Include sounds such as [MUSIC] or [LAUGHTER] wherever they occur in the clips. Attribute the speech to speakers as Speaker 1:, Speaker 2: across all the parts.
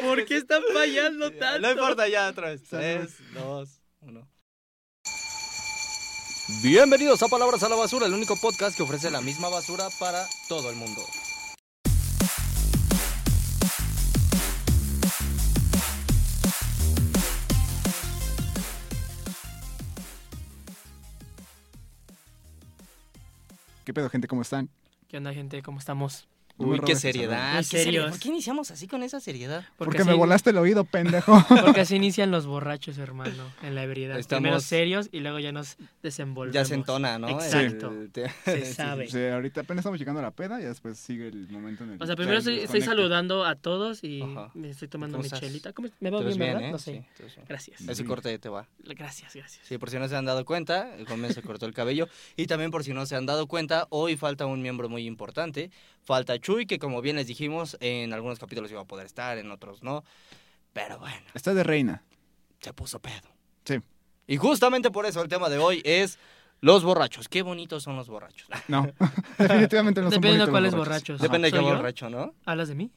Speaker 1: ¿Por qué están fallando tanto?
Speaker 2: No importa, ya otra vez. Tres, dos, uno.
Speaker 3: Bienvenidos a Palabras a la Basura, el único podcast que ofrece la misma basura para todo el mundo.
Speaker 4: ¿Qué pedo, gente? ¿Cómo están?
Speaker 1: ¿Qué onda, gente? ¿Cómo estamos?
Speaker 4: No me
Speaker 2: Uy, qué
Speaker 4: robes esa,
Speaker 2: seriedad.
Speaker 1: Muy
Speaker 2: qué seriedad.
Speaker 1: serios.
Speaker 2: ¿Por qué iniciamos así con esa seriedad?
Speaker 4: Porque,
Speaker 1: así,
Speaker 4: me volaste
Speaker 1: [LAUGHS]
Speaker 4: el oído, pendejo.
Speaker 1: Porque así inician los borrachos, hermano, en la ebriedad.
Speaker 2: Estamos-
Speaker 1: Primero serios y luego ya nos desenvolvemos.
Speaker 2: Ya se entona, ¿no?
Speaker 1: Exacto.
Speaker 2: El te-
Speaker 1: Se sabe.
Speaker 4: [LAUGHS] Sí, ahorita apenas estamos llegando a la peda y después sigue el momento en el
Speaker 1: O sea, primero
Speaker 4: Sí,
Speaker 1: estoy, estoy
Speaker 4: desconecto.
Speaker 1: saludando a todos y
Speaker 2: Ajá.
Speaker 1: me estoy tomando
Speaker 2: ¿Cómo
Speaker 1: mi
Speaker 2: estás?
Speaker 1: chelita. ¿Cómo- ¿Me
Speaker 2: Te
Speaker 1: va
Speaker 2: ves
Speaker 1: bien,
Speaker 2: bien,
Speaker 1: verdad?
Speaker 2: ¿eh?
Speaker 1: No sé.
Speaker 2: Sí, te ves bien.
Speaker 1: Gracias.
Speaker 2: Ese corte te va.
Speaker 1: Gracias, gracias.
Speaker 2: Sí, por si no se han dado cuenta, el Gómez se cortó el cabello. Y también por si no se han dado cuenta, hoy falta un miembro muy importante. Falta Chuy, que como bien les dijimos, en algunos capítulos iba a poder estar, en otros no. Pero bueno,
Speaker 4: Está de reina.
Speaker 2: se puso pedo.
Speaker 4: Sí.
Speaker 2: Y justamente por eso el tema de hoy es los borrachos. Qué bonitos son los borrachos.
Speaker 4: No, [LAUGHS] definitivamente no
Speaker 1: Dependiendo
Speaker 4: son bonitos los
Speaker 1: cuáles
Speaker 4: borrachos.
Speaker 1: borrachos.
Speaker 2: Depende de qué
Speaker 1: ¿Soy yo?
Speaker 2: borracho, ¿no?
Speaker 1: ¿Hablas de mí?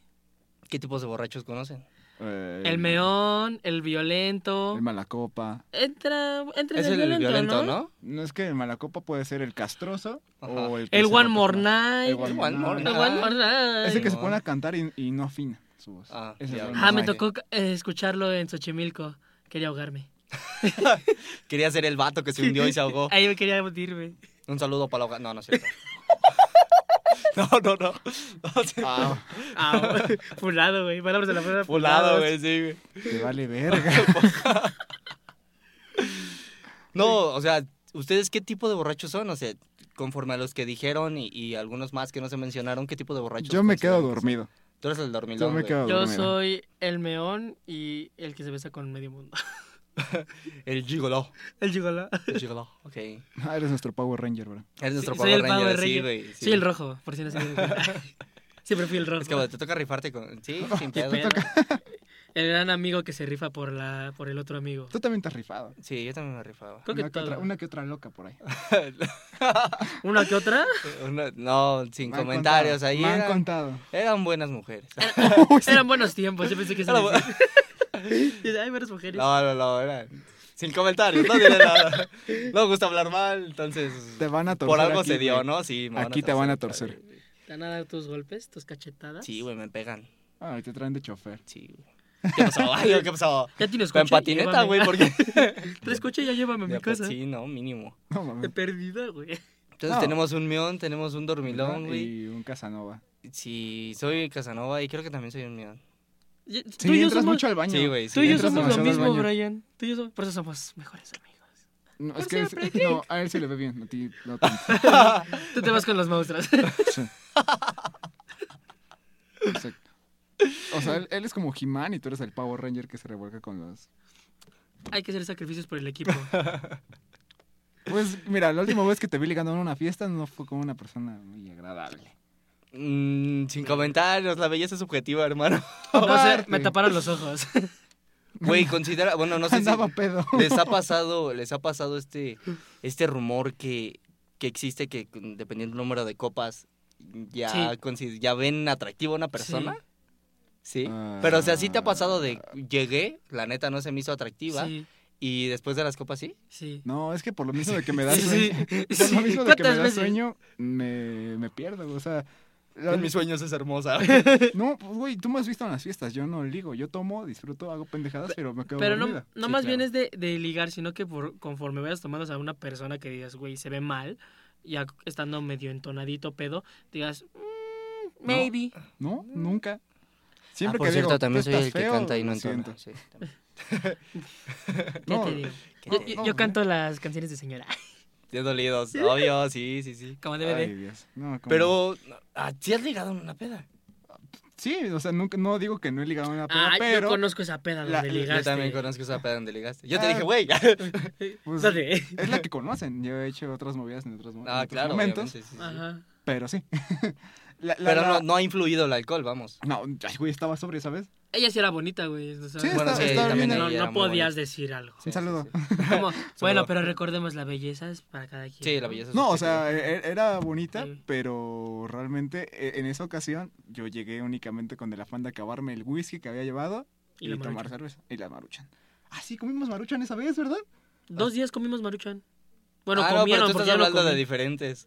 Speaker 2: ¿Qué tipos de borrachos conocen?
Speaker 4: Eh,
Speaker 1: El meón, el violento.
Speaker 4: El malacopa.
Speaker 1: Entra, entra
Speaker 2: Es
Speaker 1: en
Speaker 2: el violento, ¿no?
Speaker 4: No es que el malacopa puede ser el castroso
Speaker 2: Ajá.
Speaker 4: o el... que
Speaker 1: El
Speaker 4: se
Speaker 1: one
Speaker 4: va a
Speaker 1: more
Speaker 4: tomar.
Speaker 1: night. Ah.
Speaker 4: El one
Speaker 2: El one more
Speaker 1: El
Speaker 2: night.
Speaker 1: one more night.
Speaker 4: Ese que
Speaker 2: Ay,
Speaker 4: se
Speaker 2: no.
Speaker 4: pone a cantar y, y no afina su voz.
Speaker 2: Ah,
Speaker 4: Ese
Speaker 2: ya.
Speaker 4: el one
Speaker 1: Ah, me
Speaker 4: more night.
Speaker 1: tocó eh, escucharlo en Xochimilco. Quería ahogarme.
Speaker 2: Quería ser el vato que se hundió y
Speaker 1: [LAUGHS]
Speaker 2: se ahogó.
Speaker 1: Ahí me quería hundirme.
Speaker 2: Un saludo para la hoga- No, no es cierto. [LAUGHS] No, no, no. [LAUGHS] No, sí.
Speaker 4: Ah,
Speaker 1: [LAUGHS] Ah, fulado, güey. Palabras de la palabra.
Speaker 2: Fulado, güey, sí, güey.
Speaker 4: te vale verga.
Speaker 2: [LAUGHS] No, o sea, ¿ustedes qué tipo de borrachos son? O sea, conforme a los que dijeron y, y algunos más que no se mencionaron, ¿qué tipo de borrachos
Speaker 4: Yo me
Speaker 2: consideran
Speaker 4: quedo
Speaker 2: que
Speaker 4: dormido.
Speaker 2: son? Tú eres el dormilón.
Speaker 4: Yo me
Speaker 2: güey.
Speaker 4: quedo dormido.
Speaker 1: Yo soy el meón y el que se besa con medio mundo. [LAUGHS]
Speaker 2: El gigoló.
Speaker 1: El gigolá.
Speaker 2: El gigoló, [LAUGHS] ok. Eres
Speaker 4: Ah, eres nuestro Power Ranger, bro.
Speaker 1: soy
Speaker 2: nuestro Power
Speaker 1: el
Speaker 2: Ranger,
Speaker 1: Power
Speaker 2: sí,
Speaker 1: Ranger.
Speaker 2: güey. sí.
Speaker 1: Soy el rojo, por si no se me [LAUGHS] Siempre fui el rojo.
Speaker 2: Es que güey, te toca rifarte con... Sí,
Speaker 4: [LAUGHS]
Speaker 2: sin pedo.
Speaker 1: Pero- El gran amigo que se rifa por la por el otro amigo.
Speaker 4: Tú también te has rifado.
Speaker 2: Sí, yo también me rifaba. [LAUGHS]
Speaker 1: Creo que
Speaker 4: una, que
Speaker 1: todo.
Speaker 4: otra, una que otra loca por ahí.
Speaker 1: ¿Una que
Speaker 2: [LAUGHS]
Speaker 1: otra?
Speaker 2: Una- no, sin
Speaker 4: Me han
Speaker 2: comentarios.
Speaker 4: contado,
Speaker 2: Ahí
Speaker 4: Me han
Speaker 2: eran,
Speaker 4: contado.
Speaker 2: eran buenas mujeres.
Speaker 1: Eran buenos tiempos, yo pensé que se
Speaker 2: Era bu-
Speaker 1: [LAUGHS] Hay varias mujeres.
Speaker 2: No, no, no, era- Sin comentarios, no diré nada. [LAUGHS] No me gusta hablar mal, entonces.
Speaker 4: Te van a torcer.
Speaker 2: Por algo
Speaker 4: aquí,
Speaker 2: se dio,
Speaker 4: güey.
Speaker 2: ¿no? Sí, me
Speaker 4: Aquí te van a torcer.
Speaker 2: padre.
Speaker 1: ¿Te van a dar tus golpes, tus cachetadas?
Speaker 2: Sí, güey, me pegan.
Speaker 4: Ah, ahorita traen de chofer. [LAUGHS]
Speaker 2: Sí, güey. ¿Qué pasó? Ay, ¿qué pasó?
Speaker 1: Ya tienes
Speaker 2: En
Speaker 1: coche.
Speaker 2: patineta,
Speaker 1: llévame.
Speaker 2: güey, [LAUGHS] porque.
Speaker 1: [LAUGHS] Tres coches ya llévame a mi
Speaker 2: Ya, pues,
Speaker 1: casa.
Speaker 2: Sí, no, mínimo.
Speaker 4: No
Speaker 1: De
Speaker 4: mames.
Speaker 1: perdida, güey.
Speaker 2: Entonces
Speaker 4: No.
Speaker 2: tenemos un mión, tenemos un dormilón, güey.
Speaker 4: Y un Casanova.
Speaker 2: Sí, soy Casanova y creo que también soy un mión.
Speaker 1: Yo-
Speaker 4: Sí,
Speaker 1: tú y yo
Speaker 4: entras
Speaker 1: somos,
Speaker 4: mucho al baño.
Speaker 2: Sí, güey, sí.
Speaker 1: tú y yo
Speaker 4: entras
Speaker 1: somos lo
Speaker 4: demasiado al
Speaker 1: mismo,
Speaker 4: baño.
Speaker 1: Brian. Tú y yo somos, por eso somos mejores amigos.
Speaker 4: No, es
Speaker 1: Por
Speaker 4: que es-
Speaker 1: siempre,
Speaker 4: no, a él se le ve bien, a ti
Speaker 1: [LAUGHS]
Speaker 4: no tanto.
Speaker 1: Tú te vas con los monstruos.
Speaker 4: Sí. Exacto. O sea, él, él es como He-Man y tú eres el Power Ranger que se revuelca con los...
Speaker 1: [LAUGHS] Hay que hacer sacrificios por el
Speaker 4: [LAUGHS]
Speaker 1: equipo.
Speaker 4: Pues mira, la última vez que te vi ligando en una fiesta no fue con una persona muy agradable.
Speaker 2: Mm, sin comentarios, la belleza es subjetiva, hermano. [LAUGHS]
Speaker 1: No sé,
Speaker 4: Aparte.
Speaker 1: me taparon los ojos.
Speaker 2: Güey, considera. Bueno, no sé si.
Speaker 4: Andaba [LAUGHS] pedo.
Speaker 2: les ha pasado, les ha pasado este, este rumor que, que existe que con- dependiendo del número de copas ya,
Speaker 1: Sí.
Speaker 2: consi- ya ven atractiva a una persona. Sí.
Speaker 4: Ah.
Speaker 2: Pero o sea, sí te ha pasado de llegué, la neta no se me hizo atractiva
Speaker 1: Sí,
Speaker 2: y después de las copas sí.
Speaker 1: sí.
Speaker 4: No, es que por lo mismo de que me da
Speaker 1: Sí, sí,
Speaker 4: sueño,
Speaker 1: [LAUGHS]
Speaker 4: por
Speaker 1: sí.
Speaker 4: lo mismo de que me
Speaker 1: ¿Cuántas
Speaker 4: da
Speaker 1: veces?
Speaker 4: sueño, me, me pierdo, o sea... la-
Speaker 2: En mis sueños es hermosa. Ah,
Speaker 4: No, pues güey, tú me has visto en las fiestas, yo no ligo, yo tomo, disfruto, hago pendejadas, pero me quedo
Speaker 1: Pero no,
Speaker 4: dormida.
Speaker 1: no
Speaker 2: Sí,
Speaker 1: más
Speaker 2: claro.
Speaker 1: bien es de, de ligar, sino que por conforme vayas tomando a una persona que digas, güey, se ve mal, ya estando medio entonadito pedo, digas, "Mm, maybe.
Speaker 4: No, nunca. Siempre
Speaker 2: Ah, por
Speaker 4: que
Speaker 2: cierto,
Speaker 4: digo,
Speaker 2: también
Speaker 4: "Tú
Speaker 2: soy el
Speaker 4: estás
Speaker 2: que
Speaker 4: feo",
Speaker 2: canta y no
Speaker 4: lo
Speaker 2: entona.
Speaker 4: siento.
Speaker 2: Sí, también.
Speaker 1: Ya
Speaker 4: No,
Speaker 1: te digo.
Speaker 2: ¿Qué
Speaker 1: Yo,
Speaker 2: te-
Speaker 1: yo-
Speaker 4: no,
Speaker 1: yo
Speaker 4: güey.
Speaker 1: canto las canciones de señora. [LAUGHS]
Speaker 2: Te he dolido, obvio, sí, sí, sí.
Speaker 1: Como debe
Speaker 4: Ay,
Speaker 1: de.
Speaker 4: Dios. No, ¿cómo?
Speaker 2: Pero, ¿a ti has ligado en una peda?
Speaker 4: sí, o sea, nunca, no digo que no he ligado una peda,
Speaker 1: Ah, yo
Speaker 4: pero
Speaker 1: conozco esa peda
Speaker 4: la-
Speaker 1: donde
Speaker 4: yo
Speaker 1: ligaste.
Speaker 2: Yo también
Speaker 1: [LAUGHS]
Speaker 2: conozco esa peda donde ligaste. Yo te
Speaker 4: Ah.
Speaker 2: dije, [LAUGHS] güey.
Speaker 4: pues,
Speaker 1: ¿Dónde?
Speaker 4: es la que conocen. Yo he hecho otras movidas en otros, mo- en
Speaker 2: Ah,
Speaker 4: otros
Speaker 2: claro,
Speaker 4: momentos,
Speaker 2: obviamente, sí, sí.
Speaker 1: Ajá.
Speaker 4: pero sí. [LAUGHS] La- la-
Speaker 2: Pero
Speaker 4: la-
Speaker 2: no, no ha influido el alcohol, vamos.
Speaker 4: no, ay, güey, estaba sobrio, ¿sabes?
Speaker 1: Ella sí era bonita, güey. o sea,
Speaker 4: Sí,
Speaker 2: Bueno,
Speaker 4: está-
Speaker 2: sí,
Speaker 4: está
Speaker 2: también
Speaker 4: bien.
Speaker 2: ella
Speaker 1: no,
Speaker 2: era
Speaker 1: no
Speaker 2: muy
Speaker 1: podías
Speaker 2: bonita.
Speaker 1: decir
Speaker 2: [LAUGHS]
Speaker 1: algo.
Speaker 2: Sí,
Speaker 4: Un saludo.
Speaker 2: Sí, sí.
Speaker 1: Como, bueno,
Speaker 2: Saludo.
Speaker 1: pero recordemos la belleza es para cada quien.
Speaker 2: Sí, la belleza. es
Speaker 4: No, o
Speaker 2: subjetiva.
Speaker 4: sea, e- e- era bonita,
Speaker 1: Sí.
Speaker 4: pero realmente e- en esa ocasión yo llegué únicamente con el afán de acabarme el whisky que había llevado y,
Speaker 1: Y la
Speaker 4: tomar
Speaker 1: maruchan.
Speaker 4: cerveza. Y la maruchan. Ah, sí, comimos maruchan esa vez, ¿verdad?
Speaker 1: Dos días comimos maruchan. Bueno,
Speaker 2: Ah, no, pero
Speaker 1: comieron,
Speaker 2: tú
Speaker 1: porque
Speaker 2: estás
Speaker 1: ya no
Speaker 2: hablando de
Speaker 1: comí.
Speaker 2: diferentes.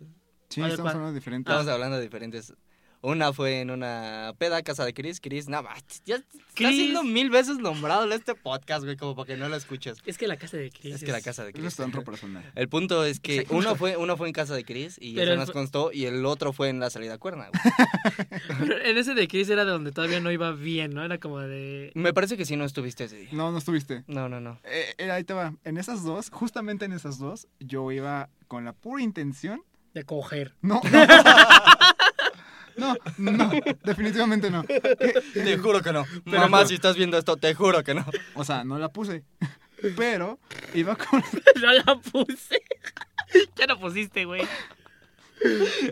Speaker 4: Sí,
Speaker 1: A ver,
Speaker 4: estamos
Speaker 1: ¿cuál?
Speaker 4: hablando de diferentes.
Speaker 2: Estamos hablando de diferentes. Una fue en una peda casa de Chris. Chris, nada más. Ya está
Speaker 1: Chris.
Speaker 2: siendo mil veces nombrado en este podcast, güey, como para que no lo escuches.
Speaker 1: Es que la casa de Cris.
Speaker 2: Es que la casa de
Speaker 4: Es
Speaker 2: Chris.
Speaker 4: nuestro personal.
Speaker 2: El punto es que
Speaker 1: Exacto.
Speaker 2: uno fue, uno fue en casa de Chris y
Speaker 1: Pero
Speaker 2: eso
Speaker 1: el-
Speaker 2: nos constó, y el otro fue en la salida cuerna. güey.
Speaker 1: [LAUGHS]
Speaker 2: [LAUGHS]
Speaker 1: Pero en ese de Cris era donde todavía no iba bien, ¿no? Era como de.
Speaker 2: Me parece que sí no estuviste ese día.
Speaker 4: No, no estuviste.
Speaker 2: No, no, no.
Speaker 4: Eh, eh, ahí te va. En esas dos, justamente en esas dos, yo iba con la pura intención.
Speaker 1: de coger. [LAUGHS]
Speaker 4: No. [LAUGHS] No, no, no, definitivamente no.
Speaker 2: Te juro que no.
Speaker 4: Pero-
Speaker 2: Mamá, si estás viendo esto, te juro que no.
Speaker 4: O sea, no la puse. Pero iba con.
Speaker 1: no la puse. [LAUGHS] ya la pusiste, güey.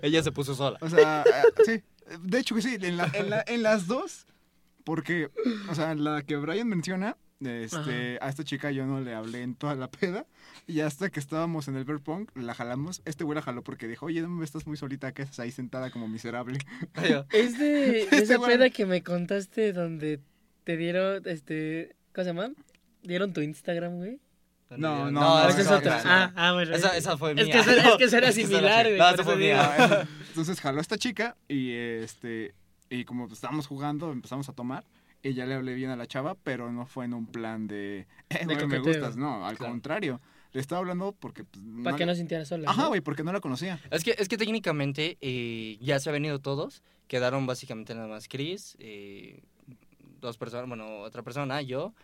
Speaker 2: Ella se puso sola.
Speaker 4: O sea, eh, sí. De hecho que sí, en, la- en la- en las dos. Porque, o sea, la que Brian menciona, este, a esta chica yo no le hablé en toda la peda. Y hasta que estábamos en el beer pong, la jalamos. Este güey la jaló porque dijo, oye, no me estás muy solita, que estás ahí sentada como miserable.
Speaker 1: [LAUGHS] Es de
Speaker 4: Este
Speaker 1: esa
Speaker 4: güey.
Speaker 1: peda que me contaste donde te dieron, este, ¿cómo se llama? ¿Dieron tu Instagram, güey?
Speaker 4: No, no,
Speaker 2: no,
Speaker 4: no,
Speaker 1: esa es
Speaker 4: no,
Speaker 1: otra.
Speaker 4: esa-
Speaker 1: Ah, ah, bueno.
Speaker 2: Esa, esa fue
Speaker 1: Es
Speaker 2: mía.
Speaker 1: que esa- es que esa era
Speaker 2: [LAUGHS] esa
Speaker 1: similar,
Speaker 2: fue-
Speaker 1: güey,
Speaker 2: No,
Speaker 1: por
Speaker 2: esa
Speaker 1: eso
Speaker 2: fue
Speaker 1: digo.
Speaker 2: mía.
Speaker 4: Entonces jaló a esta chica y este y como pues, estábamos jugando, empezamos a tomar. Y ya le hablé bien a la chava, pero no fue en un plan de, eh, güey, me
Speaker 1: coqueteo.
Speaker 4: gustas, no, al
Speaker 2: Claro.
Speaker 4: contrario. Le estaba hablando porque pues, no
Speaker 1: Para que
Speaker 4: la-
Speaker 1: no sintiera sola.
Speaker 4: Ajá,
Speaker 1: ¿no?
Speaker 4: güey, porque no la conocía.
Speaker 2: Es que, es que técnicamente eh, ya se han venido todos. Quedaron básicamente nada más Chris, eh, dos personas, bueno, otra persona, yo.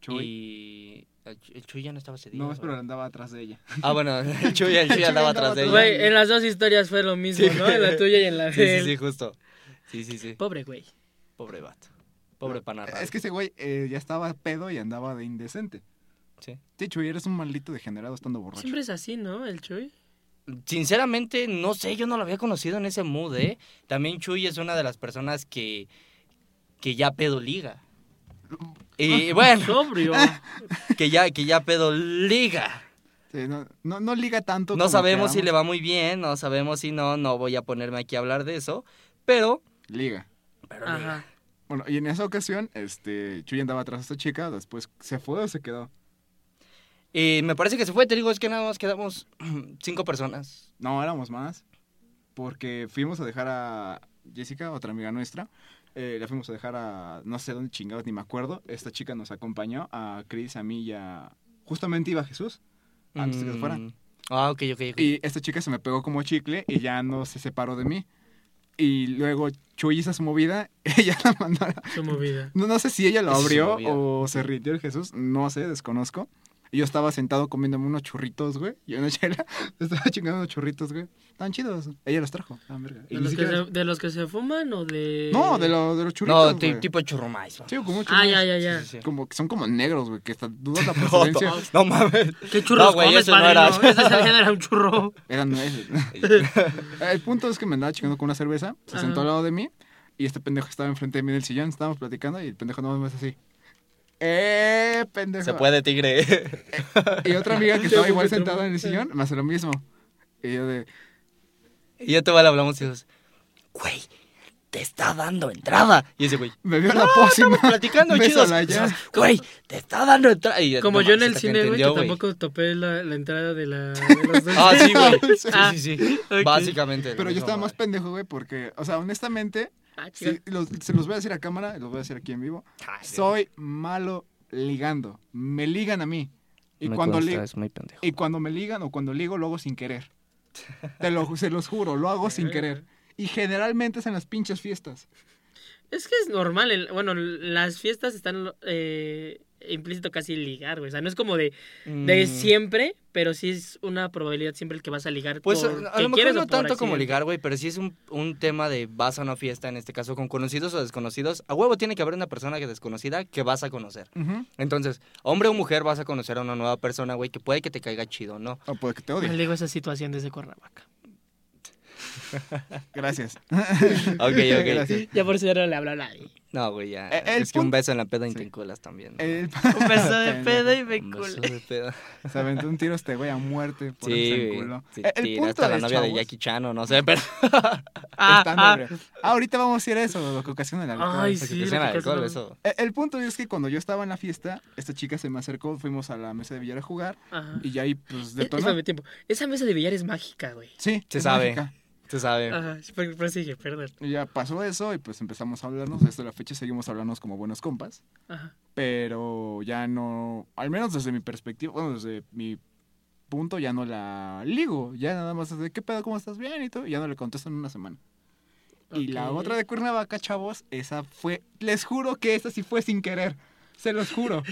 Speaker 4: Chuy.
Speaker 2: Y. El Chu- el Chuy ya no estaba ese día.
Speaker 4: No,
Speaker 2: ¿verdad?
Speaker 4: pero andaba atrás de ella.
Speaker 2: Ah, bueno, [LAUGHS] el Chuy, el Chuy
Speaker 4: Chuy
Speaker 2: andaba
Speaker 4: andaba
Speaker 2: atrás de ella.
Speaker 4: atrás.
Speaker 1: Güey, en las dos historias fue lo mismo,
Speaker 2: Sí.
Speaker 1: ¿no? En la tuya y en la de
Speaker 2: Sí, sí,
Speaker 1: él.
Speaker 2: sí, justo. Sí, sí, sí.
Speaker 1: Pobre güey.
Speaker 2: Pobre vato.
Speaker 4: [LAUGHS]
Speaker 2: Pobre panarra.
Speaker 4: Es que ese güey eh, ya estaba pedo y andaba de indecente.
Speaker 2: Sí.
Speaker 4: Sí, Chuy, eres un maldito degenerado estando borracho.
Speaker 1: Siempre es así, ¿no? El Chuy.
Speaker 2: Sinceramente, no sé, yo no lo había conocido en ese mood, ¿eh? También Chuy es una de las personas que, que ya pedo liga. Y bueno,
Speaker 1: Sobrio.
Speaker 2: que ya, que ya pedo liga.
Speaker 4: Sí, no, no, no liga tanto.
Speaker 2: No sabemos si le va muy bien, no sabemos si no, no voy a ponerme aquí a hablar de eso, pero...
Speaker 4: Liga.
Speaker 2: [LAUGHS] pero liga.
Speaker 1: Ajá.
Speaker 4: Bueno, y en esa ocasión, este, Chuy andaba atrás de esta chica, después se fue o se quedó.
Speaker 2: Eh, me parece que se fue, te digo, es que nada más quedamos [CLEARS THROAT] cinco personas.
Speaker 4: No, éramos más. Porque fuimos a dejar a Jessica, otra amiga nuestra. eh, la fuimos a dejar a no sé dónde chingados, ni me acuerdo. Esta chica nos acompañó a Chris, a mí y a. Justamente iba Jesús. Antes de que se fuera.
Speaker 2: Mm. Ah, ok, ok, ok.
Speaker 4: Y esta chica se me pegó como chicle y ya no se separó de mí. Y luego Chuy hizo su movida, [LAUGHS] ella la mandó. a-
Speaker 1: Su movida.
Speaker 4: No, no sé si ella lo
Speaker 2: Hizo su
Speaker 4: abrió
Speaker 2: movida.
Speaker 4: o se rindió el Jesús, no sé, desconozco. Y yo estaba sentado comiéndome unos churritos, güey. Y una [LAUGHS] chela. Estaba chingando unos churritos, güey. Tan chidos. Ella los trajo. estaban verga.
Speaker 1: ¿De
Speaker 4: Y ni
Speaker 1: los, que
Speaker 4: siquiera-
Speaker 1: se, ¿De los que se fuman o de.?
Speaker 4: No, de, lo- de los churritos.
Speaker 2: no, ti-
Speaker 4: güey.
Speaker 2: tipo churrumais.
Speaker 4: Sí, como un
Speaker 1: Ah, ya,
Speaker 4: churros.
Speaker 1: ya, ya.
Speaker 2: Sí, sí, sí.
Speaker 4: Como que son como negros, güey. Que está dudas la
Speaker 2: No,
Speaker 4: procedencia.
Speaker 2: [LAUGHS] no mames.
Speaker 1: ¿Qué churros
Speaker 2: No, güey,
Speaker 1: comes,
Speaker 2: eso no
Speaker 1: padre?
Speaker 2: era.
Speaker 1: No, esa salida era un
Speaker 2: [LAUGHS]
Speaker 1: churro.
Speaker 4: Eran nueces. el punto es que me andaba chingando con una cerveza. Se
Speaker 1: Ajá.
Speaker 4: sentó al lado de mí. Y este pendejo estaba enfrente de mí en el sillón. Estábamos platicando. Y el pendejo no más así. ¡Eh, pendejo!
Speaker 2: Se puede, tigre. [LAUGHS]
Speaker 4: Y otra amiga que
Speaker 1: Ya
Speaker 4: estaba
Speaker 1: me
Speaker 4: igual
Speaker 1: meto-
Speaker 4: sentada en el sillón, me hace lo mismo. Y yo de,
Speaker 2: Y ya te vale, hablamos y dices, güey, te está dando entrada. Y ese güey, "Pues,
Speaker 4: me vio la pócima. [LAUGHS]
Speaker 2: platicando chidos.
Speaker 4: Bésala ya.
Speaker 2: Dices, Güey, te está dando entrada. Y
Speaker 1: Como
Speaker 2: no
Speaker 1: yo en
Speaker 2: mames,
Speaker 1: el
Speaker 2: te
Speaker 1: cine, güey, que
Speaker 2: entendió,
Speaker 1: tampoco topé la, la entrada de la. de los dos.
Speaker 2: [LAUGHS] Ah, sí,
Speaker 4: [LAUGHS]
Speaker 2: güey. Sí,
Speaker 1: Ah,
Speaker 2: sí, sí.
Speaker 1: ok.
Speaker 2: Básicamente.
Speaker 4: Pero
Speaker 2: lo
Speaker 4: yo estaba
Speaker 2: mismo,
Speaker 4: más pendejo, güey, porque, o sea, honestamente,
Speaker 1: Ah, chica.
Speaker 4: sí, los- se los voy a decir a cámara, los voy a decir aquí en vivo.
Speaker 2: madre. Ay,
Speaker 4: Soy malo ligando. Me ligan a mí. Y
Speaker 2: me
Speaker 4: cuando,
Speaker 2: consta,
Speaker 4: li-
Speaker 2: es muy pendejo.
Speaker 4: y cuando me ligan o cuando ligo, lo hago sin querer. Te lo, se los juro, lo hago sin querer. Y generalmente es en las pinches fiestas.
Speaker 1: Es que es normal. el- bueno, las fiestas están eh, implícito casi ligar, güey. O sea, no es como de, de
Speaker 2: Mm,
Speaker 1: siempre, pero sí es una probabilidad siempre el que vas a ligar.
Speaker 2: Pues
Speaker 1: por-
Speaker 2: a
Speaker 1: que
Speaker 2: lo mejor
Speaker 1: quieres o
Speaker 2: no
Speaker 1: por
Speaker 2: tanto como
Speaker 1: accidente.
Speaker 2: ligar, güey, pero sí es un, un tema de vas a una fiesta, en este caso con conocidos o desconocidos. A huevo tiene que haber una persona que desconocida que vas a conocer.
Speaker 4: Ujú.
Speaker 2: Entonces, hombre o mujer, vas a conocer a una nueva persona, güey, que puede que te caiga chido, ¿no?
Speaker 4: O puede Oh, pues, que te
Speaker 1: Me
Speaker 4: odie.
Speaker 1: digo esa situación desde Cuernavaca.
Speaker 4: Gracias.
Speaker 2: Ok, ok.
Speaker 4: Gracias.
Speaker 1: [LAUGHS] Ya por eso ya no le hablo a nadie.
Speaker 2: No, güey, ya.
Speaker 4: Eh, el
Speaker 2: es que un
Speaker 4: punto-
Speaker 2: beso en la peda y
Speaker 4: Sí.
Speaker 2: te enculas también. ¿no?
Speaker 4: [LAUGHS] El...
Speaker 1: Un
Speaker 2: [LAUGHS]
Speaker 1: beso de
Speaker 4: Pendejo.
Speaker 1: pedo y me
Speaker 2: Un
Speaker 1: culé.
Speaker 2: beso de peda.
Speaker 4: Se aventó un tiro este güey a muerte por
Speaker 2: Sí,
Speaker 4: el
Speaker 2: güey.
Speaker 4: culo.
Speaker 2: Sí,
Speaker 4: Eh, el
Speaker 2: sí,
Speaker 4: punto
Speaker 2: hasta la
Speaker 4: es,
Speaker 2: novia de
Speaker 4: chavos,
Speaker 2: Jackie Chan o no sé, pero... [LAUGHS]
Speaker 1: [LAUGHS] Ah,
Speaker 4: estando
Speaker 1: ah,
Speaker 4: ebrio. Ah, ahorita vamos a ir a eso, lo que ocasiona el alcohol.
Speaker 1: Ay,
Speaker 2: que
Speaker 1: sí,
Speaker 2: te
Speaker 1: lo
Speaker 2: suena
Speaker 1: que
Speaker 2: alcohol,
Speaker 1: causa-
Speaker 2: eso.
Speaker 4: Eh, El punto es que cuando yo estaba en la fiesta, esta chica se me acercó, fuimos a la mesa de billar a jugar
Speaker 1: Ajá.
Speaker 4: y ya ahí pues
Speaker 1: Eh,
Speaker 4: detonó.
Speaker 1: espérame, tiempo. Esa mesa de billar es mágica, güey.
Speaker 4: Sí,
Speaker 2: Se
Speaker 4: es
Speaker 2: sabe.
Speaker 4: mágica.
Speaker 2: Se sabe.
Speaker 1: Ajá, sí, pero- prosigue, perdón.
Speaker 4: Y ya pasó eso y pues empezamos a hablarnos. Desde la fecha seguimos hablándonos como buenos compas.
Speaker 1: Ajá.
Speaker 4: Pero ya no, al menos desde mi perspectiva, bueno, desde mi punto ya no la ligo. Ya nada más es de qué pedo, cómo estás bien y todo. Y ya no le contesto en una semana. Y la
Speaker 1: Ok.
Speaker 4: otra de Cuernavaca, chavos, esa fue, les juro que esa sí fue sin querer. Se los juro.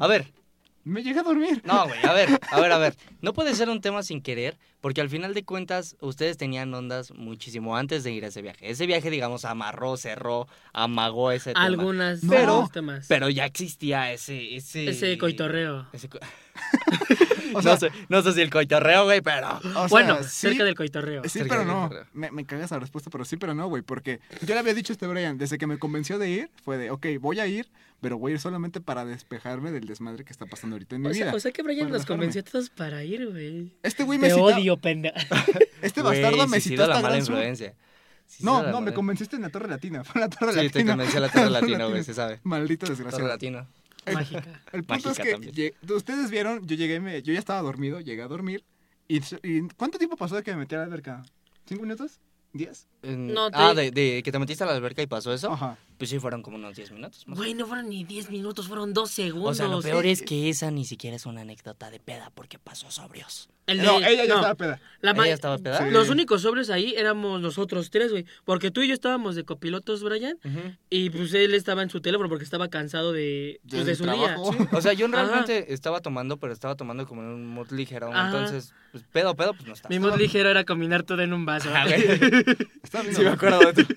Speaker 2: A ver,
Speaker 4: Me llegué a dormir.
Speaker 2: no, güey, a ver, a ver, a ver. No puede ser un tema sin querer, porque al final de cuentas ustedes tenían ondas muchísimo antes de ir a ese viaje. Ese viaje, digamos, amarró, cerró, amagó ese tema.
Speaker 1: Algunas
Speaker 4: No,
Speaker 1: pero, temas.
Speaker 2: Pero ya existía ese... Ese,
Speaker 1: Ese coitorreo.
Speaker 2: ese
Speaker 4: [LAUGHS]
Speaker 2: co-
Speaker 4: O [LAUGHS] sea-
Speaker 2: no, sé, no sé si el coitorreo, güey, pero...
Speaker 4: O sea,
Speaker 1: bueno,
Speaker 4: sí,
Speaker 1: cerca del coitorreo.
Speaker 4: Sí,
Speaker 2: Cerca
Speaker 4: pero
Speaker 2: del
Speaker 4: no.
Speaker 2: cotorreo.
Speaker 4: Me, me cagas la respuesta, pero sí, pero no, güey. Porque yo le había dicho a este Brian, desde que me convenció de ir, fue de, ok, voy a ir, pero voy a ir solamente para despejarme del desmadre que está pasando ahorita en mi
Speaker 1: O sea,
Speaker 4: vida.
Speaker 1: o sea que Brian
Speaker 4: Para
Speaker 1: nos
Speaker 4: relajarme.
Speaker 1: convenció a todos para ir, güey.
Speaker 4: Este güey me
Speaker 1: Te
Speaker 4: citó.
Speaker 1: odio, pendejo.
Speaker 4: [LAUGHS] Este
Speaker 2: Güey,
Speaker 4: bastardo me
Speaker 2: sí, sí,
Speaker 4: citó
Speaker 2: la
Speaker 4: hasta
Speaker 2: mala
Speaker 4: Gran Sur.
Speaker 2: influencia. Sí, sí,
Speaker 4: No,
Speaker 2: da la
Speaker 4: no, me
Speaker 2: mala-
Speaker 4: convenciste en la Torre Latina. Fue la Torre
Speaker 2: Sí, te
Speaker 4: Latina.
Speaker 2: convencí a la Torre Latina, güey, se sabe.
Speaker 4: [LAUGHS] Maldito
Speaker 2: Torre
Speaker 4: desgraciado.
Speaker 2: Latina.
Speaker 1: Mágica.
Speaker 4: El punto es
Speaker 2: Mágica
Speaker 4: que
Speaker 2: también.
Speaker 4: lle- ustedes vieron, yo llegué, me- yo ya estaba dormido, llegué a dormir. Y, y ¿Cuánto tiempo pasó de que me metí a la alberca? ¿Cinco minutos? ¿Diez?
Speaker 2: En-
Speaker 1: No, te-
Speaker 2: Ah, de, de que te metiste a la alberca y pasó eso.
Speaker 4: Ajá.
Speaker 2: Pues sí, fueron como unos 10 minutos. más o
Speaker 1: Güey, no fueron ni 10 minutos, fueron 2
Speaker 2: menos.
Speaker 1: segundos.
Speaker 2: O sea, lo
Speaker 1: Sí.
Speaker 2: peor es que esa ni siquiera es una anécdota de peda porque pasó sobrios.
Speaker 1: El de-
Speaker 4: No, ella ya
Speaker 1: no,
Speaker 4: estaba peda.
Speaker 1: la ma-
Speaker 2: ¿Ella estaba peda?
Speaker 4: Sí.
Speaker 1: Los únicos sobrios ahí éramos nosotros tres, güey. Porque tú y yo estábamos de copilotos, Brian. Y pues él estaba en su teléfono porque estaba cansado de, pues, de
Speaker 4: Del
Speaker 1: su
Speaker 4: trabajo.
Speaker 1: día.
Speaker 2: O sea, yo
Speaker 1: Ajá.
Speaker 2: realmente estaba tomando, pero estaba tomando como en un mood ligero.
Speaker 1: Ajá.
Speaker 2: Entonces, pues pedo, pedo, pues no está.
Speaker 1: Mi mood ligero era combinar todo en un vaso.
Speaker 2: Ah,
Speaker 1: [LAUGHS]
Speaker 2: güey.
Speaker 1: pero
Speaker 4: [LAUGHS] Estaba bien
Speaker 2: Sí, me acuerdo
Speaker 1: [LAUGHS]
Speaker 2: de tu-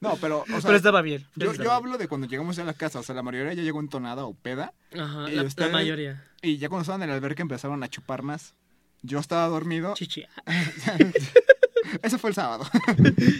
Speaker 4: No, pero, o sea,
Speaker 1: estaba bien.
Speaker 4: yo,
Speaker 1: Estaba
Speaker 4: yo hablo de cuando llegamos ya a la casa, o sea, la mayoría ya llegó entonada o peda,
Speaker 1: bien. Ajá,
Speaker 4: y
Speaker 1: la, la
Speaker 4: ustedes-
Speaker 1: mayoría.
Speaker 4: y ya cuando estaban en el alberca empezaron a chupar más. Yo estaba dormido,
Speaker 1: Chichi.
Speaker 4: [LAUGHS] eso fue el sábado.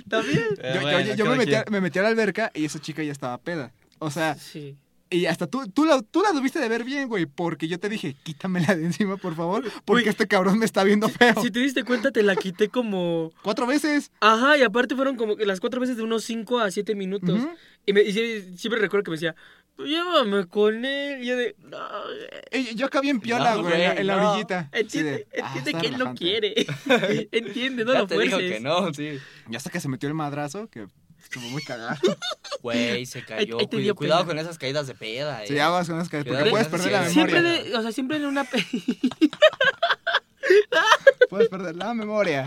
Speaker 1: ¿También?
Speaker 2: Eh,
Speaker 4: yo yo-
Speaker 2: bueno,
Speaker 4: yo
Speaker 2: cada
Speaker 4: me, metí a,
Speaker 2: quien.
Speaker 4: me metí a la alberca y esa chica ya estaba peda. O sea,
Speaker 1: Sí.
Speaker 4: y hasta tú, tú, la, tú la debiste de ver bien, güey, porque yo te dije, quítamela de encima, por favor, porque
Speaker 1: Güey.
Speaker 4: este cabrón me está viendo feo.
Speaker 1: Si te diste cuenta, te la quité como.
Speaker 4: Cuatro veces.
Speaker 1: Ajá, y aparte fueron como que las cuatro veces de unos 5 a 7 minutos.
Speaker 4: Ujú.
Speaker 1: Y, me, y sí- siempre recuerdo que me decía, "Pues llévame con él. Y yo de, no, güey,
Speaker 4: Y yo acá bien piola,
Speaker 2: No,
Speaker 4: güey, en la-
Speaker 2: güey,
Speaker 4: en la
Speaker 2: no.
Speaker 4: orillita. Así Ah, de,
Speaker 1: entiende,
Speaker 4: "Ah,
Speaker 1: entiende
Speaker 4: está
Speaker 1: que él no
Speaker 4: relajante".
Speaker 1: quiere.
Speaker 4: [LAUGHS]
Speaker 1: entiende, no
Speaker 2: Ya
Speaker 1: lo
Speaker 2: te digo que
Speaker 1: fuerces.
Speaker 2: no, sí.
Speaker 4: Y hasta que se metió el madrazo, que estuvo muy cagado.
Speaker 1: [LAUGHS]
Speaker 2: Güey, se cayó.
Speaker 1: ahí te
Speaker 2: Cuida-
Speaker 1: dio
Speaker 2: cuidado
Speaker 1: pena.
Speaker 2: con esas caídas de peda. eh.
Speaker 4: Sí, aguas con esas caídas,
Speaker 2: Cuidado,
Speaker 4: porque puedes
Speaker 2: no,
Speaker 4: perder
Speaker 2: sí,
Speaker 4: la
Speaker 2: sí.
Speaker 4: memoria.
Speaker 1: Siempre, de- o sea, siempre en una. pe- [LAUGHS]
Speaker 4: Puedes perder la
Speaker 2: [LAUGHS]
Speaker 4: memoria.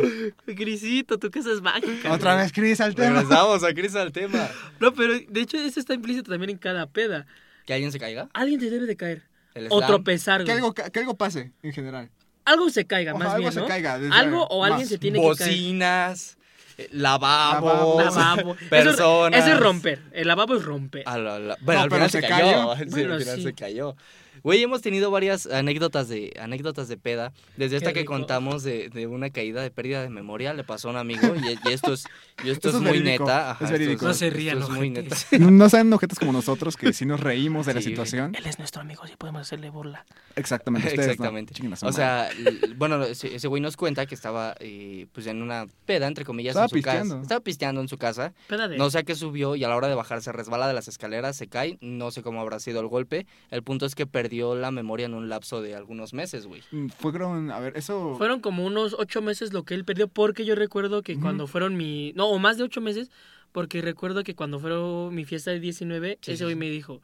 Speaker 1: Grisito, tu casa es mágica.
Speaker 4: Otra
Speaker 1: güey.
Speaker 4: vez, Chris, al tema.
Speaker 2: Regresamos a Cris al tema.
Speaker 4: Ah.
Speaker 1: No, pero de hecho, eso está implícito también en cada peda.
Speaker 2: ¿Que alguien se caiga?
Speaker 1: Alguien te debe de caer.
Speaker 2: El
Speaker 1: O
Speaker 2: slam.
Speaker 1: tropezar,
Speaker 4: Que
Speaker 1: güey.
Speaker 4: algo, que algo pase, en general.
Speaker 1: Algo se caiga,
Speaker 4: Ojo,
Speaker 1: más
Speaker 4: algo
Speaker 1: bien,
Speaker 4: se
Speaker 1: ¿no?
Speaker 4: caiga, desde-
Speaker 1: algo o alguien
Speaker 4: más.
Speaker 1: se tiene que caer.
Speaker 2: Bocinas, eh, lavabos,
Speaker 4: Lavabos.
Speaker 1: Lavabo.
Speaker 2: personas.
Speaker 1: Eso, eso es romper. El lavabo es romper.
Speaker 2: A la- la- bueno,
Speaker 4: No,
Speaker 2: al
Speaker 4: pero
Speaker 2: final se
Speaker 4: se
Speaker 2: cayó.
Speaker 4: cayó.
Speaker 2: Sí,
Speaker 1: Bueno,
Speaker 2: al final
Speaker 1: sí.
Speaker 2: se cayó. Güey, hemos tenido varias anécdotas de anécdotas de peda. Desde esta que
Speaker 1: rico.
Speaker 2: contamos de, de una caída de pérdida de memoria, le pasó a un amigo y, y esto es, y esto
Speaker 4: Esto
Speaker 2: es
Speaker 4: es
Speaker 2: muy
Speaker 4: verídico,
Speaker 2: neta.
Speaker 4: es verídico.
Speaker 1: No se rían,
Speaker 2: esto es muy neta.
Speaker 1: ojetes.
Speaker 4: No, no sean ojetes como nosotros, que sí nos reímos de la
Speaker 2: Sí, güey.
Speaker 4: situación.
Speaker 1: Él es nuestro amigo, si podemos hacerle burla.
Speaker 4: Exactamente, ustedes no.
Speaker 2: Exactamente.
Speaker 4: Chinguen a su
Speaker 2: o
Speaker 4: madre.
Speaker 2: sea, l- bueno, ese ese güey nos cuenta que estaba eh, pues en una peda, entre comillas,
Speaker 4: Estaba
Speaker 2: en su casa.
Speaker 4: pisteando.
Speaker 2: Estaba pisteando en su casa.
Speaker 1: Peda de.
Speaker 2: No sé a qué subió y a la hora de bajar se resbala de las escaleras, se cae, no sé cómo habrá sido el golpe. El punto es que perdió la memoria en un lapso de algunos meses, güey.
Speaker 4: Mm, Fueron, a ver, eso...
Speaker 1: Fueron como unos ocho meses lo que él perdió, porque yo recuerdo que
Speaker 4: Ujú.
Speaker 1: cuando fueron mi. No, o más de ocho meses, porque recuerdo que cuando fue mi fiesta de 19,
Speaker 2: Sí, sí,
Speaker 1: ese güey
Speaker 2: sí.
Speaker 1: me dijo: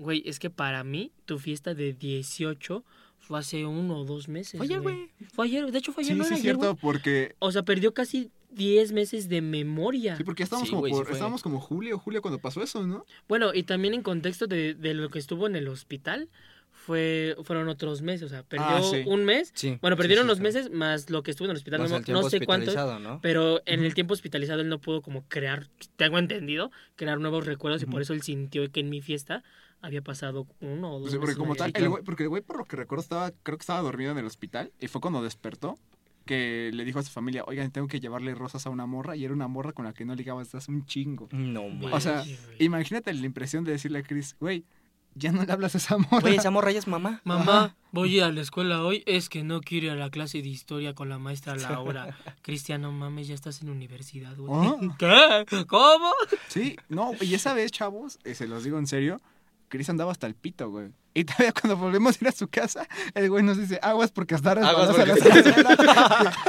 Speaker 1: Güey, es que para mí tu fiesta de 18 fue hace uno o dos meses.
Speaker 2: Oye, güey.
Speaker 1: Fue ayer, de hecho fue
Speaker 4: Sí,
Speaker 1: ayer,
Speaker 4: sí,
Speaker 1: no
Speaker 4: es
Speaker 1: era ayer,
Speaker 4: cierto,
Speaker 1: güey.
Speaker 4: porque...
Speaker 1: O sea, perdió casi diez meses de memoria.
Speaker 4: Sí, porque estábamos,
Speaker 2: Sí,
Speaker 4: como
Speaker 2: güey, sí
Speaker 4: por-
Speaker 2: fue.
Speaker 4: estábamos como julio, julio cuando pasó eso, ¿no?
Speaker 1: Bueno, y también en contexto de, de lo que estuvo en el hospital, fue fueron otros meses. O sea, perdió
Speaker 4: Ah, sí.
Speaker 1: un mes.
Speaker 2: Sí.
Speaker 1: Bueno, perdieron los meses más lo que estuvo en el hospital. no- no sé cuántos.
Speaker 2: ¿no?
Speaker 1: Pero en el
Speaker 4: Ujú.
Speaker 1: tiempo hospitalizado él no pudo como crear, tengo entendido, crear nuevos recuerdos y por
Speaker 4: Ujú.
Speaker 1: eso él sintió que en mi fiesta había pasado uno o dos
Speaker 4: O sea, Pues, porque
Speaker 1: meses
Speaker 4: como
Speaker 1: de-
Speaker 4: tal,
Speaker 2: claro.
Speaker 4: el güey, porque el güey por lo que recuerdo estaba, creo que estaba dormido en el hospital y fue cuando despertó que le dijo a su familia, oigan, tengo que llevarle rosas a una morra, y era una morra con la que no ligabas hace un chingo.
Speaker 2: No,
Speaker 4: O
Speaker 1: [LAUGHS]
Speaker 4: sea,
Speaker 1: Ay, güey.
Speaker 4: imagínate la impresión de decirle a Chris, güey, ya no le hablas a esa morra.
Speaker 2: Oye, esa morra ya es mamá.
Speaker 1: Mamá, voy a la escuela hoy, es que no quiero ir a la clase de historia con la maestra [LAUGHS] Laura. Cristiano, mames, ya estás en universidad, güey.
Speaker 4: Ah.
Speaker 1: [LAUGHS] ¿Qué? ¿Cómo?
Speaker 4: [LAUGHS] Sí, no, y esa vez, chavos, eh, se los digo en serio, Chris andaba hasta el pito, güey. Y todavía cuando volvemos a ir a su casa, el güey nos dice, aguas porque hasta ahora
Speaker 2: Aguas [LAUGHS]
Speaker 4: vas a
Speaker 2: porque-
Speaker 4: la escuela".
Speaker 1: [LAUGHS]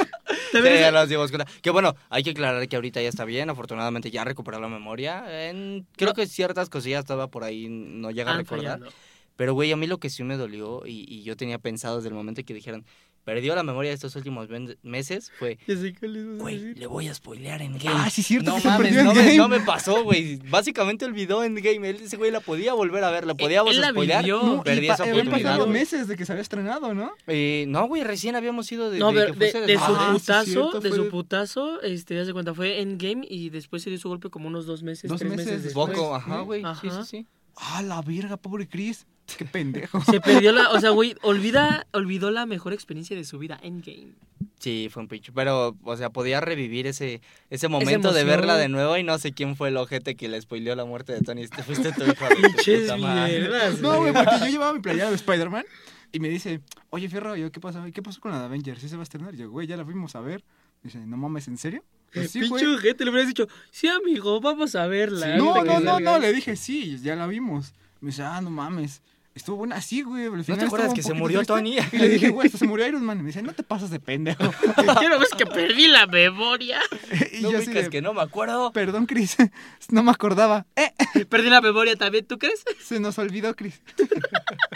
Speaker 1: ¿Te
Speaker 2: Sí,
Speaker 1: ves?
Speaker 2: ya las llevas con la- Que bueno, hay que aclarar que ahorita ya está bien, afortunadamente ya recuperó la memoria. En- Creo que ciertas cosillas estaba por ahí, no llega a
Speaker 1: Han
Speaker 2: recordar.
Speaker 1: fallado.
Speaker 2: Pero güey, a mí lo que sí me dolió y, y yo tenía pensado desde el momento que dijeron, perdió la memoria de estos últimos men- meses, fue,
Speaker 1: Ya sé cuál es, vas a
Speaker 2: güey,
Speaker 1: decir.
Speaker 2: le voy a spoilear en game.
Speaker 4: ah, sí, es cierto,
Speaker 2: No
Speaker 4: que se
Speaker 2: mames,
Speaker 4: perdió
Speaker 2: no
Speaker 4: en
Speaker 2: me,
Speaker 4: game.
Speaker 2: no me pasó, güey. Básicamente olvidó Endgame. Él, ese güey la podía volver a ver, la podíamos
Speaker 1: E, Él la
Speaker 2: spoilear.
Speaker 1: vivió.
Speaker 4: No, y
Speaker 2: perdí
Speaker 4: pa- eh,
Speaker 2: esa
Speaker 4: habían
Speaker 2: oportunidad,
Speaker 4: pasado
Speaker 2: güey.
Speaker 4: meses de que se había estrenado, ¿no?
Speaker 2: Eh, no, güey, recién habíamos ido de,
Speaker 1: No,
Speaker 2: de
Speaker 1: de,
Speaker 2: que
Speaker 1: de-
Speaker 2: fuese
Speaker 1: de su
Speaker 2: desmadre.
Speaker 4: Ah, sí,
Speaker 1: putazo,
Speaker 4: cierto,
Speaker 1: de
Speaker 4: fue
Speaker 1: su
Speaker 4: de-
Speaker 1: putazo, este, haz de cuenta, fue Endgame y después se dio su golpe como unos dos meses,
Speaker 4: Dos
Speaker 1: tres meses,
Speaker 4: meses
Speaker 1: después.
Speaker 2: Poco, ajá, güey. Sí,
Speaker 1: Ajá.
Speaker 2: sí, sí.
Speaker 4: Ah, la verga, pobre Chris. Qué pendejo.
Speaker 1: Se perdió la, o sea, güey, olvida, olvidó la mejor experiencia de su vida, Endgame.
Speaker 2: Sí, fue un pinche. Pero, o sea, podía revivir ese, ese momento de
Speaker 1: emoción.
Speaker 2: verla de nuevo y no sé quién fue el ojete que le spoileó la muerte de Tony. Este fuiste tu hijo de tu puta madre. [LAUGHS]
Speaker 4: No, güey, porque yo llevaba mi playera de Spider-Man y me dice, oye, Fierro, yo, ¿qué pasó? ¿Qué pasó con la de Avengers? ¿Sí se va a estrenar? Y yo, güey, ya la fuimos a ver. Dice, no mames, ¿en serio?
Speaker 2: Eh,
Speaker 4: Yo, pues sí, güey.
Speaker 1: Pinche ojete, le hubieras dicho, sí, amigo, vamos a verla.
Speaker 4: No,
Speaker 1: ahorita
Speaker 4: no,
Speaker 1: que
Speaker 4: no, no,
Speaker 1: salga".
Speaker 4: le dije, sí, ya la vimos. Me dice, ah, no mames. Estuvo buena, sí, güey. al
Speaker 2: ¿No
Speaker 4: final
Speaker 2: te acuerdas
Speaker 4: estuvo un
Speaker 2: que se
Speaker 4: poquito
Speaker 2: murió
Speaker 4: triste.
Speaker 2: Tony?
Speaker 4: Y le dije, güey,
Speaker 2: [LAUGHS]
Speaker 4: hasta se murió Iron Man. Y me dice, no te pasas de pendejo. [LAUGHS]
Speaker 1: Ya no ves que perdí la memoria.
Speaker 4: y
Speaker 2: No
Speaker 4: yo así
Speaker 2: ubicas
Speaker 4: de,
Speaker 2: que no me acuerdo.
Speaker 4: perdón, Chris, [LAUGHS] no me acordaba. [LAUGHS] Eh,
Speaker 1: Perdí la memoria también, ¿tú crees?
Speaker 4: se nos olvidó, Chris. [LAUGHS]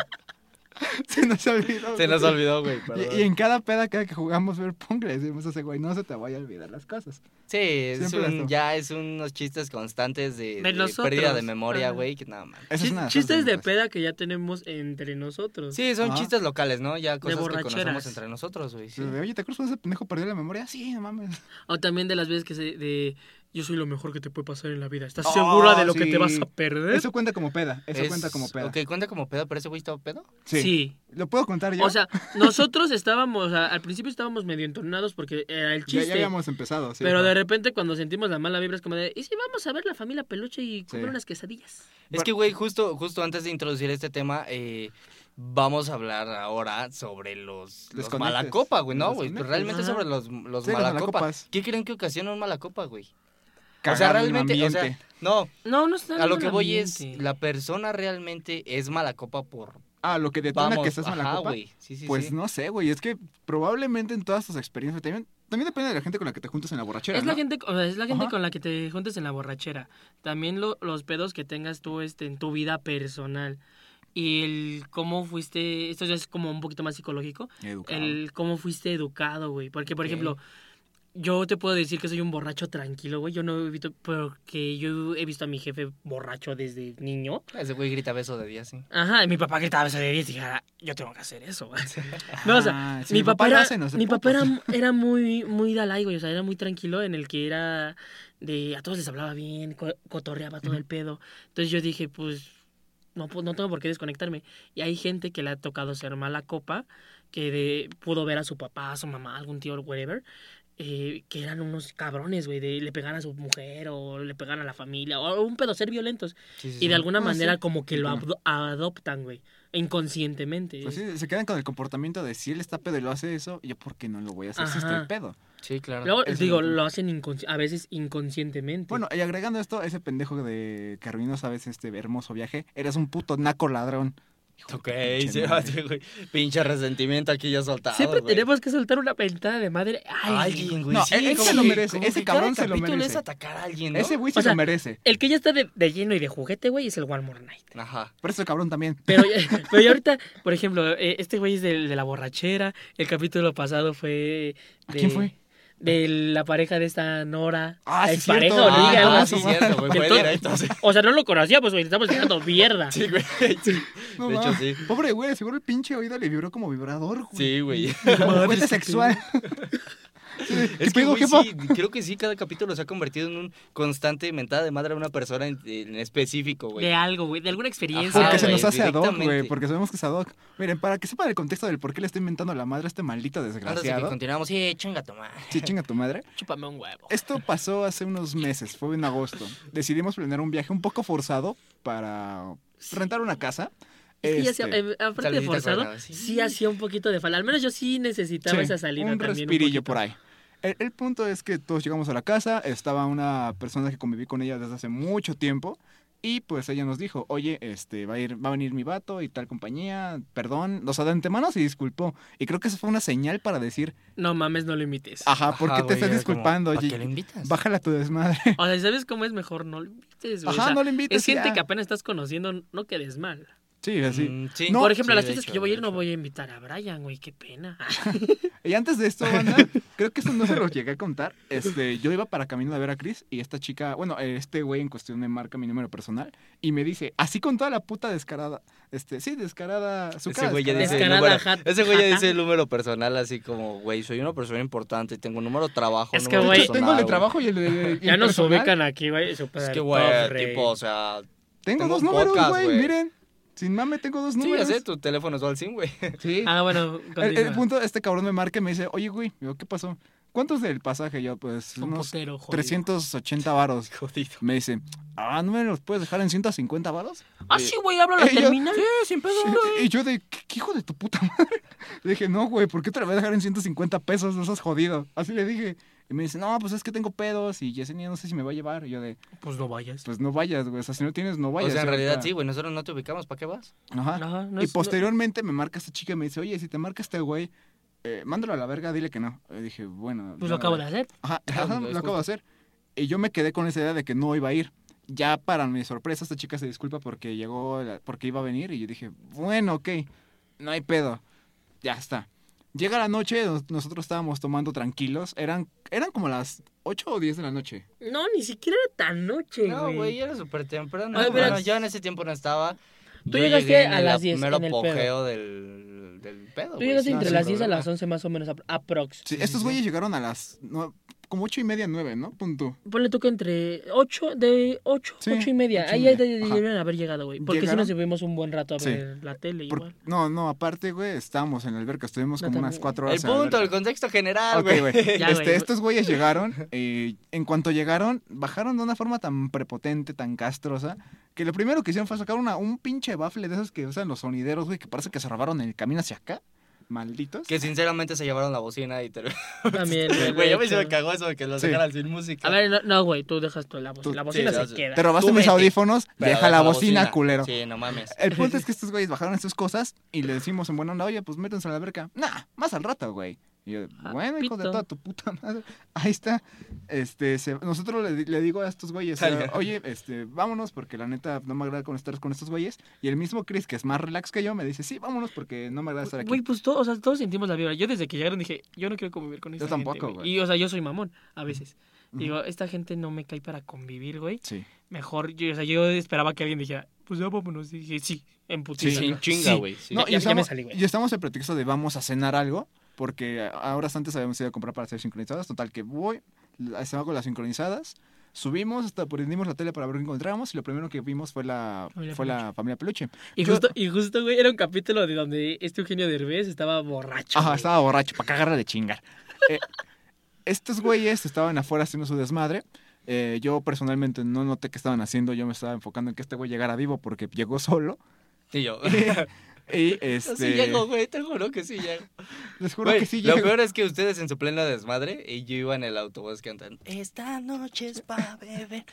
Speaker 4: se nos olvidó.
Speaker 2: Se
Speaker 4: güey.
Speaker 2: nos olvidó, güey.
Speaker 4: Y-
Speaker 2: perdón.
Speaker 4: Y, en cada peda, cada que jugamos ver punk, le decimos a ese güey, no se te vaya a olvidar las cosas.
Speaker 2: Sí, es
Speaker 4: Siempre
Speaker 2: un-
Speaker 4: esto.
Speaker 2: ya es unos chistes constantes de,
Speaker 1: De
Speaker 2: de
Speaker 1: nosotros.
Speaker 2: pérdida de memoria,
Speaker 1: Ajá.
Speaker 2: güey, que nada más.
Speaker 4: Esa es
Speaker 1: Chis-
Speaker 4: una las
Speaker 1: chistes
Speaker 4: cosas
Speaker 1: de
Speaker 4: bonitas.
Speaker 1: peda que ya tenemos entre nosotros.
Speaker 2: Sí, son
Speaker 4: Ajá. Pues,
Speaker 2: chistes locales, ¿no? Ya cosas que
Speaker 1: borracheras.
Speaker 2: conocemos entre nosotros, güey. sí.
Speaker 4: Pero de, Oye, ¿te acuerdas cuando ese pendejo perdió la memoria? Sí, no mames.
Speaker 1: O Ah, también de las veces que se, de yo soy lo mejor que te puede pasar en la vida. ¿Estás
Speaker 4: Ah,
Speaker 1: segura de lo que
Speaker 4: sí.
Speaker 1: te vas a perder?
Speaker 4: Eso cuenta como peda. Eso
Speaker 2: Es-
Speaker 4: cuenta como peda.
Speaker 2: Ok, cuenta como pedo, pero ese güey estaba pedo.
Speaker 1: sí.
Speaker 4: ¿Lo puedo contar yo?
Speaker 1: O sea, nosotros estábamos, o sea, al principio estábamos medio entornados porque era el
Speaker 4: ya,
Speaker 1: chiste.
Speaker 4: ya habíamos empezado, sí.
Speaker 1: pero de repente cuando sentimos la mala vibra es como de, ¿y si vamos a ver la familia peluche y comer
Speaker 4: Sí.
Speaker 1: unas quesadillas?
Speaker 2: Es que, güey, justo, justo antes de introducir este tema, eh, vamos a hablar ahora sobre los, los
Speaker 4: Desconectes.
Speaker 2: malacopa, güey, ¿no,
Speaker 4: Los
Speaker 2: güey? Pues
Speaker 4: desconectes.
Speaker 2: realmente
Speaker 1: Ajá.
Speaker 2: sobre los, los
Speaker 4: Sí, los
Speaker 2: malacopa.
Speaker 4: malacopas.
Speaker 2: ¿Qué creen que ocasiona un malacopa, güey? O sea,
Speaker 4: Cagar el
Speaker 2: realmente, o sea,
Speaker 4: ambiente.
Speaker 2: no,
Speaker 1: No, no está
Speaker 2: a lo
Speaker 1: dando
Speaker 2: que
Speaker 1: el
Speaker 2: voy es,
Speaker 1: ambiente.
Speaker 2: la persona realmente es malacopa por,
Speaker 4: Ah, lo que detona
Speaker 2: vamos,
Speaker 4: que estás mala
Speaker 2: ajá,
Speaker 4: copa.
Speaker 2: güey. Sí, sí,
Speaker 4: Pues
Speaker 2: sí.
Speaker 4: no sé, güey. Es que probablemente en todas tus experiencias también, también depende de la gente con la que te juntas en la borrachera.
Speaker 1: Es la
Speaker 4: ¿no?
Speaker 1: gente, o sea, es la gente
Speaker 4: Ajá.
Speaker 1: con la que te juntes en la borrachera. También lo- los pedos que tengas tú este, en tu vida personal. Y el cómo fuiste, esto ya es como un poquito más psicológico,
Speaker 4: Educado.
Speaker 1: el cómo fuiste educado, güey. Porque, por
Speaker 2: Ok.
Speaker 1: ejemplo, yo te puedo decir que soy un borracho tranquilo, güey. Yo no he visto, porque yo he visto a mi jefe borracho desde niño.
Speaker 2: Ese güey grita beso de día, sí.
Speaker 1: Ajá, y mi papá gritaba eso de 10 y dije, "Ah, yo tengo que hacer eso, güey. [LAUGHS] No, o sea,
Speaker 4: Ah, sí,
Speaker 1: mi
Speaker 4: mi
Speaker 1: papá,
Speaker 4: papá lo
Speaker 1: era,
Speaker 4: hace, no se
Speaker 1: mi
Speaker 4: puede
Speaker 1: papá era, era muy, muy dalai, güey, o sea, era muy tranquilo en el que era de, a todos les hablaba bien, co- cotorreaba todo el pedo. Entonces yo dije, pues, no, pu- no tengo por qué desconectarme. Y hay gente que le ha tocado ser mala copa, que de, pudo ver a su papá, a su mamá, algún tío, whatever, eh, que eran unos cabrones, güey, de le pegan a su mujer o le pegan a la familia, o un pedo, ser violentos.
Speaker 2: Sí, sí,
Speaker 1: Y
Speaker 2: sí.
Speaker 1: de alguna
Speaker 4: Ah, sí.
Speaker 1: manera como que lo
Speaker 4: Entiendo.
Speaker 1: abdo- adoptan, güey, inconscientemente.
Speaker 4: Pues sí, se quedan con el comportamiento de si él está pedo y lo hace eso, yo por qué no lo voy a hacer si
Speaker 1: Ajá.
Speaker 4: estoy pedo.
Speaker 2: Sí, claro.
Speaker 1: Luego,
Speaker 4: Eso
Speaker 1: digo,
Speaker 4: es lo que-
Speaker 1: lo hacen inconsci- a veces inconscientemente.
Speaker 4: Bueno, y agregando esto, ese pendejo de que arruinó, sabes, este hermoso viaje, eres un puto naco ladrón. Hijo de
Speaker 2: Ok,
Speaker 4: tu pinche
Speaker 2: sí,
Speaker 4: madre.
Speaker 2: sí, güey. Pinche resentimiento aquí ya soltado.
Speaker 1: Siempre
Speaker 2: güey.
Speaker 1: tenemos que soltar una ventada de madre. a alguien.
Speaker 2: Alguien, güey.
Speaker 4: No,
Speaker 2: sí,
Speaker 4: él- él
Speaker 2: como
Speaker 4: se lo
Speaker 2: que-
Speaker 4: merece,
Speaker 2: como
Speaker 4: ese
Speaker 2: que cada
Speaker 4: cabrón se lo
Speaker 2: capítulo
Speaker 4: merece.
Speaker 2: es atacar a alguien, ¿no?
Speaker 4: Ese güey
Speaker 1: O
Speaker 4: se
Speaker 1: sea-
Speaker 4: lo merece.
Speaker 1: El que ya está de, de lleno y de juguete, güey, es el One More Night.
Speaker 2: Ajá.
Speaker 4: Pero ese cabrón también.
Speaker 1: Pero, ya- [LAUGHS] pero ya ahorita, por ejemplo, eh, este güey es del- de, la borrachera. El capítulo pasado fue.
Speaker 4: ¿A
Speaker 1: de-
Speaker 4: quién fue?
Speaker 1: De la pareja de esta Nora.
Speaker 4: Ah, sí,
Speaker 1: Expareja,
Speaker 4: cierto.
Speaker 1: o le dije
Speaker 4: Ah,
Speaker 1: algo
Speaker 4: ah,
Speaker 1: así.
Speaker 4: sí,
Speaker 2: cierto, güey. Fue
Speaker 1: Entonces-
Speaker 2: directo. Sí,
Speaker 1: O sea, no lo conocíamos, güey. le Estamos tirando
Speaker 4: [LAUGHS]
Speaker 1: mierda.
Speaker 2: Sí, güey. [LAUGHS] [LAUGHS]
Speaker 4: No
Speaker 2: de hecho,
Speaker 4: mames.
Speaker 2: sí.
Speaker 4: Pobre güey, seguro el pinche oído le vibró como vibrador, güey.
Speaker 2: Sí, güey.
Speaker 4: Como
Speaker 1: Madre santa.
Speaker 4: juguete sexual. [LAUGHS] ¿Qué
Speaker 2: [LAUGHS] Es que,
Speaker 4: pedo,
Speaker 2: güey,
Speaker 4: jefa?
Speaker 2: sí, creo que sí, cada capítulo se ha convertido en un constante mentada de madre a una persona en, en específico, güey.
Speaker 1: De algo, güey, de alguna experiencia.
Speaker 4: Porque
Speaker 2: Ah,
Speaker 4: se
Speaker 1: güey.
Speaker 4: nos hace ad hoc, güey.
Speaker 2: directamente.
Speaker 4: Porque sabemos que es ad hoc. Miren, para que sepan el contexto del por qué le estoy inventando la madre a este maldito
Speaker 2: Antes de que
Speaker 4: desgraciado.
Speaker 2: continuamos, sí, chinga tu madre.
Speaker 4: Sí, chinga tu madre.
Speaker 1: Chúpame un huevo.
Speaker 4: Esto pasó hace unos meses, fue en agosto. Decidimos planear un viaje un poco forzado para rentar una casa.
Speaker 1: Es que ya
Speaker 4: Este,
Speaker 1: sea- eh, aparte de
Speaker 2: salidita
Speaker 1: forzado,
Speaker 2: cuadrada,
Speaker 1: sí,
Speaker 2: sí.
Speaker 1: hacía un poquito de falta. Al menos yo sí necesitaba
Speaker 4: Sí,
Speaker 1: esa salida
Speaker 4: un
Speaker 1: también.
Speaker 4: respirillo por
Speaker 1: poquito.
Speaker 4: ahí. El, el punto es que todos llegamos a la casa, estaba una persona que conviví con ella desde hace mucho tiempo y pues ella nos dijo, oye, este, va a, ir, va a venir mi vato y tal compañía, perdón, o sea, de antemano se disculpó y creo que eso fue una señal para decir,
Speaker 1: No mames, no lo imites.
Speaker 4: ajá, Ah, ¿por qué
Speaker 2: Ajá,
Speaker 4: te
Speaker 2: güey,
Speaker 4: estás
Speaker 2: era
Speaker 4: disculpando?
Speaker 2: como, ¿Para
Speaker 4: Oye,
Speaker 2: qué lo invitas?
Speaker 4: bájala tu desmadre.
Speaker 1: O sea, ¿sabes cómo es mejor? No lo imites, güey. O
Speaker 4: Ajá,
Speaker 1: sea,
Speaker 4: no le invites.
Speaker 1: es gente
Speaker 4: ya.
Speaker 1: que apenas estás conociendo, no quedes mal.
Speaker 4: Sí, así.
Speaker 2: Mm, sí.
Speaker 4: No,
Speaker 1: Por ejemplo, a
Speaker 2: Sí,
Speaker 1: las
Speaker 2: de
Speaker 1: fiestas que
Speaker 2: hecho,
Speaker 1: yo voy a ir
Speaker 2: de
Speaker 1: no
Speaker 2: hecho.
Speaker 1: voy a invitar a Brian, güey, qué pena. [LAUGHS]
Speaker 4: Y antes de esto, banda, creo que esto no se los llegué a contar. Este, yo iba para camino a ver a Chris y esta chica, bueno, este güey en cuestión me marca mi número personal y me dice, así con toda la puta descarada, este, sí, descarada, su
Speaker 2: Ese
Speaker 4: cara
Speaker 2: güey ya
Speaker 4: descarada.
Speaker 2: dice el
Speaker 1: Descarada
Speaker 2: número-
Speaker 1: jata.
Speaker 2: ese güey ya dice el número personal así como, güey, soy una persona importante, tengo un número de trabajo,
Speaker 1: Es
Speaker 2: un
Speaker 1: que,
Speaker 2: número
Speaker 1: güey,
Speaker 4: De hecho,
Speaker 2: personal,
Speaker 4: tengo el de
Speaker 2: güey.
Speaker 4: trabajo y el
Speaker 2: [LAUGHS]
Speaker 4: de. y
Speaker 1: ya
Speaker 4: el
Speaker 1: nos
Speaker 4: personal.
Speaker 1: ubican aquí, güey. súper
Speaker 2: Es que,
Speaker 1: top
Speaker 2: güey,
Speaker 1: rey.
Speaker 2: tipo, o sea,
Speaker 4: Tengo,
Speaker 2: Tengo
Speaker 4: dos
Speaker 2: un
Speaker 4: números,
Speaker 2: podcast,
Speaker 4: güey.
Speaker 2: güey.
Speaker 4: Miren, sin mame, tengo dos
Speaker 2: sí, ya
Speaker 4: números.
Speaker 2: sé, tu teléfono es al sim, güey. [LAUGHS]
Speaker 4: Sí.
Speaker 1: Ah, bueno,
Speaker 4: el, el
Speaker 1: continúa.
Speaker 4: punto, este cabrón me marca y me dice, oye, güey, yo, ¿qué pasó? ¿Cuántos del pasaje? Yo, pues,
Speaker 1: Un
Speaker 4: unos
Speaker 1: putero, jodido.
Speaker 4: 380 varos.
Speaker 2: Jodido.
Speaker 4: Me dice, ah, ¿no me los puedes dejar en 150 varos?
Speaker 1: Ah, sí, güey, habla la
Speaker 4: Eh, yo-
Speaker 1: terminal.
Speaker 2: sin pedo.
Speaker 4: Y yo de, ¿qué, qué hijo de tu puta madre? Le dije, no, güey, ¿por qué te la voy a dejar en 150 pesos? No seas jodido. Así le dije. Y me dice, no, pues es que tengo pedos y Yesenia no sé si me va a llevar. Y yo de,
Speaker 1: Pues no vayas.
Speaker 4: pues no vayas, güey. O sea, si no tienes, no
Speaker 2: O
Speaker 4: vayas.
Speaker 2: sea, en
Speaker 4: Y
Speaker 2: realidad
Speaker 4: ahorita-
Speaker 2: sí, güey, nosotros no te ubicamos, ¿para qué vas?
Speaker 4: Ajá.
Speaker 1: No, no
Speaker 4: Ah, y
Speaker 1: es- no-
Speaker 4: posteriormente me marca esta chica y me dice, oye, si te marca este güey, eh, mándalo a la verga, dile que no. Y dije, bueno.
Speaker 1: Pues lo
Speaker 4: nada,
Speaker 1: acabo de
Speaker 4: güey".
Speaker 1: hacer.
Speaker 4: [LAUGHS] Ajá,
Speaker 2: Ah,
Speaker 4: ajá,
Speaker 2: no, es
Speaker 4: lo acabo de
Speaker 2: justo.
Speaker 4: hacer. Y yo me quedé con esa idea de que no iba a ir. Ya para mi sorpresa, esta chica se disculpa porque llegó, la- porque iba a venir. Y yo dije, bueno, ok, no hay pedo. Ya está. Llega la noche, nos- nosotros estábamos tomando tranquilos. Eran, eran como las 8 o 10 de la noche.
Speaker 1: No, ni siquiera era tan noche,
Speaker 2: No, güey, era súper temprano.
Speaker 1: Oye, pero-
Speaker 2: Bueno, yo en ese tiempo no estaba.
Speaker 1: Tú
Speaker 2: Yo
Speaker 1: llegaste
Speaker 2: llegué en
Speaker 1: a
Speaker 2: el
Speaker 1: las 10
Speaker 2: mero
Speaker 1: en el pedo.
Speaker 2: apogeo del, del pedo.
Speaker 1: Tú
Speaker 2: güey,
Speaker 1: llegaste
Speaker 2: sí,
Speaker 1: entre
Speaker 2: sin
Speaker 1: las 10 a
Speaker 2: problema.
Speaker 1: las 11 más o menos, apro- aprox.
Speaker 4: Sí, estos güeyes llegaron a las nue- como 8 y media, 9, ¿no? Punto.
Speaker 1: Ponle tú que entre 8, de 8,
Speaker 4: Sí,
Speaker 1: 8 y media.
Speaker 4: ocho y
Speaker 1: Ahí ya
Speaker 4: media,
Speaker 1: de-
Speaker 4: ajá.
Speaker 1: debieron haber llegado, güey. Porque si
Speaker 4: Llegaron.
Speaker 1: nos llevamos un buen rato a
Speaker 4: Sí.
Speaker 1: ver la tele
Speaker 4: Por-
Speaker 1: igual.
Speaker 4: no, no, aparte, güey, estábamos en la alberca. Estuvimos
Speaker 1: No,
Speaker 4: como unas
Speaker 1: también.
Speaker 4: 4
Speaker 2: El
Speaker 4: horas. en la
Speaker 2: punto, el
Speaker 4: alberca.
Speaker 2: contexto general,
Speaker 4: Ok,
Speaker 2: güey.
Speaker 4: güey.
Speaker 1: [LAUGHS] Ya,
Speaker 4: Este,
Speaker 1: güey.
Speaker 4: estos güeyes llegaron y en cuanto llegaron, bajaron de una forma tan prepotente, tan castrosa, que lo primero que hicieron fue sacar una, un pinche bafle de esos que usan los sonideros, güey, que parece que se robaron el camino hacia acá. Malditos.
Speaker 2: [LAUGHS] Que sinceramente se llevaron la bocina y te...
Speaker 1: También.
Speaker 4: [LAUGHS]
Speaker 1: güey,
Speaker 2: Güey,
Speaker 1: [LAUGHS] de
Speaker 2: a mí se me
Speaker 1: hecho.
Speaker 2: cagó eso de que lo
Speaker 4: Sí.
Speaker 2: sacaran sin música.
Speaker 1: A ver, no, no, güey, tú dejas tu la
Speaker 4: Tú-
Speaker 1: bocina. La
Speaker 4: sí,
Speaker 1: bocina
Speaker 2: ya
Speaker 1: se
Speaker 2: sé.
Speaker 1: queda.
Speaker 4: Te robaste
Speaker 2: Tú
Speaker 4: mis
Speaker 2: vete.
Speaker 4: audífonos,
Speaker 2: Pero
Speaker 4: deja la bocina, culero. Eh,
Speaker 2: Sí, no mames.
Speaker 4: El
Speaker 1: [LAUGHS]
Speaker 4: punto es que estos güeyes bajaron sus cosas y le decimos en buena onda, oye, pues métanse a la verga. Nah, más al rato, güey. Y yo,
Speaker 1: Ah,
Speaker 4: bueno, hijo de
Speaker 1: pito.
Speaker 4: toda tu puta madre. [LAUGHS] Ahí está. Este, se- nosotros le, di- le digo a estos güeyes,
Speaker 2: Dale.
Speaker 4: eh, oye, este, vámonos porque la neta no me agrada con estar con estos güeyes. Y el mismo Chris, que es más relax que yo, me dice, sí, vámonos porque no me agrada estar aquí.
Speaker 1: Güey, pues todos, o sea, todos sentimos la vibra. Yo desde que llegaron dije, yo no quiero convivir con esta gente,
Speaker 4: tampoco, güey.
Speaker 1: Y, o sea, yo soy mamón, a veces.
Speaker 4: Ujú.
Speaker 1: Digo, esta gente no me cae para convivir, güey.
Speaker 4: Sí.
Speaker 1: Mejor, yo, o sea, yo esperaba que alguien dijera, pues ya vámonos. Y dije, sí, en
Speaker 2: Sí,
Speaker 1: putiza.
Speaker 2: sin chinga,
Speaker 1: Sí.
Speaker 2: güey. sí.
Speaker 4: No,
Speaker 1: Ya-
Speaker 4: y,
Speaker 1: ya me
Speaker 4: estamos,
Speaker 1: salí, güey.
Speaker 4: y estamos en pretexto de vamos a cenar algo, porque a horas antes habíamos ido a comprar para ser sincronizadas. Total, que voy, la- se va con las sincronizadas, subimos, hasta prendimos la tele para ver qué encontramos, y lo primero que vimos fue la
Speaker 1: Familia
Speaker 4: fue la familia Peluche.
Speaker 1: Y
Speaker 4: Yo-
Speaker 1: justo, y justo, güey, era un capítulo de donde este Eugenio Derbez estaba borracho.
Speaker 4: Ajá,
Speaker 1: güey.
Speaker 4: estaba borracho, para cagarla de chingar. Eh, estos güeyes estaban afuera haciendo su desmadre. Eh, yo personalmente no noté qué estaban haciendo, yo me estaba enfocando en que este güey llegara vivo porque llegó solo.
Speaker 2: Y
Speaker 4: [LAUGHS]
Speaker 2: yo.
Speaker 4: Y
Speaker 2: Sí
Speaker 4: este.
Speaker 2: llego, güey, te juro que sí llego.
Speaker 4: Les juro
Speaker 2: Güey,
Speaker 4: que sí
Speaker 2: lo
Speaker 4: llegó.
Speaker 2: peor es que ustedes en su plena desmadre y yo iba en el autobús cantando. Esta noche es pa'
Speaker 4: [LAUGHS]
Speaker 2: beber.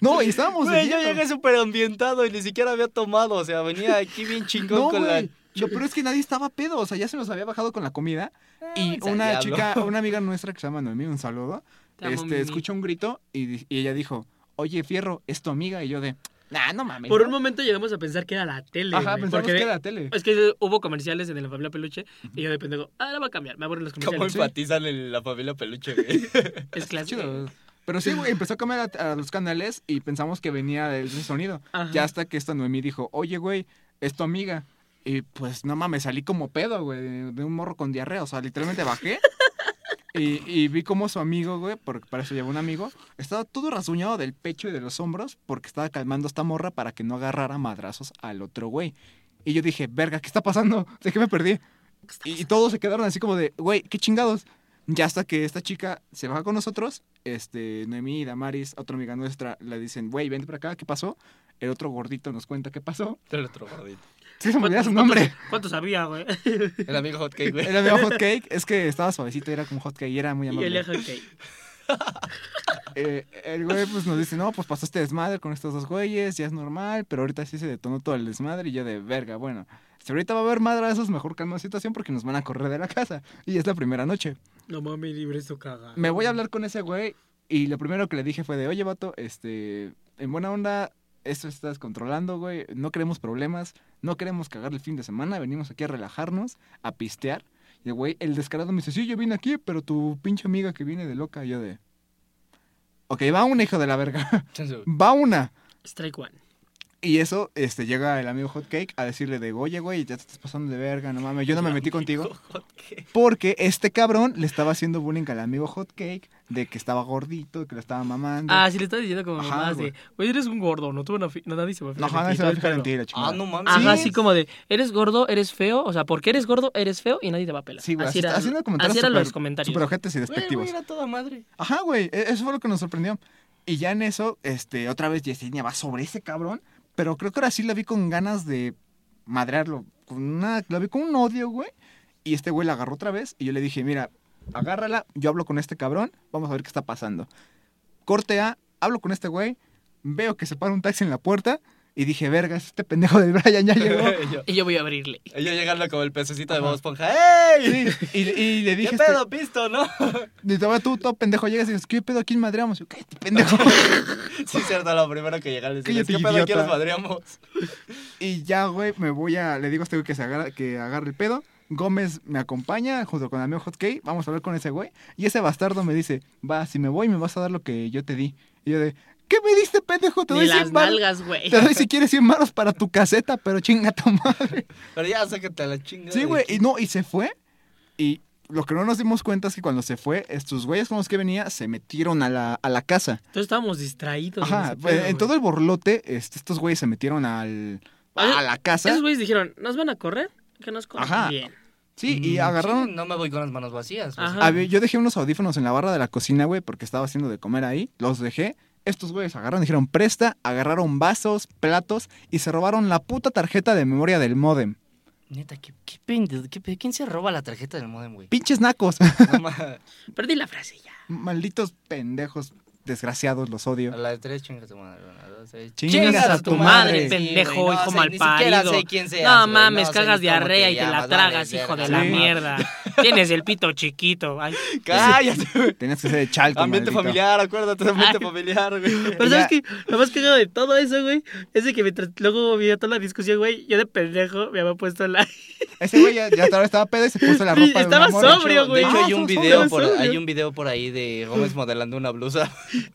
Speaker 4: No, y estábamos.
Speaker 2: Güey, yo
Speaker 4: bebiendo.
Speaker 2: llegué súper ambientado y ni siquiera había tomado. O sea, venía aquí bien chingón
Speaker 4: No,
Speaker 2: con
Speaker 4: güey.
Speaker 2: la.
Speaker 4: Lo peor es que nadie estaba pedo, o sea, ya se nos había bajado con la comida.
Speaker 1: Ah,
Speaker 4: Y
Speaker 2: Váyanse al
Speaker 4: una
Speaker 2: diablo.
Speaker 4: chica, una amiga nuestra que se llama Noemí, un saludo,
Speaker 1: pues Te amo,
Speaker 4: este,
Speaker 1: Mimi.
Speaker 4: escuchó un grito y, di- y ella dijo, oye, Fierro, es tu amiga. Y yo de, nah, no mames.
Speaker 1: Por un
Speaker 4: ¿no?".
Speaker 1: momento llegamos a pensar que era la tele.
Speaker 4: Ajá,
Speaker 1: güey,
Speaker 4: pensamos
Speaker 1: porque
Speaker 4: que era la tele.
Speaker 1: Es que hubo comerciales en la familia Peluche y yo de pendejo, ah, la va a cambiar, me aburren los
Speaker 2: ¿Cómo
Speaker 1: comerciales.
Speaker 2: enfatizan en la familia peluche, güey? [LAUGHS]
Speaker 1: Es clásico.
Speaker 4: Chido. Pero sí, güey, empezó a cambiar a, a los canales y pensamos que venía el sonido.
Speaker 1: Ajá.
Speaker 4: Ya hasta que esta Noemí dijo, oye, güey, es tu amiga. Y pues, no mames, salí como pedo, güey, de, de un morro con diarrea. O sea, literalmente bajé Y, y vi como su amigo, güey, porque para eso llevó un amigo, estaba todo rasguñado del pecho y de los hombros porque estaba calmando a esta morra para que no agarrara madrazos al otro güey. Y yo dije, verga, ¿qué está pasando? [LAUGHS] ¿De qué me perdí? Y, y todos se quedaron así como de, güey, qué chingados. Ya hasta que esta chica se baja con nosotros, este, Noemí y Damaris, otra amiga nuestra, le dicen, güey, vente para acá, ¿qué pasó? El otro gordito nos cuenta qué pasó.
Speaker 2: El otro gordito.
Speaker 4: [LAUGHS] Sí, se me olvida su nombre.
Speaker 1: ¿Cuánto sabía, güey?
Speaker 4: [LAUGHS]
Speaker 2: El amigo hotcake, güey.
Speaker 4: Era medio hot cake, es que estaba suavecito, era como hot cake y era muy
Speaker 1: Y
Speaker 4: amable.
Speaker 1: yo le dije, ok.
Speaker 4: Eh, el güey pues nos dice, no, pues pasó este desmadre con estos dos güeyes, ya es normal, pero ahorita sí se detonó todo el desmadre y yo de verga, bueno, si ahorita va a haber madrazos, mejor calma la situación porque nos van a correr de la casa y ya es la primera noche.
Speaker 1: No mames, libre su caga.
Speaker 4: Me voy a hablar con ese güey y lo primero que le dije fue de, oye vato, este, en buena onda, esto estás controlando, güey, no queremos problemas, no queremos cagar el fin de semana, venimos aquí a relajarnos, a pistear. Y el güey, el descarado me dice, sí, yo vine aquí, pero tu pinche amiga que viene de loca, y yo de... Ok, va un hijo de la verga. [LAUGHS]
Speaker 2: Chance, güey.
Speaker 4: Va una.
Speaker 1: Strike one.
Speaker 4: Y eso, este, llega el amigo Hotcake a decirle de, oye, güey, ya te estás pasando de verga, no mames, yo no me metí contigo.
Speaker 2: Hotcake.
Speaker 4: Porque este cabrón le estaba haciendo bullying al amigo Hotcake de que estaba gordito, que lo estaba mamando.
Speaker 1: Ah, sí, le estás diciendo como
Speaker 4: Ajá,
Speaker 1: mamás
Speaker 4: güey.
Speaker 1: de, güey, eres un gordo, no tuve una fi- no, nadie se va a fijar
Speaker 4: no,
Speaker 1: en
Speaker 4: jamás
Speaker 1: ti",
Speaker 4: se
Speaker 1: todo
Speaker 4: va a
Speaker 1: el
Speaker 4: fijar
Speaker 1: pedo.
Speaker 4: en ti, la chingada.
Speaker 2: Ah, no mames.
Speaker 1: Ajá,
Speaker 4: Sí.
Speaker 1: así como de, eres gordo, eres feo, o sea, porque eres gordo, eres feo y nadie te va a pelar.
Speaker 4: Sí, güey,
Speaker 1: así, era-
Speaker 4: haciendo comentarios
Speaker 1: así eran
Speaker 4: super-
Speaker 1: los comentarios.
Speaker 4: super ojetes y
Speaker 2: Güey,
Speaker 4: despectivos.
Speaker 2: güey, era toda madre. [LAUGHS]
Speaker 4: Ajá, güey, e- eso fue lo que nos sorprendió. Y ya en eso, este, otra vez Yesenia va sobre ese cabrón, pero creo que ahora sí la vi con ganas de madrearlo, con una, la vi con un odio, güey. Y este güey la agarró otra vez y yo le dije, mira, agárrala, yo hablo con este cabrón, vamos a ver qué está pasando. Corte A, hablo con este güey, veo que se para un taxi en la puerta y dije, verga, es este pendejo del Brian
Speaker 2: [LAUGHS]
Speaker 4: ya llegó.
Speaker 2: yo,
Speaker 1: Y yo voy a abrirle.
Speaker 2: yo llegando como el pececito de
Speaker 4: Ajá.
Speaker 2: Bob Esponja. ¡Ey!
Speaker 4: Sí, y, y le dije,
Speaker 2: ¿Qué
Speaker 4: este-
Speaker 2: pedo, pisto, no? [LAUGHS]
Speaker 4: y todavía tú, todo pendejo, llegas y dices, ¿qué pedo? ¿A quién madreamos? Y yo,
Speaker 2: [LAUGHS]
Speaker 4: cállate, pendejo.
Speaker 2: sí, cierto, lo primero que llegan les digo,
Speaker 4: Cállate,
Speaker 2: ¿qué pedo aquí
Speaker 4: idiota.
Speaker 2: los madreamos?
Speaker 4: Y ya, güey, me voy a. Le digo a este güey que, se agarra, que agarre el pedo. Gómez me acompaña junto con el amigo Hotkey. Vamos a hablar con ese güey. Y ese bastardo me dice: Va, si me voy, me vas a dar lo que yo te di. Y yo de: ¿Qué me diste, pendejo? Te
Speaker 1: Ni
Speaker 4: doy
Speaker 1: las
Speaker 4: 100 baros.
Speaker 1: nalgas, güey.
Speaker 4: Te doy si quieres 100 maros para tu caseta, pero chinga tu madre.
Speaker 2: Pero ya, sácate a la chingada.
Speaker 4: Sí,
Speaker 2: de
Speaker 4: güey.
Speaker 2: aquí.
Speaker 4: Y no, y se fue. Y lo que no nos dimos cuenta es que cuando se fue, estos güeyes con los que venía se metieron a la, a la casa.
Speaker 1: Entonces estábamos distraídos.
Speaker 4: Ajá.
Speaker 1: ese
Speaker 4: pues,
Speaker 1: pedo,
Speaker 4: en
Speaker 1: güey.
Speaker 4: todo el borlote, este, estos güeyes se metieron al.
Speaker 1: Ah,
Speaker 4: A la casa.
Speaker 1: Esos güeyes dijeron, ¿nos van a correr? Que nos corran
Speaker 4: Ajá.
Speaker 1: bien.
Speaker 4: Sí, y
Speaker 2: Mm,
Speaker 4: agarraron.
Speaker 2: sí, no me voy con las manos vacías. pues.
Speaker 1: Ajá.
Speaker 4: A ver, yo dejé unos audífonos en la barra de la cocina, güey, porque estaba haciendo de comer ahí. Los dejé. Estos güeyes agarraron, dijeron presta, agarraron vasos, platos y se robaron la puta tarjeta de memoria del modem.
Speaker 2: Neta, ¿qué, qué pende- qué pe- ¿quién se roba la tarjeta del modem, güey?
Speaker 4: Pinches nacos. [LAUGHS]
Speaker 2: No ma-
Speaker 1: Perdí la frase ya.
Speaker 4: Malditos pendejos, desgraciados, los
Speaker 2: [LAUGHS]
Speaker 4: odio.
Speaker 2: a la de tres chingas a tu madre. una, dos, tres.
Speaker 4: Chingas a tu madre,
Speaker 1: pendejo,
Speaker 2: güey,
Speaker 1: hijo
Speaker 2: sé-
Speaker 1: malparido.
Speaker 2: Ni siquiera sé quién seas,
Speaker 1: No
Speaker 2: güey,
Speaker 1: mames,
Speaker 2: sé ni
Speaker 1: cagas
Speaker 2: cómo
Speaker 1: diarrea y te la
Speaker 2: llamas,
Speaker 1: tragas,
Speaker 2: vale,
Speaker 1: hijo de
Speaker 2: verga.
Speaker 1: la
Speaker 4: Sí. [LAUGHS]
Speaker 1: mierda. Tienes el pito chiquito. Ay.
Speaker 2: Cállate, güey.
Speaker 4: Tenías que ser de chalco,
Speaker 2: Ah, Ambiente
Speaker 4: maldito.
Speaker 2: familiar, acuérdate de ambiente
Speaker 1: Ay.
Speaker 2: familiar, güey.
Speaker 1: Pero
Speaker 4: Ya.
Speaker 1: sabes que lo más cagado de todo eso, güey, es de que mientras luego vi toda la discusión, güey, yo de pendejo me había puesto la. [LAUGHS]
Speaker 4: Ese güey ya, ya tal vez estaba pedo y se puso
Speaker 2: [LAUGHS]
Speaker 4: la ropa de
Speaker 1: Estaba
Speaker 4: una morra.
Speaker 1: sobrio.
Speaker 2: De hecho,
Speaker 1: güey.
Speaker 2: de hecho,
Speaker 1: Ah,
Speaker 2: hay
Speaker 1: [LAUGHS]
Speaker 2: un
Speaker 1: son
Speaker 2: video
Speaker 1: sobres,
Speaker 2: por
Speaker 1: sobres.
Speaker 2: hay un video por ahí de Gómez modelando una blusa.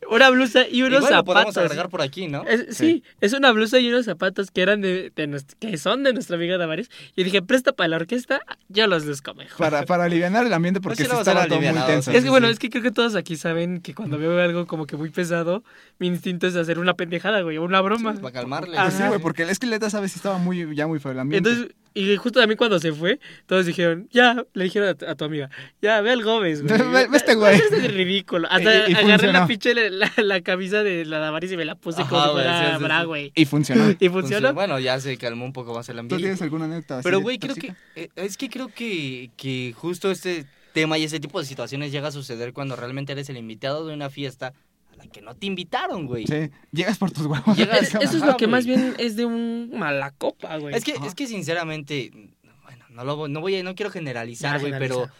Speaker 1: Una blusa y unos
Speaker 2: Igual lo podemos
Speaker 1: zapatos.
Speaker 2: agregar por aquí, ¿no?
Speaker 1: Es- sí,
Speaker 4: Sí.
Speaker 1: es una blusa y unos zapatos que eran de, de nues- que son de nuestra amiga Damaris. Y dije, presta para la orquesta, yo los luzco mejor. [LAUGHS]
Speaker 4: Para, para aliviar el ambiente porque
Speaker 2: Pues sí,
Speaker 4: sí
Speaker 2: lo vas a
Speaker 4: estaba todo muy
Speaker 2: alivianado,
Speaker 4: tenso.
Speaker 2: sí,
Speaker 1: Es que bueno, es que creo que todos aquí saben que cuando veo algo como que muy pesado, mi instinto es hacer una pendejada, güey, o una broma.
Speaker 2: Para calmarle.
Speaker 1: Ah,
Speaker 4: Pues sí, güey, porque el esqueleto, ¿sabes? Sí Estaba muy, ya muy feo el ambiente.
Speaker 1: Entonces, y justo a mí cuando se fue, todos dijeron, ya, le dijeron a tu, a tu amiga, ya, ve al Gómez, güey.
Speaker 4: [LAUGHS] Ve- ve este güey.
Speaker 1: [LAUGHS] Este es ridículo. Hasta
Speaker 4: Y- y
Speaker 1: agarré
Speaker 4: funcionó.
Speaker 1: la pinche, la, la camisa de la Damaris y me la puse como
Speaker 2: Ajá,
Speaker 1: si
Speaker 2: güey,
Speaker 1: fuera
Speaker 2: sí, sí,
Speaker 1: bra,
Speaker 2: sí.
Speaker 1: güey.
Speaker 4: Y funcionó.
Speaker 2: [LAUGHS]
Speaker 1: ¿Y
Speaker 2: Funciona.
Speaker 1: funcionó?
Speaker 2: Bueno, ya se calmó un poco más el
Speaker 4: ¿Tú
Speaker 2: ambiente.
Speaker 4: tienes alguna anécdota así
Speaker 2: Pero,
Speaker 4: de
Speaker 2: güey, creo
Speaker 4: tóxica?
Speaker 2: que. eh, Es que creo que, que justo este tema y ese tipo de situaciones llega a suceder cuando realmente eres el invitado de una fiesta a la que no te invitaron, güey.
Speaker 4: Sí, llegas por tus huevos.
Speaker 2: Llegas-
Speaker 1: Es- [LAUGHS] eso es
Speaker 2: Ajá,
Speaker 1: lo que más
Speaker 2: güey.
Speaker 1: bien es de un mala copa, güey.
Speaker 2: Es que,
Speaker 4: Ajá.
Speaker 2: es que sinceramente, mm, bueno, no, lo, voy- no voy a, no quiero generalizar,
Speaker 1: Ya,
Speaker 2: güey,
Speaker 1: generaliza.
Speaker 2: pero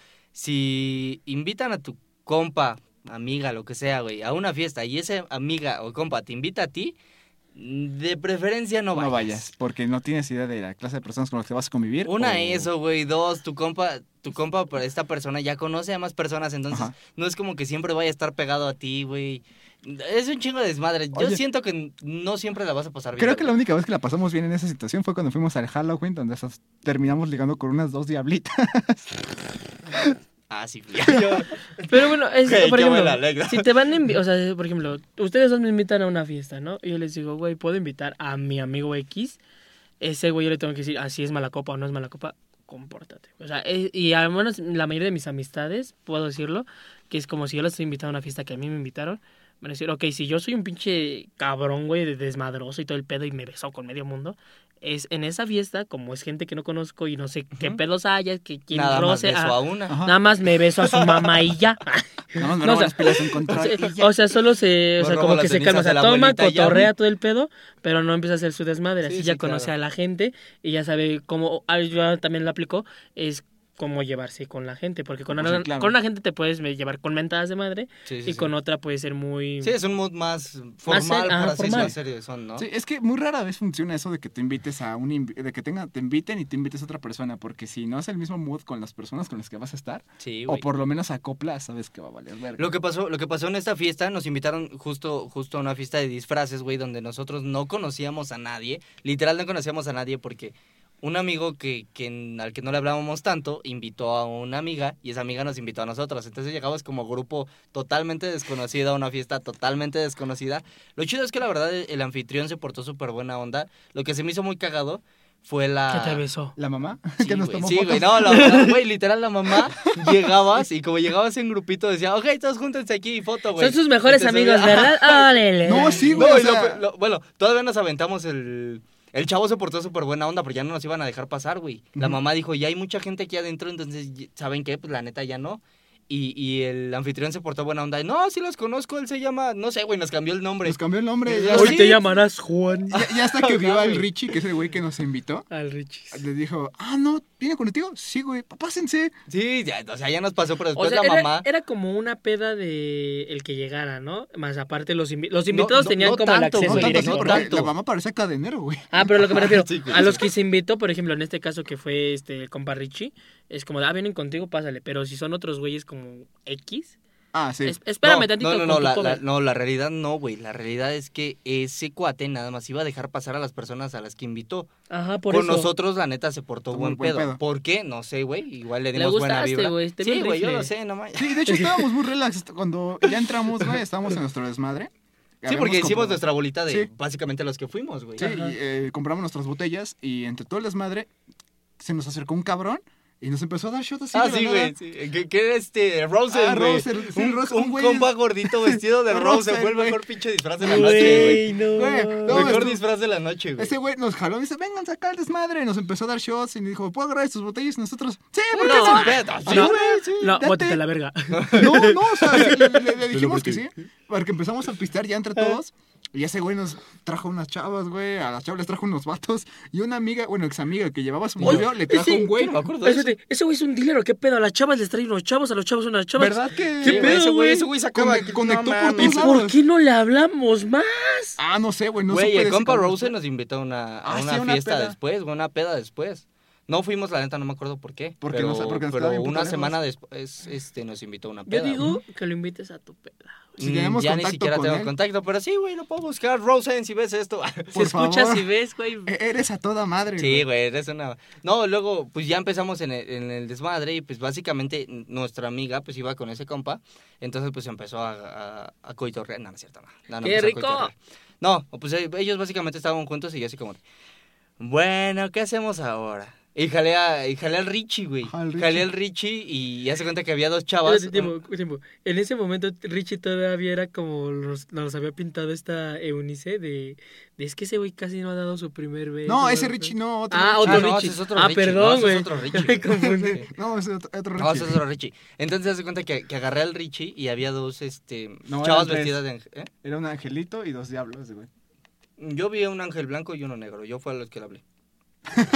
Speaker 2: si invitan a tu compa, amiga, lo que sea, güey, a una fiesta y esa amiga o compa te invita a ti, mm, de preferencia no vayas.
Speaker 4: No vayas, porque no tienes idea de la clase de personas con las que vas a convivir.
Speaker 2: Una,
Speaker 4: o-
Speaker 2: eso, güey. Dos, tu compa, tu compa, pero esta persona ya conoce a más personas, entonces
Speaker 4: Ajá.
Speaker 2: no es como que siempre vaya a estar pegado a ti, güey. Es un chingo de desmadre. Yo
Speaker 4: Oye.
Speaker 2: siento que no siempre la vas a pasar bien.
Speaker 4: Creo que la
Speaker 2: güey.
Speaker 4: única vez que la pasamos bien en esa situación
Speaker 2: [LAUGHS]
Speaker 4: fue cuando fuimos al Halloween, donde esas- terminamos ligando con unas dos diablitas.
Speaker 2: Ah, sí, fui [LAUGHS] yo.
Speaker 1: Pero bueno, es,
Speaker 2: Güey,
Speaker 1: por
Speaker 2: qué
Speaker 1: ejemplo,
Speaker 2: buena anécdota.
Speaker 1: si te van a invi- o sea, por ejemplo, ustedes dos me invitan a una fiesta, ¿no? Y yo les digo, güey, ¿puedo invitar a mi amigo X? Ese güey yo le tengo que decir, así es mala copa o no es mala copa, compórtate. O sea, es- y al menos la mayoría de mis amistades, puedo decirlo, que es como si yo les estoy invitando a una fiesta que a mí me invitaron, van a decir, ok, si yo soy un pinche cabrón, güey, de- desmadroso y todo el pedo y me besó con medio mundo, es en esa fiesta, como es gente que no conozco y no sé qué
Speaker 2: Ujú.
Speaker 1: pedos haya, que quien
Speaker 2: Nada más
Speaker 1: roce
Speaker 2: beso
Speaker 1: a-
Speaker 2: a una.
Speaker 4: Ajá.
Speaker 1: Nada más me beso a su mamá y ya.
Speaker 4: Nada más me
Speaker 1: No,
Speaker 4: robo
Speaker 1: o sea,
Speaker 4: las pilas en
Speaker 1: [LAUGHS] O
Speaker 4: contra
Speaker 1: sea,
Speaker 4: y ya.
Speaker 1: o sea, solo se, o
Speaker 2: Me
Speaker 1: sea,
Speaker 2: robo
Speaker 1: como
Speaker 2: las
Speaker 1: que se
Speaker 2: cenizas
Speaker 1: calma, o sea,
Speaker 2: de la
Speaker 1: toma,
Speaker 2: abuelita y ya.
Speaker 1: cotorrea todo el pedo, pero no empieza a hacer su desmadre, así
Speaker 2: Sí,
Speaker 1: ya
Speaker 2: sí,
Speaker 1: conoce
Speaker 2: claro.
Speaker 1: a la gente y ya sabe cómo, ah, yo también lo aplico, es cómo llevarse con la gente, porque con,
Speaker 4: Pues
Speaker 1: una,
Speaker 4: sí, claro.
Speaker 1: con una gente te puedes me- llevar con mentadas de madre
Speaker 2: Sí, sí,
Speaker 1: y
Speaker 2: sí.
Speaker 1: con otra puede ser muy...
Speaker 2: Sí, es un mood más
Speaker 1: Más
Speaker 2: formal,
Speaker 1: ser- ajá,
Speaker 2: por así decirlo,
Speaker 1: formal.
Speaker 2: más serio son, ¿no?
Speaker 4: Sí, es que muy rara vez funciona eso de que te invites a un invi- de que tenga, te inviten y te invites a otra persona, porque si no es el mismo mood con las personas con las que vas a estar,
Speaker 2: Sí,
Speaker 4: o
Speaker 2: güey.
Speaker 4: por lo menos acoplas, sabes que va a valer verga.
Speaker 2: Lo que pasó, lo que pasó en esta fiesta, nos invitaron justo, justo a una fiesta de disfraces, güey, donde nosotros no conocíamos a nadie, literal no conocíamos a nadie porque un amigo que, que- al que no le hablábamos tanto invitó a una amiga y esa amiga nos invitó a nosotros. Entonces llegamos como grupo totalmente desconocido a una fiesta totalmente desconocida. Lo chido es que la verdad el anfitrión se portó súper buena onda. Lo que se me hizo muy cagado fue la...
Speaker 1: Que te besó.
Speaker 4: La mamá [LAUGHS]
Speaker 2: Sí,
Speaker 4: que nos
Speaker 2: güey,
Speaker 4: tomó
Speaker 2: sí,
Speaker 4: fotos.
Speaker 2: güey, no, la
Speaker 4: [LAUGHS]
Speaker 2: verdad, güey, literal la mamá llegabas y como llegabas en grupito decía, ok, todos júntense aquí y foto, güey. este
Speaker 1: Son sus mejores
Speaker 2: Y te
Speaker 1: amigos,
Speaker 2: subía- [LAUGHS]
Speaker 1: ¿verdad? Ah, Órale.
Speaker 4: No, sí, güey.
Speaker 2: No,
Speaker 4: o
Speaker 2: y lo
Speaker 4: sea,
Speaker 2: pe- lo- bueno, todavía nos aventamos el... El chavo se portó súper buena onda, pero ya no nos iban a dejar pasar, güey. La
Speaker 4: Ujú.
Speaker 2: mamá dijo, ya hay mucha gente aquí adentro, entonces, y- ¿saben qué? Pues la neta ya no. Y, y el anfitrión se portó buena onda. No, sí los conozco, él se llama... No sé, güey, nos cambió el nombre.
Speaker 4: nos cambió el nombre.
Speaker 2: Sí. Ah.
Speaker 4: Ya,
Speaker 1: Hoy
Speaker 4: hasta-
Speaker 1: te llamarás Juan.
Speaker 4: ya-
Speaker 2: [LAUGHS]
Speaker 4: ya hasta que vio
Speaker 2: Ajá,
Speaker 4: al
Speaker 2: güey.
Speaker 4: Richie, que es el güey que nos invitó,
Speaker 1: Al Richis.
Speaker 4: le dijo, ah, no, ¿viene contigo? Sí, güey, pa- pásense.
Speaker 2: Sí, ya, o sea, ya nos pasó, pero
Speaker 1: O
Speaker 2: después
Speaker 1: sea,
Speaker 2: pues, la
Speaker 1: era,
Speaker 2: mamá...
Speaker 1: era como una peda de el que llegara, ¿no? Más aparte, los, invi- los
Speaker 2: No,
Speaker 1: invitados
Speaker 2: no-
Speaker 1: tenían
Speaker 2: no
Speaker 1: como
Speaker 2: tanto,
Speaker 1: el
Speaker 4: No
Speaker 1: acceso
Speaker 2: güey,
Speaker 4: tanto,
Speaker 1: directo.
Speaker 4: sí,
Speaker 2: no
Speaker 1: ¿no?
Speaker 4: porque
Speaker 2: tanto.
Speaker 4: la mamá parecía cadenero, güey.
Speaker 1: Ah, pero lo que me refiero,
Speaker 2: [LAUGHS] Sí, güey,
Speaker 1: a los que se invitó, por ejemplo, en este caso que fue este el compa Richie, es como, de, ah, vienen contigo, pásale. Pero si son otros güeyes como X,
Speaker 4: Ah, sí.
Speaker 1: es- espérame
Speaker 2: no,
Speaker 1: tantito.
Speaker 2: No, no,
Speaker 1: con
Speaker 2: no,
Speaker 1: tu
Speaker 2: la,
Speaker 1: cover.
Speaker 2: la- no, la realidad no, güey. La realidad es que ese cuate nada más iba a dejar pasar a las personas a las que invitó.
Speaker 1: Ajá, por
Speaker 2: Con
Speaker 1: eso.
Speaker 2: nosotros, la neta, se portó
Speaker 4: Muy
Speaker 2: buen,
Speaker 4: buen
Speaker 2: pedo.
Speaker 4: pedo.
Speaker 2: ¿Por qué? No sé, güey. Igual le
Speaker 1: Le
Speaker 2: dimos buena
Speaker 1: gustaste,
Speaker 2: vibra.
Speaker 1: güey, te vio
Speaker 2: Sí,
Speaker 1: el
Speaker 2: güey, yo
Speaker 1: rifle.
Speaker 2: lo sé, no [LAUGHS] mames.
Speaker 4: Sí, de hecho estábamos muy relax cuando ya entramos, güey, estábamos en nuestro desmadre.
Speaker 2: Sí,
Speaker 4: Habíamos
Speaker 2: porque hicimos
Speaker 4: comprado-
Speaker 2: nuestra bolita de
Speaker 4: Sí.
Speaker 2: básicamente los que fuimos, güey.
Speaker 4: Sí,
Speaker 1: Ajá.
Speaker 4: y, eh, compramos nuestras botellas y entre todo el desmadre se nos acercó un cabrón y nos empezó a dar shots así.
Speaker 2: ah,
Speaker 4: de la
Speaker 2: sí,
Speaker 4: nada.
Speaker 2: güey. sí. ¿Qué, qué era este? Rosen,
Speaker 4: Ah,
Speaker 2: güey.
Speaker 4: Rosen, sí,
Speaker 2: un
Speaker 4: Rosen,
Speaker 2: un
Speaker 4: güey.
Speaker 2: compa gordito vestido
Speaker 4: [LAUGHS]
Speaker 2: de Rosen.
Speaker 4: Rosen,
Speaker 2: Fue el
Speaker 4: güey.
Speaker 2: mejor pinche disfraz de la noche, güey.
Speaker 1: Güey,
Speaker 4: Güey,
Speaker 1: no.
Speaker 4: no,
Speaker 2: Mejor
Speaker 4: esto-
Speaker 2: disfraz de la noche, güey.
Speaker 4: Ese güey nos jaló y dice, vengan a sacar el desmadre. Y nos empezó a dar shots y nos dijo, ¿puedo agarrar sus botellas? Y nosotros, sí, ¿por qué
Speaker 2: No,
Speaker 4: no?
Speaker 2: espérate, sí,
Speaker 1: no,
Speaker 4: güey, sí,
Speaker 1: No,
Speaker 4: date".
Speaker 1: bótate a la verga.
Speaker 4: No, no, o sea, sí, le, le- le dijimos que sí. Porque empezamos a pistear ya
Speaker 2: Ah.
Speaker 4: entre todos. Y ese güey nos trajo unas chavas, güey. A las chavas les trajo unos vatos. Y una amiga, bueno, ex amiga que llevaba
Speaker 2: [LAUGHS]
Speaker 4: su
Speaker 2: Oye,
Speaker 4: novio, le trajo
Speaker 1: sí,
Speaker 4: un güey.
Speaker 2: me acuerdo de eso.
Speaker 1: Espérate, ese güey es un dealer, ¿o ¿qué pedo? A las chavas les traen unos chavos, a los chavos unas chavas.
Speaker 4: ¿Verdad que?
Speaker 1: ¿Qué
Speaker 2: Sí,
Speaker 1: pedo,
Speaker 2: ese
Speaker 1: güey?
Speaker 2: güey, ese güey sacó
Speaker 4: Come-
Speaker 2: una-
Speaker 4: conectó
Speaker 2: no
Speaker 4: por
Speaker 2: mames,
Speaker 1: ¿Y
Speaker 4: todos
Speaker 1: por
Speaker 4: lados.
Speaker 1: qué no le hablamos más?
Speaker 4: Ah, no sé, güey. No
Speaker 2: Güey,
Speaker 4: supe
Speaker 2: el
Speaker 4: de ese
Speaker 2: compa
Speaker 4: cabrón.
Speaker 2: Rose nos invitó a una, a
Speaker 4: Ah, sí,
Speaker 2: una
Speaker 4: una
Speaker 2: fiesta
Speaker 4: peda.
Speaker 2: después, güey, una peda después. No fuimos, la neta, no me acuerdo por qué.
Speaker 4: Porque
Speaker 2: pero,
Speaker 4: nos- porque nos
Speaker 2: pero
Speaker 4: quedaba bien puto
Speaker 2: una
Speaker 4: lejos.
Speaker 2: semana después este, nos invitó a una
Speaker 1: Yo
Speaker 2: peda. güey.
Speaker 1: digo que lo invites a tu peda.
Speaker 4: Si
Speaker 2: Mm,
Speaker 4: tenemos
Speaker 2: ya ni
Speaker 4: contacto
Speaker 2: siquiera
Speaker 4: con
Speaker 2: tengo
Speaker 4: él.
Speaker 2: contacto, pero sí, güey, lo puedo buscar. Rosen, si ves esto. [LAUGHS]
Speaker 4: Por
Speaker 1: si escuchas
Speaker 4: favor.
Speaker 1: y ves, güey.
Speaker 2: Eh,
Speaker 4: E- Eres a toda madre.
Speaker 2: Sí, güey, es una... No, luego, pues ya empezamos en el, en el desmadre y pues básicamente n- nuestra amiga pues iba con ese compa, entonces pues empezó a, a, a coitorrear, no, no es cierto, no. no, no
Speaker 1: ¡Qué
Speaker 2: empezó a
Speaker 1: rico!
Speaker 2: coitorrear. No, pues eh, ellos básicamente estaban juntos y yo así como, bueno, ¿qué hacemos ahora? Y jalé, a- y jalé al Richie, güey.
Speaker 4: Ajá, al
Speaker 2: Jalé al Richie y ya se cuenta que había dos chavas. Mm,
Speaker 1: Espérate, tiempo, tiempo. En ese momento Richie todavía era como nos, nos había pintado esta Eunice de, de, es que ese güey casi no ha dado su primer beso.
Speaker 4: No, ese Richie no, otro
Speaker 1: Ah,
Speaker 4: Richie.
Speaker 1: otro
Speaker 2: Ah, no,
Speaker 1: Richie.
Speaker 2: ese es otro
Speaker 1: ah,
Speaker 2: Richie. No,
Speaker 1: perdón,
Speaker 2: ese es
Speaker 1: güey.
Speaker 2: otro
Speaker 1: [LAUGHS] Ya
Speaker 2: Richie,
Speaker 1: Me
Speaker 2: güey.
Speaker 1: confundí.
Speaker 2: Sí.
Speaker 4: No, es otro, otro
Speaker 2: No,
Speaker 4: Richie.
Speaker 2: ese es otro Richie. Entonces se cuenta que, que agarré al Richie y había dos este,
Speaker 4: No,
Speaker 2: chavas
Speaker 4: eran tres.
Speaker 2: vestidas de... ¿eh?
Speaker 4: Era un angelito y dos diablos, güey.
Speaker 2: Yo vi a un ángel blanco y uno negro. Yo fue a los que le hablé.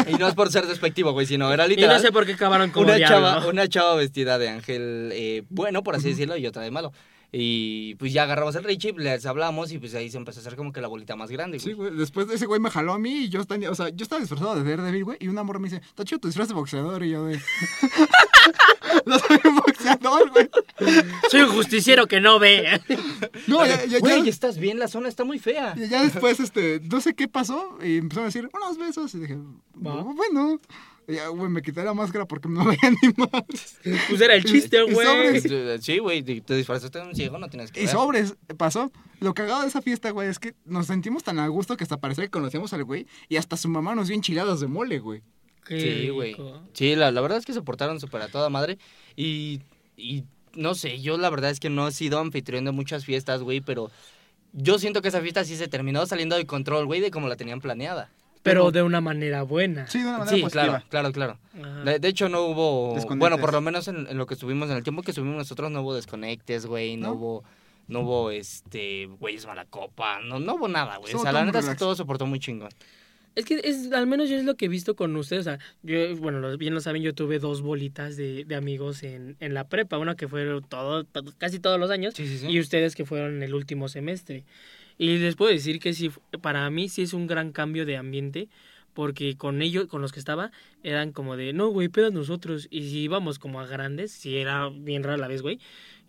Speaker 2: Y no es por ser despectivo, güey, sino era
Speaker 1: Y no
Speaker 2: literal.
Speaker 1: sé por qué acabaron como
Speaker 2: una,
Speaker 1: diablo.
Speaker 2: chava, una chava vestida de ángel eh, bueno, por así decirlo, y otra de malo. Y pues ya agarramos el Richie, les hablamos y pues ahí se empezó a hacer como que la bolita más grande,
Speaker 4: Sí,
Speaker 2: güey.
Speaker 4: güey. Después de ese güey me jaló a mí y yo estaba, o sea, yo estaba disfrazado de Daredevil, güey. Y una morra me dice, está chido tu disfraz de boxeador. Y yo de. [LAUGHS] no soy un boxeador, güey.
Speaker 1: [LAUGHS] Soy un justiciero que no
Speaker 2: [LAUGHS]
Speaker 1: ve.
Speaker 4: No, ya, ya,
Speaker 2: Güey,
Speaker 4: ya,
Speaker 2: estás bien, la zona está muy fea.
Speaker 4: ya- ya después, este, no sé qué pasó. Y empezaron a decir, unos besos. Y dije,
Speaker 1: Va.
Speaker 4: "Bu- bueno. Ya, güey, me quité la máscara porque no [LAUGHS] veía ni más.
Speaker 1: Pues era el chiste,
Speaker 4: Y
Speaker 1: güey.
Speaker 4: sobres.
Speaker 2: Sí, güey, te te disfrazaste de un ciego, no tienes que
Speaker 4: Y
Speaker 2: ver.
Speaker 4: sobres, pasó. Lo cagado de esa fiesta, güey, es que nos sentimos tan a gusto que hasta parecía que conocíamos al güey y hasta su mamá nos dio enchiladas de mole, güey.
Speaker 1: Qué
Speaker 2: Sí, güey.
Speaker 1: rico.
Speaker 2: Sí, la, la verdad es que se portaron súper a toda madre. Y, y no sé, yo la verdad es que no he sido anfitrión de muchas fiestas, güey, pero yo siento que esa fiesta sí se terminó saliendo de control, güey, de como la tenían planeada.
Speaker 1: Pero de una manera buena.
Speaker 4: Sí, de una manera
Speaker 2: Sí,
Speaker 4: positiva.
Speaker 2: claro, claro, claro.
Speaker 1: Ajá.
Speaker 2: De, de hecho, no hubo.
Speaker 4: Desconectes.
Speaker 2: Bueno, por lo menos en, en lo que subimos, en el tiempo que subimos nosotros, no hubo desconectes, güey, no,
Speaker 4: ¿No?
Speaker 2: hubo. No hubo, este, güeyes mala copa, no, no hubo nada, güey. O
Speaker 4: Estuvo
Speaker 2: sea,
Speaker 4: todo
Speaker 2: la
Speaker 4: muy
Speaker 2: neta es que
Speaker 4: relax.
Speaker 2: todo se portó muy chingón.
Speaker 1: Es que es, al menos yo es lo que he visto con ustedes. O sea, yo, bueno, lo- bien lo saben, yo tuve dos bolitas de, de amigos en, en la prepa. Una que fue todo, casi todos los años.
Speaker 2: Sí, sí, sí.
Speaker 1: Y ustedes que fueron el último semestre. Y les puedo decir que sí, para mí sí es un gran cambio de ambiente. Porque con ellos, con los que estaba, eran como de, no, güey, pedas nosotros. Y si íbamos como a grandes, si era bien rara la vez, güey,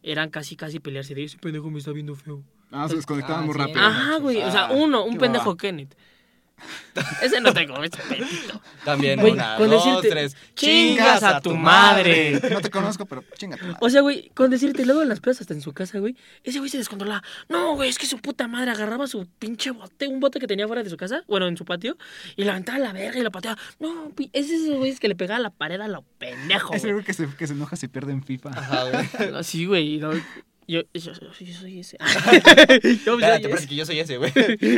Speaker 1: eran casi, casi pelearse de, ese pendejo me está viendo feo.
Speaker 4: Ah, se desconectaban
Speaker 2: Ah,
Speaker 4: muy
Speaker 2: sí.
Speaker 4: rápido.
Speaker 1: Ajá, güey. O sea, uno, un
Speaker 4: qué
Speaker 1: pendejo
Speaker 4: baba.
Speaker 1: [LAUGHS] Kenneth. Ese no tengo, este ese pendejo.
Speaker 2: También,
Speaker 1: Güey,
Speaker 2: una,
Speaker 1: con
Speaker 2: dos,
Speaker 1: decirte,
Speaker 2: tres.
Speaker 1: "Chingas a tu madre".
Speaker 4: [LAUGHS] No te conozco, pero chingate.
Speaker 1: O sea, güey, con decirte luego en las plazas hasta en su casa, güey, ese güey se descontrolaba. No, güey, es que su puta madre agarraba su pinche bote, un bote que tenía fuera de su casa, bueno, en su patio, y la aventaba a la verga y la pateaba. No, pi- ese es el güey que le pegaba la pared a lo pendejo.
Speaker 4: Es
Speaker 1: güey.
Speaker 4: el güey que se, que se enoja si pierde en
Speaker 1: Ah,
Speaker 4: FIFA.
Speaker 2: Ajá, [LAUGHS] güey.
Speaker 1: No, sí, güey. y no, yo, yo, yo soy [LAUGHS] ese. Yo soy
Speaker 2: Espérate, pero es
Speaker 1: ese.
Speaker 2: que yo soy [LAUGHS] ese, güey.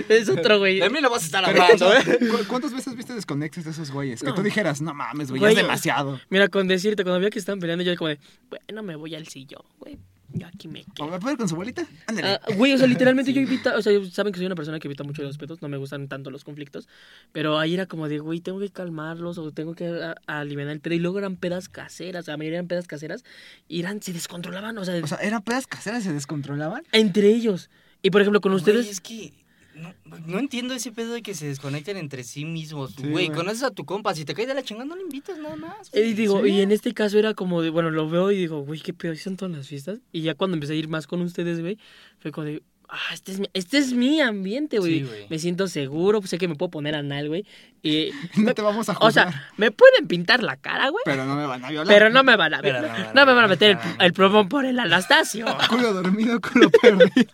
Speaker 1: Es otro, güey.
Speaker 2: De mí no vas a estar
Speaker 4: Pero,
Speaker 2: hablando, ¿eh?
Speaker 4: ¿cu- ¿Cuántas veces viste desconectes de esos güeyes? Que
Speaker 1: No.
Speaker 4: tú dijeras, no mames, güey, ya
Speaker 1: Güey,
Speaker 4: es demasiado.
Speaker 1: Mira, con decirte, cuando veía que estaban peleando, yo como de, bueno, me voy al sillón, güey. Yo aquí me
Speaker 4: ¿O
Speaker 1: quedo.
Speaker 4: me puede con su bolita? Ándale.
Speaker 1: Ah, güey, o sea, literalmente yo evita, o sea, saben que soy una persona que evita mucho los pedos, no me gustan tanto los conflictos, pero ahí era como de, güey, tengo que calmarlos o tengo que a- aliviar el pedo. Y luego eran pedas caseras, la mayoría eran pedas caseras, y eran, se descontrolaban, o sea,
Speaker 4: o sea, eran pedas caseras, se descontrolaban.
Speaker 1: entre ellos. Y por ejemplo, con ustedes,
Speaker 2: Güey, es que no, no entiendo ese pedo de que se desconecten entre sí mismos.
Speaker 4: Sí,
Speaker 2: güey,
Speaker 4: güey.
Speaker 2: conoces a tu compa, si te cae de la chingada no le invitas nada más.
Speaker 1: eh, y digo, y
Speaker 2: [LAUGHS]
Speaker 1: en este caso era como de, bueno, lo veo y digo, güey, qué pedo, ¿sí son todas las fiestas. Y ya cuando empecé a ir más con ustedes, güey, fue como de, ah, este es mi, este es mi ambiente, güey.
Speaker 2: Sí, güey.
Speaker 1: me siento seguro, sé que me puedo poner anal, güey. Y,
Speaker 4: No te vamos a [LAUGHS]
Speaker 1: o
Speaker 4: juzgar,
Speaker 1: sea, me pueden pintar la cara, güey.
Speaker 4: pero no me van a violar.
Speaker 1: Pero no me van a,
Speaker 2: Pero
Speaker 1: no,
Speaker 2: no me
Speaker 1: no
Speaker 2: van
Speaker 1: me
Speaker 2: a-
Speaker 1: van a meter el, el plumón por el Anastasio.
Speaker 4: Culo dormido, culo
Speaker 1: [LAUGHS]
Speaker 4: perdido.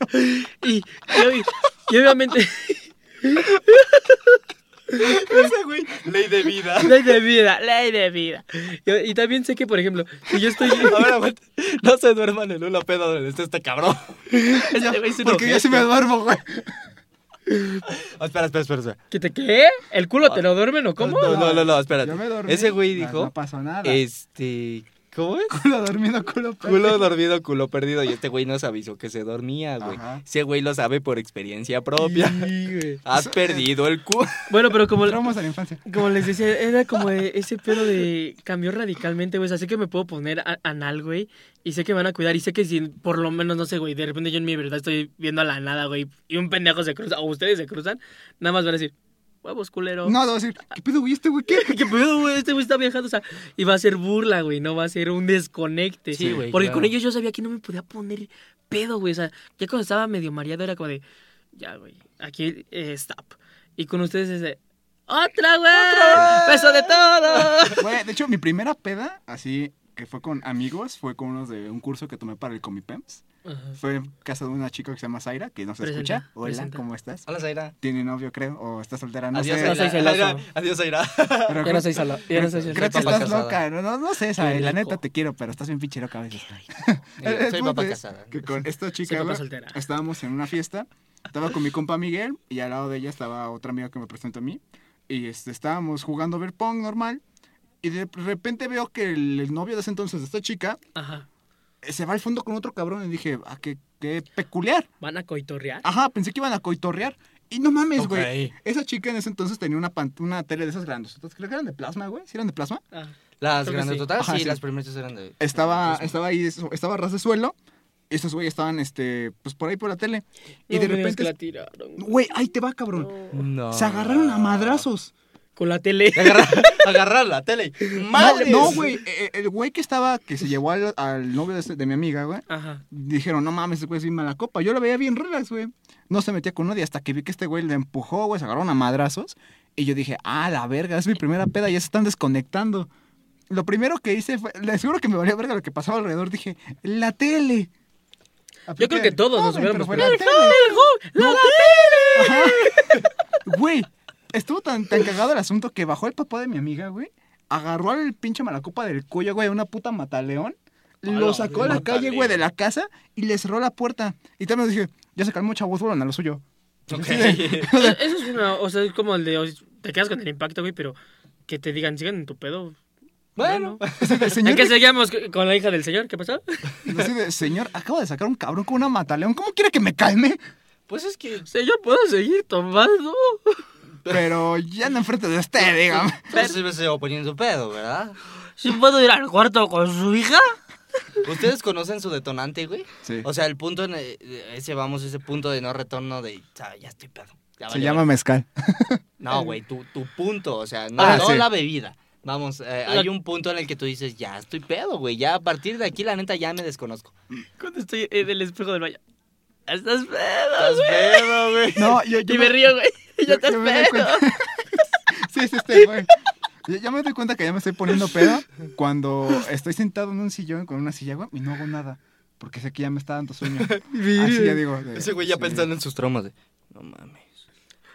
Speaker 1: Y, y- y obviamente, [LAUGHS]
Speaker 2: Ese güey, ley de vida. [LAUGHS]
Speaker 1: ley de vida, ley de vida. Y, y también sé que, por ejemplo, si yo estoy...
Speaker 2: A ver, aguanta. No se duerman en una peda donde esté este cabrón. [LAUGHS]
Speaker 1: este güey es un
Speaker 4: Porque yo sí me
Speaker 1: objeto.
Speaker 4: duermo, güey.
Speaker 2: Ah, espera, espera, espera. espera.
Speaker 1: ¿Que te qué? ¿El culo te lo duermen o cómo?
Speaker 2: No, no, no, no, espérate.
Speaker 4: Yo me dormí.
Speaker 2: Ese güey
Speaker 4: No,
Speaker 2: dijo,
Speaker 4: No pasó nada.
Speaker 2: este, ¿cómo es?
Speaker 4: Culo dormido, culo perdido.
Speaker 2: [LAUGHS] Culo dormido, culo perdido. Y este güey nos avisó que se dormía, güey.
Speaker 4: Ajá.
Speaker 2: Ese güey lo sabe por experiencia propia.
Speaker 1: Sí, güey.
Speaker 2: Has perdido el culo.
Speaker 1: Bueno, pero como...
Speaker 4: Traumas a la infancia.
Speaker 1: Como les decía, era como de ese pedo de cambió radicalmente, güey. O sea, sé que me puedo poner a- anal, güey. Y sé que me van a cuidar. Y sé que si, por lo menos, no sé, güey, de repente yo en mi verdad estoy viendo a la nada, güey. Y un pendejo se cruza, o ustedes se cruzan, nada más van a decir, huevos, culero.
Speaker 4: No, te voy a decir, ¿qué pedo, güey? ¿Este güey qué?
Speaker 1: [LAUGHS] ¿Qué pedo, güey? Este güey está viajando, o sea, y va a ser burla, güey, no va a ser un desconecte.
Speaker 2: Sí, güey,
Speaker 1: Porque
Speaker 2: claro.
Speaker 1: con ellos yo sabía que no me podía poner pedo, güey. O sea, ya cuando estaba medio mareado era como de, ya, güey, aquí eh, stop. Y con ustedes es de, ¡otra, güey! ¡Beso de todo!
Speaker 4: Güey, de hecho, mi primera peda, así que fue con amigos, fue con unos de un curso que tomé para el Comipems. Fue en casa de una chica que se llama Zaira, que nos
Speaker 1: Presenta,
Speaker 4: escucha. Hola,
Speaker 1: presenta.
Speaker 4: ¿cómo estás?
Speaker 2: Hola, Zaira.
Speaker 4: Tiene novio, creo, o está soltera, no
Speaker 2: Adiós,
Speaker 4: sé.
Speaker 1: Zaira.
Speaker 2: Aira.
Speaker 1: soy celoso.
Speaker 2: Adiós, Aira.
Speaker 4: Pero
Speaker 1: Ya no soy solo, ya no soy solo.
Speaker 4: creo que
Speaker 2: papá
Speaker 4: estás
Speaker 2: casada.
Speaker 4: loca, no, no, no sé, Zaira, la
Speaker 1: rico.
Speaker 4: neta te quiero, pero estás bien pinche loca a veces. [LAUGHS] El- el
Speaker 2: Soy
Speaker 4: punto
Speaker 2: papá
Speaker 4: es
Speaker 2: casada.
Speaker 4: Que con esta chica
Speaker 1: papá
Speaker 4: güey,
Speaker 1: soltera.
Speaker 4: estábamos en una fiesta, estaba con mi compa Miguel y al lado de ella estaba otra amiga que me presentó a mí y este, estábamos jugando ver pong normal y de repente veo que el, el novio de ese entonces de esta chica
Speaker 1: Ajá.
Speaker 4: eh, se va al fondo con otro cabrón y dije, ah, qué, qué peculiar.
Speaker 1: ¿Van a coitorrear?
Speaker 4: Ajá, pensé que iban a coitorrear. Y no mames, güey.
Speaker 2: Ok.
Speaker 4: Esa chica en ese entonces tenía una, pan- una tele de esas grandosotas. Creo que eran de plasma, güey. ¿Sí eran de plasma?
Speaker 1: Ah.
Speaker 2: Las
Speaker 1: Creo que
Speaker 2: grandes
Speaker 1: sí.
Speaker 2: total,
Speaker 4: Ajá,
Speaker 2: sí,
Speaker 4: sí.
Speaker 2: las primeras eran de.
Speaker 1: Pues,
Speaker 2: Pues,
Speaker 4: estaba, estaba ahí, eso- estaba ras de suelo. Estos güeyes estaban, este, pues por ahí por la tele. Y
Speaker 1: No
Speaker 4: de
Speaker 1: me digas que
Speaker 4: repente,
Speaker 1: la tiraron.
Speaker 4: güey, ahí te va, cabrón.
Speaker 1: No.
Speaker 2: No.
Speaker 4: Se agarraron a madrazos.
Speaker 1: con la tele.
Speaker 2: Agarrar, agarrar la tele. ¡Madres!
Speaker 4: No, güey. eh, El güey que estaba, que se llevó al, al novio de, este- de mi amiga, güey.
Speaker 1: Ajá.
Speaker 4: Dijeron, no mames, ese güey es bien mala copa. Yo lo veía bien relax, güey. No se metía con nadie hasta que vi que este güey le empujó, güey, se agarraron a madrazos. Y yo dije, ah, la verga, es mi primera peda, ya se están desconectando. Lo primero que hice fue, le aseguro que me valía verga lo que pasaba alrededor, dije, la tele.
Speaker 1: Yo creo que todos nos
Speaker 4: Joven,
Speaker 1: hubiéramos
Speaker 4: pero fue la tele.
Speaker 1: ¡La
Speaker 4: Ajá. Güey, estuvo tan, tan cagado el asunto que bajó el papá de mi amiga, güey. Agarró al pinche malacopa del cuello, güey, a una puta mataleón. Lo
Speaker 2: la
Speaker 4: sacó a la
Speaker 2: mataleón.
Speaker 4: calle, güey, de la casa y le cerró la puerta. Y también dije, ya se calmó, chavos, vuelan a lo suyo.
Speaker 2: Ok.
Speaker 1: tele! E-, Eso es una. O sea, es como el de. o sea, Te quedas con el impacto, güey, pero que te digan, sigan en tu pedo.
Speaker 2: Bueno.
Speaker 4: Así de,
Speaker 1: ¿En
Speaker 4: señor,
Speaker 1: qué seguíamos con la hija del señor? ¿Qué pasó?
Speaker 4: así de, señor, acabo de sacar un cabrón con una mataleón. ¿Cómo quiere que me calme?
Speaker 2: Pues es que
Speaker 1: Señor, puedo seguir tomando.
Speaker 4: Pero ya no enfrente de usted, dígame.
Speaker 2: usted se me sigue poniendo pedo, ¿verdad?
Speaker 1: [LAUGHS] ¿Sí puedo ir al cuarto con su hija?
Speaker 2: ¿Ustedes conocen su detonante, güey?
Speaker 4: Sí.
Speaker 2: O sea, el punto, en eh, ese vamos, ese punto de no retorno de, "Ah, ya estoy pedo. ya
Speaker 4: Se
Speaker 2: valió
Speaker 4: llama mezcal.
Speaker 2: No, güey, tu, tu punto, o sea, no,
Speaker 4: Ah,
Speaker 2: no
Speaker 4: sí.
Speaker 2: la bebida. Vamos, eh,
Speaker 1: La-
Speaker 2: hay un punto en el que tú dices, ya estoy pedo, güey, ya a partir de aquí la neta ya me desconozco.
Speaker 1: Cuando estoy en el espejo del baño. Estás pedo,
Speaker 2: Estás
Speaker 1: güey.
Speaker 2: pedo, güey.
Speaker 4: No, yo,
Speaker 1: [LAUGHS]
Speaker 4: yo
Speaker 1: Y me río, güey. Y ya
Speaker 4: Yo-
Speaker 1: estás
Speaker 4: yo me doy
Speaker 1: pedo.
Speaker 4: cuenta- [LAUGHS] sí, es este, güey. Ya- Ya me doy cuenta que ya me estoy poniendo pedo cuando estoy sentado en un sillón con una silla, güey, y no hago nada. Porque sé que ya me está
Speaker 2: [LAUGHS]
Speaker 4: dando sueño. Así ya digo. de-
Speaker 2: Ese güey ya
Speaker 4: sí.
Speaker 2: pensando en sus traumas de, no mames.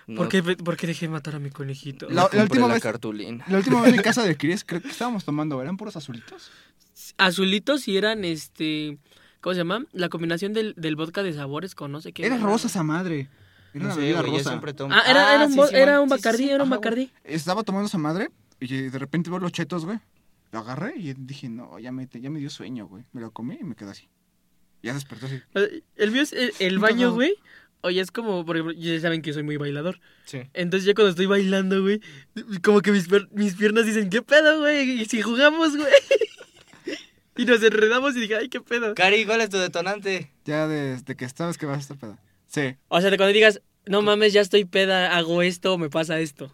Speaker 2: No
Speaker 1: ¿Por qué, ¿Por qué dejé matar a mi conejito?
Speaker 2: le
Speaker 4: La- la
Speaker 2: compré
Speaker 4: última
Speaker 2: la
Speaker 4: vez-
Speaker 2: cartulina.
Speaker 4: La última vez en casa de Chris, creo que estábamos tomando, ¿eran puros azulitos?
Speaker 1: Azulitos y eran este. ¿Cómo se llama? La combinación del, del vodka de sabores con no sé qué.
Speaker 4: Era
Speaker 1: mamada.
Speaker 4: rosa esa madre. Era
Speaker 2: No
Speaker 4: una
Speaker 2: sé,
Speaker 4: bebida
Speaker 2: güey, yo
Speaker 4: rosa.
Speaker 2: siempre tomo.
Speaker 1: Ah, era, era un,
Speaker 2: sí,
Speaker 1: bo-
Speaker 2: sí,
Speaker 1: era
Speaker 2: man,
Speaker 1: un
Speaker 2: sí, sí,
Speaker 1: Bacardí,
Speaker 2: sí,
Speaker 1: era un
Speaker 2: ajá, güey.
Speaker 1: Bacardí.
Speaker 4: Estaba tomando esa madre y de repente veo los chetos, güey. Lo agarré y dije, no, ya me, ya me dio sueño, güey. Me lo comí y me quedé así. Ya despertó así.
Speaker 1: Eh, El mío es el, el
Speaker 4: Qué
Speaker 1: baño,
Speaker 4: cagado.
Speaker 1: güey. Oye, es como, por ejemplo, ya saben que soy muy bailador.
Speaker 2: Sí.
Speaker 1: Entonces yo cuando estoy bailando, güey, como que mis, per- mis piernas dicen, ¿qué pedo, güey? Y si jugamos, güey. [LAUGHS] Y nos enredamos y dije, ay, qué pedo.
Speaker 2: Cari, ¿cuál es tu detonante?
Speaker 4: Ya desde que sabes que vas a estar peda. Sí.
Speaker 1: O sea, de cuando digas, no mames, ya estoy peda, hago esto, me pasa esto.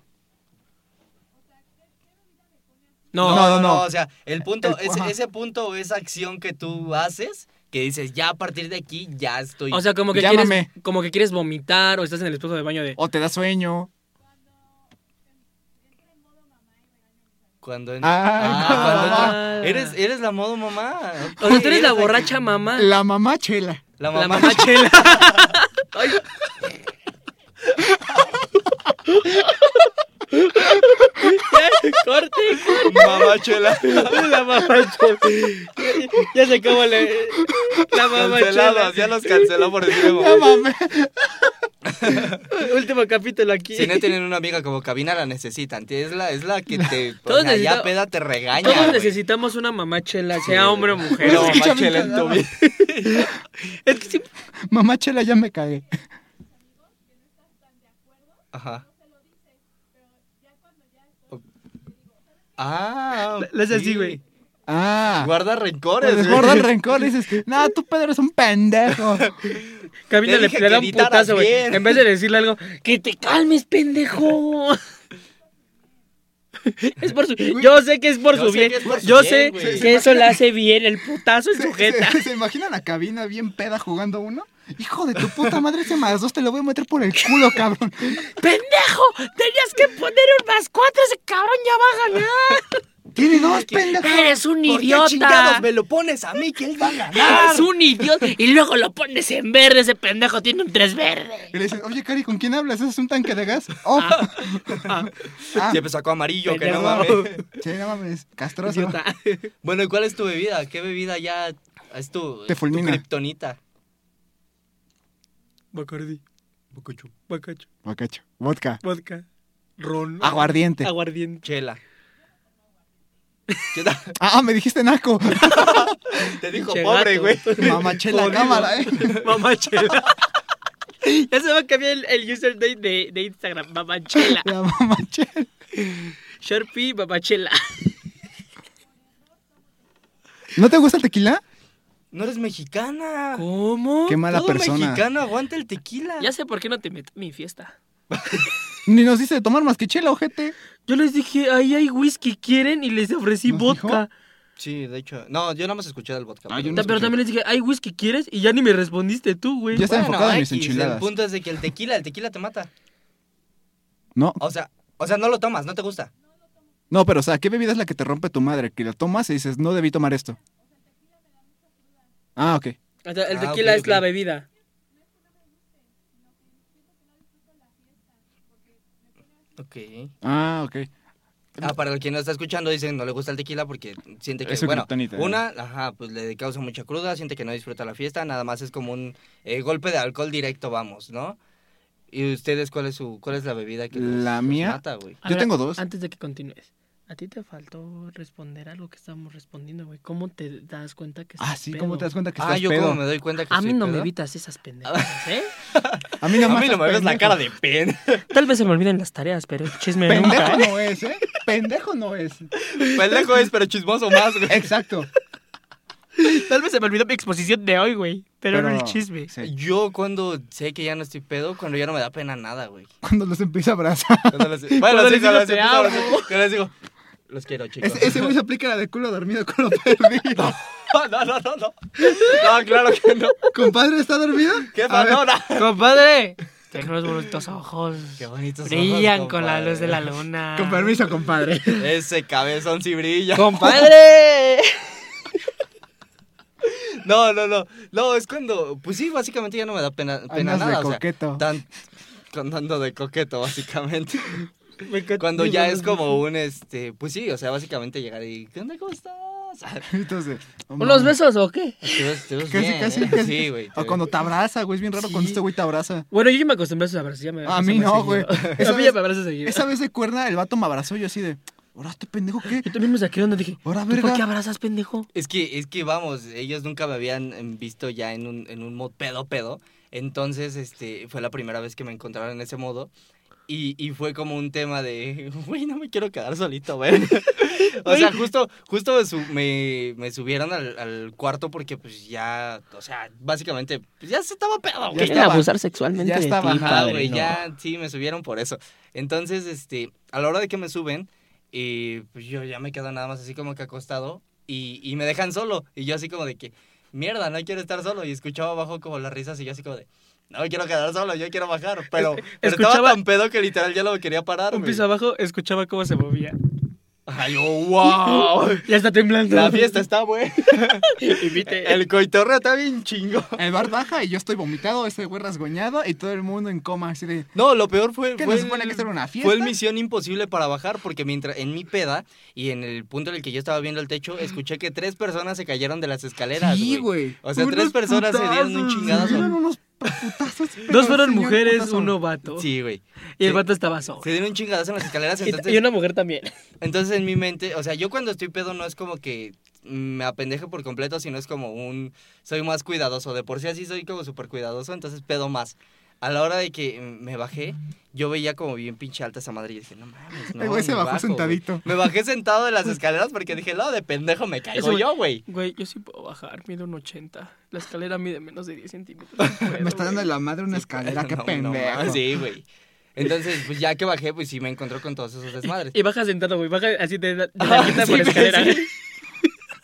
Speaker 1: No,
Speaker 4: No, no, no.
Speaker 2: O sea, el punto,
Speaker 4: El-
Speaker 2: ese,
Speaker 4: ajá.
Speaker 2: ese punto o esa acción que tú haces, que dices, ya a partir de aquí ya estoy.
Speaker 1: o sea, como que, quieres,
Speaker 4: Llámame.
Speaker 1: como que quieres vomitar o estás en el espejo de baño de...
Speaker 4: O te da sueño.
Speaker 2: cuando en-
Speaker 4: Ah,
Speaker 2: Ah, cuando
Speaker 1: mamá.
Speaker 2: entra- eres, eres la modo mamá.
Speaker 1: O sea, tú
Speaker 2: [LAUGHS]
Speaker 1: eres la
Speaker 2: Eres
Speaker 1: borracha
Speaker 4: [LAUGHS]
Speaker 1: mamá. [LAUGHS]
Speaker 4: La mamá chela.
Speaker 2: La
Speaker 1: La
Speaker 2: mamá.
Speaker 1: mamá
Speaker 2: [LAUGHS]
Speaker 1: chela. Ay. Ya, corte.
Speaker 2: Mamá chela.
Speaker 1: [LAUGHS] La mamá chela. Ya, ya sé cómo le. La mamá chela.
Speaker 2: Cancelados, ya los canceló por decir
Speaker 4: No
Speaker 2: mamá.
Speaker 4: mames.
Speaker 1: Último capítulo aquí.
Speaker 2: Si no tienen una amiga como cabina, la necesitan. Es la, es la que te.
Speaker 1: [LAUGHS] Todos
Speaker 2: ya, ya
Speaker 1: necesitamos-
Speaker 2: peda te regaña.
Speaker 1: Todos
Speaker 2: güey.
Speaker 1: necesitamos una mamá chela, sea hombre o mujer.
Speaker 2: Pero
Speaker 4: Es que
Speaker 2: mamá
Speaker 4: Chavita,
Speaker 2: chela en tu
Speaker 1: [LAUGHS]
Speaker 4: nada.
Speaker 2: vida.
Speaker 1: Es que sí,
Speaker 4: Mamá chela ya me cagué.
Speaker 2: Ajá. O- Ah,
Speaker 1: le hace así,
Speaker 2: sí.
Speaker 1: güey. Pues
Speaker 4: Ah.
Speaker 2: Guarda rencores. güey.
Speaker 4: Desborda el rencor. Dices, no, tú Pedro es un pendejo.
Speaker 1: Camila
Speaker 2: Te
Speaker 1: le,
Speaker 2: dije
Speaker 1: le da
Speaker 2: que
Speaker 1: un
Speaker 2: editaras
Speaker 1: putazo, güey.
Speaker 2: bien.
Speaker 1: En vez de decirle algo, que te calmes,
Speaker 2: [LAUGHS]
Speaker 1: pendejo. Es por su, yo sé que es por
Speaker 2: Yo
Speaker 1: su
Speaker 2: sé
Speaker 1: bien.
Speaker 2: que es por su
Speaker 1: Yo
Speaker 2: bien,
Speaker 1: sé
Speaker 2: güey.
Speaker 1: que eso le hace bien el putazo en su
Speaker 2: [LAUGHS]
Speaker 1: jeta.
Speaker 4: [LAUGHS] ¿Se, se imagina la cabina bien peda jugando uno? Hijo de tu puta madre, ese más dos te lo voy a meter por el culo, cabrón.
Speaker 1: ¡Pendejo! Tenías que poner un más cuatro, ese cabrón ya va
Speaker 2: [LAUGHS]
Speaker 1: a
Speaker 4: Tiene dos pendejos.
Speaker 1: ganar. Eres un
Speaker 2: ¿Por qué chingados
Speaker 1: idiota.
Speaker 2: me lo pones a mí que él va a ganar?
Speaker 1: Eres un idiota. Y luego lo pones en verde, ese pendejo tiene un tres verde.
Speaker 4: Y le dices, oye, Cari, ¿con quién hablas? ¿Ese es un tanque de gas? Oh. Ah,
Speaker 2: Siempre sacó amarillo, que no mames.
Speaker 1: Pendejo.
Speaker 4: sí, no mames, castroso.
Speaker 1: Idiota.
Speaker 2: Bueno, ¿y cuál es tu bebida? ¿Qué bebida ya es tu,
Speaker 4: Te
Speaker 2: tu
Speaker 4: fulmina.
Speaker 2: kriptonita?
Speaker 1: Bacardi, bacacho,
Speaker 4: Bacacho, vodka,
Speaker 1: vodka, ron,
Speaker 4: aguardiente.
Speaker 1: aguardiente.
Speaker 2: Chela. ¿Qué tal?
Speaker 4: Ah, me dijiste naco.
Speaker 2: Te dijo
Speaker 1: Pinche
Speaker 2: pobre,
Speaker 1: gato. [LAUGHS]
Speaker 2: güey.
Speaker 4: Mamá chela, cámara, eh.
Speaker 1: Mamachela. [LAUGHS] Ya se va a cambiar el, el username de, de Instagram. Mamachela.
Speaker 2: [LAUGHS]
Speaker 4: La mamá chela.
Speaker 1: Sharpie Mamachela.
Speaker 4: ¿No te gusta el tequila?
Speaker 2: No eres mexicana.
Speaker 1: ¿Cómo?
Speaker 4: Qué mala
Speaker 2: Todo
Speaker 4: persona.
Speaker 2: mexicano aguanta el tequila.
Speaker 1: Ya sé por qué no te meto en mi fiesta.
Speaker 4: Ni nos dice de tomar más que chela, ojete.
Speaker 1: Yo les dije, ahí hay whisky, ¿quieren? Y les ofrecí
Speaker 4: ¿Nos
Speaker 1: vodka.
Speaker 2: Sí, de hecho. No, yo nada más escuché del vodka.
Speaker 4: Ah, yo
Speaker 2: pero-
Speaker 4: no
Speaker 1: Ta- Pero
Speaker 4: escuché.
Speaker 1: también les dije, ¿hay whisky, quieres? Y ya ni me respondiste tú, güey.
Speaker 4: Ya está enfocado en mis
Speaker 2: X,
Speaker 4: enchiladas.
Speaker 2: El punto es de que el tequila, el tequila te mata.
Speaker 4: No,
Speaker 2: O sea, o sea, no lo tomas, no te gusta.
Speaker 4: no, pero o sea, ¿qué bebida es la que te rompe tu madre? Que la tomas y dices, no debí tomar esto. Ah, ok.
Speaker 1: O sea, el
Speaker 2: Ah,
Speaker 1: tequila
Speaker 2: ok,
Speaker 1: es la
Speaker 2: ok.
Speaker 1: bebida.
Speaker 2: Ok.
Speaker 4: Ah, ok.
Speaker 2: Ah, para el que no está escuchando, dicen no le gusta el tequila porque siente que,
Speaker 4: Es su
Speaker 2: bueno,
Speaker 4: kriptonita, ¿no?
Speaker 2: una, ajá, pues le causa mucha cruda, siente que no disfruta la fiesta, nada más es como un eh, golpe de alcohol directo, vamos, ¿no? ¿Y ustedes cuál es su, cuál es la bebida que los-
Speaker 4: La
Speaker 2: los
Speaker 4: mía-
Speaker 2: mata, güey?
Speaker 1: A
Speaker 4: Yo tengo dos.
Speaker 1: Antes de que continúes, a ti te faltó responder a lo que estábamos respondiendo, güey. ¿Cómo te das cuenta que
Speaker 4: Ah,
Speaker 1: estás
Speaker 4: sí,
Speaker 1: pedo?
Speaker 4: ¿cómo te das cuenta que
Speaker 2: Ah,
Speaker 4: estás
Speaker 2: yo
Speaker 4: pedo?
Speaker 2: como me doy cuenta que
Speaker 1: A mí
Speaker 2: estoy
Speaker 1: no me
Speaker 2: pedo.
Speaker 1: evitas esas pendejas, ¿eh?
Speaker 4: A mí, nada
Speaker 2: A
Speaker 4: más
Speaker 2: mí no
Speaker 4: estás
Speaker 2: me ves la
Speaker 4: pendejo.
Speaker 2: cara de pena.
Speaker 1: Tal vez se me olviden las tareas, pero el chisme nunca.
Speaker 4: [LAUGHS] Pendejo no es, ¿eh? Pendejo no es.
Speaker 2: [LAUGHS] Pendejo es, pero chismoso más, güey.
Speaker 4: Exacto.
Speaker 1: Tal vez se me olvidó mi exposición de hoy, güey. Pero, no el chisme.
Speaker 4: sí.
Speaker 2: [LAUGHS] Yo cuando sé que ya no estoy pedo, cuando ya no me da pena nada, güey.
Speaker 4: Cuando los empieza a abrazar.
Speaker 2: [LAUGHS] Cuando les- Bueno,
Speaker 1: Cuando
Speaker 2: sí,
Speaker 1: les digo,
Speaker 2: cuando les
Speaker 1: "Te
Speaker 2: empiezo a abrazar",
Speaker 1: amo.
Speaker 2: cuando les digo, los quiero, chicos.
Speaker 4: Ese, ese güey se aplica la de culo dormido, culo
Speaker 2: [LAUGHS]
Speaker 4: perdido.
Speaker 2: No, no, no, no. No, claro que no.
Speaker 4: ¿Compadre está dormido?
Speaker 2: Qué
Speaker 4: A ver,
Speaker 2: panona.
Speaker 1: ¡Compadre! Tengo unos bonitos ojos.
Speaker 2: Qué bonitos
Speaker 1: Brillan
Speaker 2: ojos,
Speaker 1: con la
Speaker 2: compadre.
Speaker 1: luz de la luna.
Speaker 4: Con permiso, compadre.
Speaker 2: Ese cabezón sí brilla.
Speaker 1: ¡Compadre!
Speaker 2: No, no, no. No, es cuando. Pues sí, básicamente ya no me da pena, pena
Speaker 4: Andas de
Speaker 2: nada. o sea,
Speaker 4: coqueto.
Speaker 2: tan- con- ando de coqueto,
Speaker 4: [LAUGHS]
Speaker 2: básicamente.
Speaker 1: Me encanta-
Speaker 2: Cuando ya es como un este. Pues sí, o sea, básicamente llegar y. ¿Qué onda? ¿Cómo estás? [LAUGHS]
Speaker 4: Entonces, no
Speaker 1: ¿Unos
Speaker 4: mames.
Speaker 1: besos o qué?
Speaker 2: Te ves, te ves
Speaker 4: Casi,
Speaker 2: bien,
Speaker 4: casi,
Speaker 2: ¿eh?
Speaker 4: casi.
Speaker 2: Sí, güey. te
Speaker 4: O
Speaker 2: ves-
Speaker 4: cuando te abraza, güey, es bien raro cuando
Speaker 1: Sí.
Speaker 4: este güey te abraza.
Speaker 1: Bueno, yo ya me acostumbré a sus abrazos. Ya me
Speaker 4: A
Speaker 1: abrazan
Speaker 4: mí
Speaker 1: muy
Speaker 4: no,
Speaker 1: seguido.
Speaker 2: [LAUGHS]
Speaker 4: güey.
Speaker 1: [LAUGHS] A
Speaker 4: Esa
Speaker 1: mí ya
Speaker 4: vez-
Speaker 1: me abrazas seguido.
Speaker 4: Esa vez de cuerna, el vato me abrazó y yo así de, ahora este pendejo qué?
Speaker 1: Yo también me saqué de onda. Dije,
Speaker 4: Ahora,
Speaker 1: ¿tú por
Speaker 4: verga.
Speaker 1: qué abrazas, pendejo?
Speaker 2: Es que, es que vamos, ellos nunca me habían em, visto ya en un, en un modo pedo pedo. Entonces, este, fue la primera vez que me encontraron en ese modo. Y, y fue como un tema de, [LAUGHS] güey, no me quiero quedar solito, güey. o sea, justo, justo me, su- me, me subieron al, al cuarto porque pues ya, o sea, básicamente, pues, ya se estaba pedo, güey.
Speaker 1: Quieren
Speaker 4: estaba.
Speaker 1: abusar sexualmente
Speaker 4: Ya
Speaker 1: de ti,
Speaker 4: estaba, ajá,
Speaker 2: Ah,
Speaker 1: padre,
Speaker 2: güey,
Speaker 1: no.
Speaker 2: ya, sí, me subieron por eso. Entonces, este, a la hora de que me suben, y pues yo ya me quedo nada más así como que acostado y, y me dejan solo. Y yo así como de que, mierda, no quiero estar solo. Y escuchaba abajo como las risas y yo así como de, no me quiero quedar solo, yo quiero bajar.
Speaker 1: [LAUGHS]
Speaker 2: Pero, pero
Speaker 1: escuchaba-
Speaker 2: estaba tan pedo que literal ya lo quería parar,
Speaker 1: Un
Speaker 2: güey.
Speaker 1: piso abajo, escuchaba cómo se movía.
Speaker 2: Ay, oh,
Speaker 1: [LAUGHS]
Speaker 2: wow.
Speaker 1: Ya está temblando.
Speaker 2: La fiesta está buena.
Speaker 1: [LAUGHS] Invite.
Speaker 2: El coitorreo está bien chingo.
Speaker 4: El bar baja y yo estoy vomitado, ese güey rasgoñado y todo el mundo en coma, así de,
Speaker 2: No, lo peor fue...
Speaker 4: ¿qué
Speaker 2: fue
Speaker 4: no se supone que
Speaker 2: el-
Speaker 4: esto era una fiesta?
Speaker 2: Fue el misión imposible para bajar porque mientras en mi peda y en el punto en el que yo estaba viendo el techo, escuché que tres personas se cayeron de las escaleras.
Speaker 4: Sí,
Speaker 2: güey.
Speaker 4: güey.
Speaker 2: O sea, tres personas se dieron un
Speaker 4: Se dieron
Speaker 2: chingadazo.
Speaker 4: unos
Speaker 2: [LAUGHS]
Speaker 4: putazos. pero
Speaker 1: Dos fueron
Speaker 4: señor
Speaker 1: mujeres,
Speaker 4: putazo.
Speaker 1: uno vato.
Speaker 2: Sí, güey.
Speaker 1: Y el
Speaker 2: sí.
Speaker 1: vato estaba solo.
Speaker 2: Se dieron un chingadazo en las escaleras,
Speaker 1: Y-
Speaker 2: entonces,
Speaker 1: y una mujer también.
Speaker 2: entonces en mi mente, o sea, yo cuando estoy pedo no es como que me apendeje por completo, sino es como un, soy más cuidadoso, de por sí así soy como súper cuidadoso, entonces pedo más. A la hora de que mm, me bajé, yo veía como bien pinche alta esa madre y dije, no mames, no,
Speaker 4: El güey se
Speaker 2: me
Speaker 4: bajó
Speaker 2: bajo, güey".
Speaker 4: sentadito.
Speaker 2: Me bajé sentado de las escaleras porque dije, no, de pendejo me [LAUGHS] caigo
Speaker 1: Eso, güey.
Speaker 2: yo, güey.
Speaker 1: Güey, yo sí puedo bajar, mido un 80. La escalera mide menos de 10
Speaker 2: [LAUGHS]
Speaker 1: centímetros. No puedo,
Speaker 4: Me está dando
Speaker 1: güey.
Speaker 4: la madre una escalera, qué
Speaker 2: No, no
Speaker 4: pendejo.
Speaker 2: mames,
Speaker 4: [LAUGHS]
Speaker 2: sí, güey. Entonces, pues ya que bajé, pues sí me encontró con todos esos desmadres.
Speaker 1: Y baja sentado, güey. Baja así de, de
Speaker 2: Ah,
Speaker 1: nalguita
Speaker 2: sí,
Speaker 1: por
Speaker 2: güey,
Speaker 1: escalera.
Speaker 2: sí.
Speaker 4: [LAUGHS]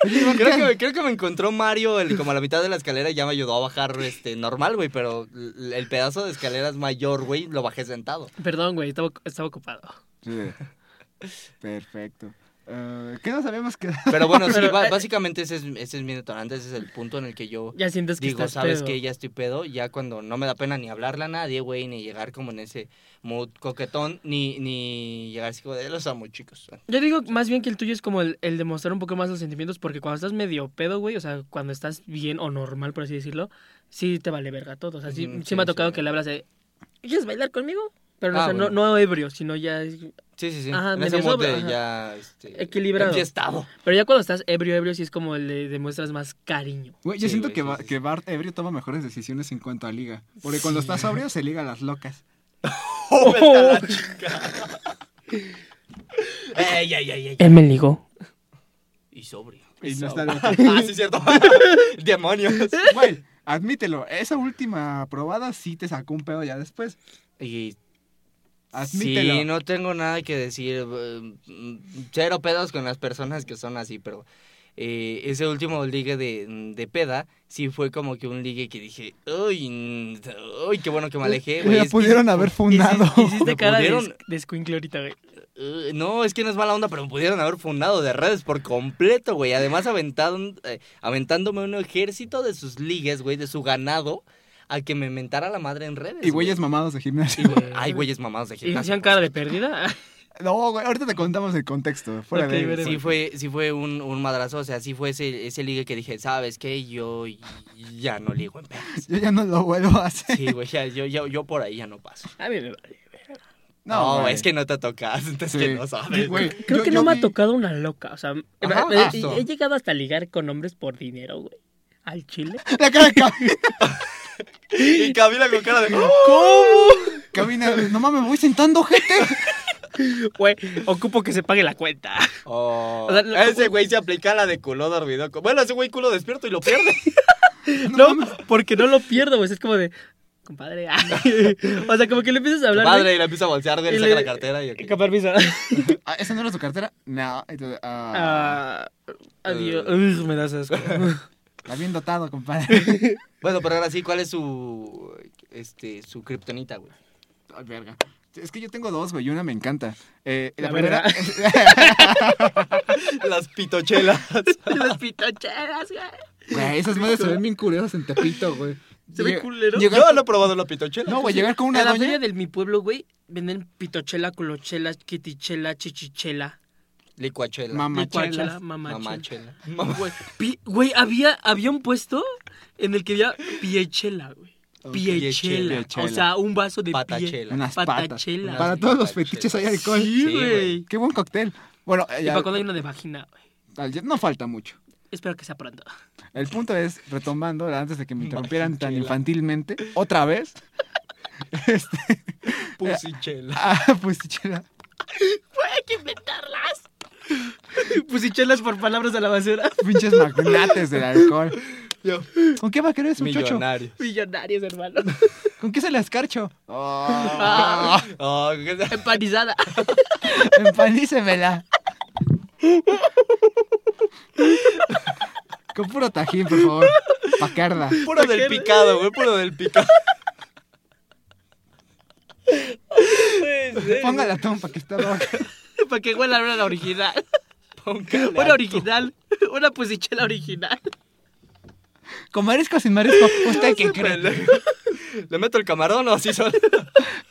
Speaker 2: Creo que, me- creo que me encontró Mario el, como a la mitad de la escalera y ya me ayudó a bajar este, normal, güey, pero l- el pedazo de escalera es mayor, güey, lo bajé sentado.
Speaker 1: Perdón, güey, estaba, estaba ocupado.
Speaker 4: Sí. Perfecto. Eh, ¿Qué nos habíamos quedado?
Speaker 2: Pero bueno, sí,
Speaker 1: Pero,
Speaker 2: ba-
Speaker 1: eh,
Speaker 2: básicamente ese es, ese es mi detonante, ese es el punto en el que yo
Speaker 1: Ya sientes que
Speaker 2: digo,
Speaker 1: estás
Speaker 2: sabes
Speaker 1: pedo.
Speaker 2: que ya estoy pedo, ya cuando no me da pena ni hablarle a nadie, güey, ni llegar como en ese mood coquetón, ni, ni llegar así como de "Eh, los amo, chicos.
Speaker 1: Yo digo más bien que el tuyo es como el, el demostrar un poco más los sentimientos, porque cuando estás medio pedo, güey, o sea, cuando estás bien o normal, por así decirlo, sí te vale verga todo. O sea, sí,
Speaker 2: Ujú,
Speaker 1: sí
Speaker 2: sí,
Speaker 1: me ha tocado
Speaker 2: sí.
Speaker 1: que le hablas de, ¿quieres bailar conmigo? Pero
Speaker 2: Ah,
Speaker 1: o sea, no,
Speaker 2: bueno.
Speaker 1: no ebrio, sino ya... es-
Speaker 2: Sí, sí, sí.
Speaker 1: Ajá,
Speaker 2: en
Speaker 1: medio
Speaker 2: ese mood
Speaker 1: sobrio,
Speaker 2: de
Speaker 1: ajá.
Speaker 2: ya este,
Speaker 1: Equilibrado.
Speaker 2: enfiestado.
Speaker 1: Pero ya cuando estás ebrio, ebrio, sí es como le demuestras más cariño.
Speaker 4: Güey, yo
Speaker 2: Sí,
Speaker 4: siento
Speaker 2: güey,
Speaker 4: que,
Speaker 2: sí,
Speaker 4: Ba-
Speaker 2: sí, sí.
Speaker 4: que Bart ebrio toma mejores decisiones en cuanto a liga. Porque cuando está sobrio se liga a las locas.
Speaker 2: Oh, vete a la chica. ey, ey, ey, ey.
Speaker 1: Él me ligó.
Speaker 2: Y sobrio.
Speaker 4: Y no está loca.
Speaker 2: [LAUGHS] ah, sí, cierto. Demonios.
Speaker 4: [LAUGHS] Güey, admítelo, esa última probada sí te sacó un pedo ya después.
Speaker 2: Y
Speaker 4: Admítelo.
Speaker 2: Sí, no tengo nada que decir. eh, mm, Cero pedos con las personas que son así, pero eh, ese último ligue de, de peda sí fue como que un ligue que dije, uy, mm, uy qué bueno que me alejé. güey,
Speaker 4: [LAUGHS] La
Speaker 2: es que-
Speaker 4: pudieron haber funado.
Speaker 1: Hiciste, hiciste
Speaker 2: Me
Speaker 1: cara de,
Speaker 2: pudieron-
Speaker 1: esc- de escuincle ahorita, güey.
Speaker 2: eh, no, es que no es mala onda, pero me pudieron haber fundado de redes por completo, güey. Además, aventaron, eh, aventándome un ejército de sus ligues, güey, de su ganado, a que me mentara la madre en redes.
Speaker 4: Y güeyes mamados de
Speaker 1: Sí,
Speaker 4: gimnasio.
Speaker 1: [LAUGHS] güey.
Speaker 2: Ay, güeyes mamados de
Speaker 1: ¿Y
Speaker 2: gimnasio.
Speaker 1: hacían cara de pérdida?
Speaker 4: [LAUGHS]
Speaker 1: [LAUGHS]
Speaker 4: No, güey, ahorita te contamos el contexto. Fuera
Speaker 1: Ok,
Speaker 4: de
Speaker 1: veremos.
Speaker 2: Sí fue, sí fue un, un madrazo, o sea, sí fue ese, ese ligue que dije, ¿sabes qué? Yo y- ya no ligo en
Speaker 4: [LAUGHS]
Speaker 2: pedas.
Speaker 4: Yo ya no lo vuelvo a hacer.
Speaker 2: Sí, güey, ya- yo, yo, yo por ahí ya no paso.
Speaker 1: A mí me vale.
Speaker 2: No,
Speaker 4: güey.
Speaker 2: es que no te tocas, [LAUGHS] entonces
Speaker 4: Sí.
Speaker 2: que no sabes.
Speaker 4: Yo- güey,
Speaker 1: Creo
Speaker 4: yo-
Speaker 1: que
Speaker 4: yo
Speaker 1: no me
Speaker 4: vi-
Speaker 1: ha tocado una loca. O sea, me-
Speaker 2: Ajá,
Speaker 1: me-
Speaker 2: justo.
Speaker 1: he llegado hasta ligar con hombres por dinero, güey. Al chile.
Speaker 4: La cara de Cam-
Speaker 2: Y Camila con cara
Speaker 4: [LAUGHS]
Speaker 2: de...
Speaker 4: Camina, no mames, me voy sentando, gente. [LAUGHS]
Speaker 1: Güey, ocupo que se pague la cuenta.
Speaker 2: Oh,
Speaker 1: O sea, lo-
Speaker 2: ese güey se aplica la de culo dormido. Bueno, ese güey culo despierto y
Speaker 1: [LAUGHS]
Speaker 2: lo pierde.
Speaker 1: No, porque no lo pierdo, güey. Es como de, compadre. ah.
Speaker 4: [LAUGHS]
Speaker 1: o sea, como que le empiezas a hablar. güey,
Speaker 2: Padre, y la empieza a bolsear, güey,
Speaker 1: Y
Speaker 2: le saca
Speaker 1: le-
Speaker 2: la cartera y... ok.
Speaker 1: Con permiso.
Speaker 4: Ah, ¿Esa no era su cartera? No. Entonces, ah, Eh.
Speaker 1: Ah, adiós. Ugh, me das
Speaker 4: [LAUGHS]
Speaker 1: asco.
Speaker 4: Está bien dotado, [LAUGHS] compadre.
Speaker 2: Bueno, pero ahora sí, ¿cuál es su... este, su kriptonita, güey?
Speaker 4: Ay, verga. Es que yo tengo dos, güey, y una me encanta. Eh, la,
Speaker 1: La
Speaker 4: primera.
Speaker 2: [LAUGHS] Las pitochelas. [LAUGHS]
Speaker 1: Las pitocheras, güey.
Speaker 4: [LAUGHS] Güey, esas madres se ven bien curiosas en Tepito,
Speaker 2: [LAUGHS]
Speaker 4: güey.
Speaker 1: Se ve
Speaker 4: Llega-
Speaker 1: culero.
Speaker 4: llega-
Speaker 2: Yo no he probado la pitochela.
Speaker 4: No, güey, llegar con
Speaker 1: a
Speaker 4: una
Speaker 1: la feria
Speaker 4: doña.
Speaker 1: de mi pueblo, güey, venden pitochela, colochela, kitichela, chichichela,
Speaker 2: Licuachela.
Speaker 1: licuachela,
Speaker 4: Mamachelas.
Speaker 1: mamachela.
Speaker 2: Mamachela. Mamá-
Speaker 1: Güey, pi- Güey, había, había un puesto en el que había piechela, güey.
Speaker 4: Ok,
Speaker 1: Piechela.
Speaker 4: piechela.
Speaker 1: O sea, un vaso de pie.
Speaker 2: Patachela.
Speaker 4: Unas patas.
Speaker 1: Patachela.
Speaker 4: Para todos los
Speaker 2: Patachelas.
Speaker 4: fetiches hay alcohol.
Speaker 1: Sí,
Speaker 2: Sí, güey.
Speaker 1: güey.
Speaker 4: Qué buen cóctel. Bueno, eh,
Speaker 1: Y
Speaker 4: ya-
Speaker 1: para cuando hay una de vagina, güey.
Speaker 4: al- ya- no falta mucho.
Speaker 1: Espero que sea pronto.
Speaker 4: El punto es, retomando, antes de que me interrumpieran tan
Speaker 2: Mamachelas.
Speaker 4: infantilmente, otra vez. [LAUGHS]
Speaker 2: [LAUGHS] Pusichela.
Speaker 4: Ah, pues chela.
Speaker 1: [LAUGHS] Güey, hay que inventarlas. [LAUGHS] Pusichelas por palabras a la basura. [LAUGHS]
Speaker 4: Pinches magnates del alcohol. ¿Con qué va a querer su chocho?
Speaker 2: Millonario.
Speaker 1: Millonarios, hermano.
Speaker 4: ¿Con qué se la escarcho?
Speaker 1: Ah,
Speaker 2: Oh, ¿qué
Speaker 1: [LAUGHS]
Speaker 2: tal?
Speaker 1: empanizada.
Speaker 4: Empanícemela. Con puro tajín, por favor. Pacarda.
Speaker 2: [LAUGHS] Puro del picado, güey. Puro del picado.
Speaker 4: Póngala tompa que está loca.
Speaker 1: para que huela una original.
Speaker 2: [LAUGHS] Póngale
Speaker 1: Una
Speaker 2: a-
Speaker 1: original. Una pusichela original.
Speaker 4: Con marisco o sin marisco. ¿Usted qué cree?
Speaker 2: Le, [LAUGHS] le meto el camarón o así solo.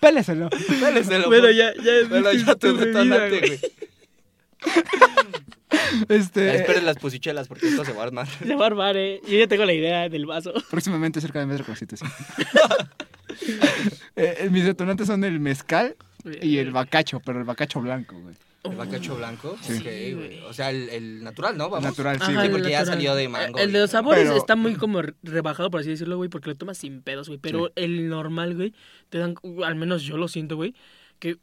Speaker 4: Péleselo.
Speaker 2: Péleselo.
Speaker 4: pues,
Speaker 1: Bueno, ya, ya es
Speaker 2: Bueno, ya tu detonante,
Speaker 1: güey.
Speaker 2: güey. Ya,
Speaker 4: Este.
Speaker 2: Esperen Ah, las pusichelas porque esto se va a armar.
Speaker 1: [LAUGHS] Se va a armar, eh. Yo ya tengo la idea del vaso.
Speaker 4: Próximamente cerca de Metro Constitución. Eh, eh, mis detonantes son el mezcal y el bacacho, pero el bacacho blanco, güey.
Speaker 2: El bacacho blanco.
Speaker 4: Sí.
Speaker 2: ok, güey. O sea, el, el natural, ¿no? Vamos.
Speaker 4: Natural, sí.
Speaker 1: Ajá,
Speaker 4: güey.
Speaker 1: el
Speaker 2: porque ya
Speaker 1: natural. Eh,
Speaker 2: salió de mango,
Speaker 1: El de los
Speaker 2: güey.
Speaker 1: sabores
Speaker 4: Pero-
Speaker 1: está muy como rebajado, por así decirlo, güey, porque lo tomas sin pedos, güey. Pero el normal, güey, te dan, uh, al menos yo lo siento, güey, que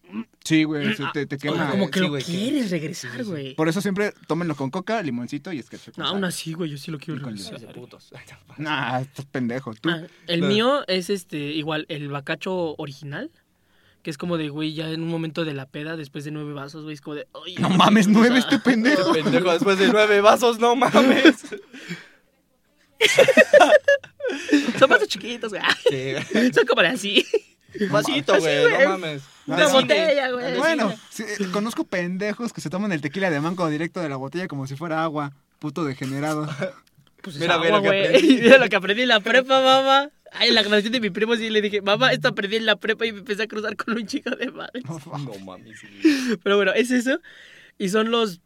Speaker 4: Sí, güey, se te, te quema.
Speaker 1: como, como
Speaker 4: eh.
Speaker 1: que
Speaker 2: sí,
Speaker 1: lo
Speaker 2: güey, que-
Speaker 1: quieres regresar, güey.
Speaker 4: Por eso siempre tómenlo con coca, limoncito y escarcha.
Speaker 1: No, aún así, güey, yo sí lo quiero
Speaker 4: Híjole.
Speaker 1: regresar.
Speaker 2: De putos. [LAUGHS]
Speaker 4: Nah, estás pendejo. Tú.
Speaker 1: Ah, el mío es este, igual, el bacacho original. Que es como de, güey, ya en un momento de la peda, después de nueve vasos, güey, es como de... "Ay,
Speaker 4: No mames, nueve
Speaker 1: o sea,
Speaker 4: este pendejo.
Speaker 2: Pendejo, después de nueve vasos, no mames.
Speaker 1: [LAUGHS] Son vasos chiquitos, güey. [LAUGHS]
Speaker 2: Sí, güey.
Speaker 1: Son como de así.
Speaker 2: Vasito, güey,
Speaker 1: güey.
Speaker 2: no mames.
Speaker 4: Una
Speaker 2: Decide.
Speaker 1: botella, güey.
Speaker 2: Decide.
Speaker 4: Ah, Bueno, sí, eh, conozco pendejos que se toman el tequila de mango directo de la botella como si fuera agua. Puto degenerado.
Speaker 1: Pues
Speaker 2: Mira,
Speaker 1: mira,
Speaker 2: ve lo que aprendí.
Speaker 1: güey. [LAUGHS] Mira lo que aprendí en la prepa, mamá. Ay, en la grabación de mi primo sí le dije, mamá, esto aprendí en la prepa y me empecé a cruzar con un chico de madre.
Speaker 2: No mames. sí.
Speaker 1: Pero bueno, es eso. Y son los,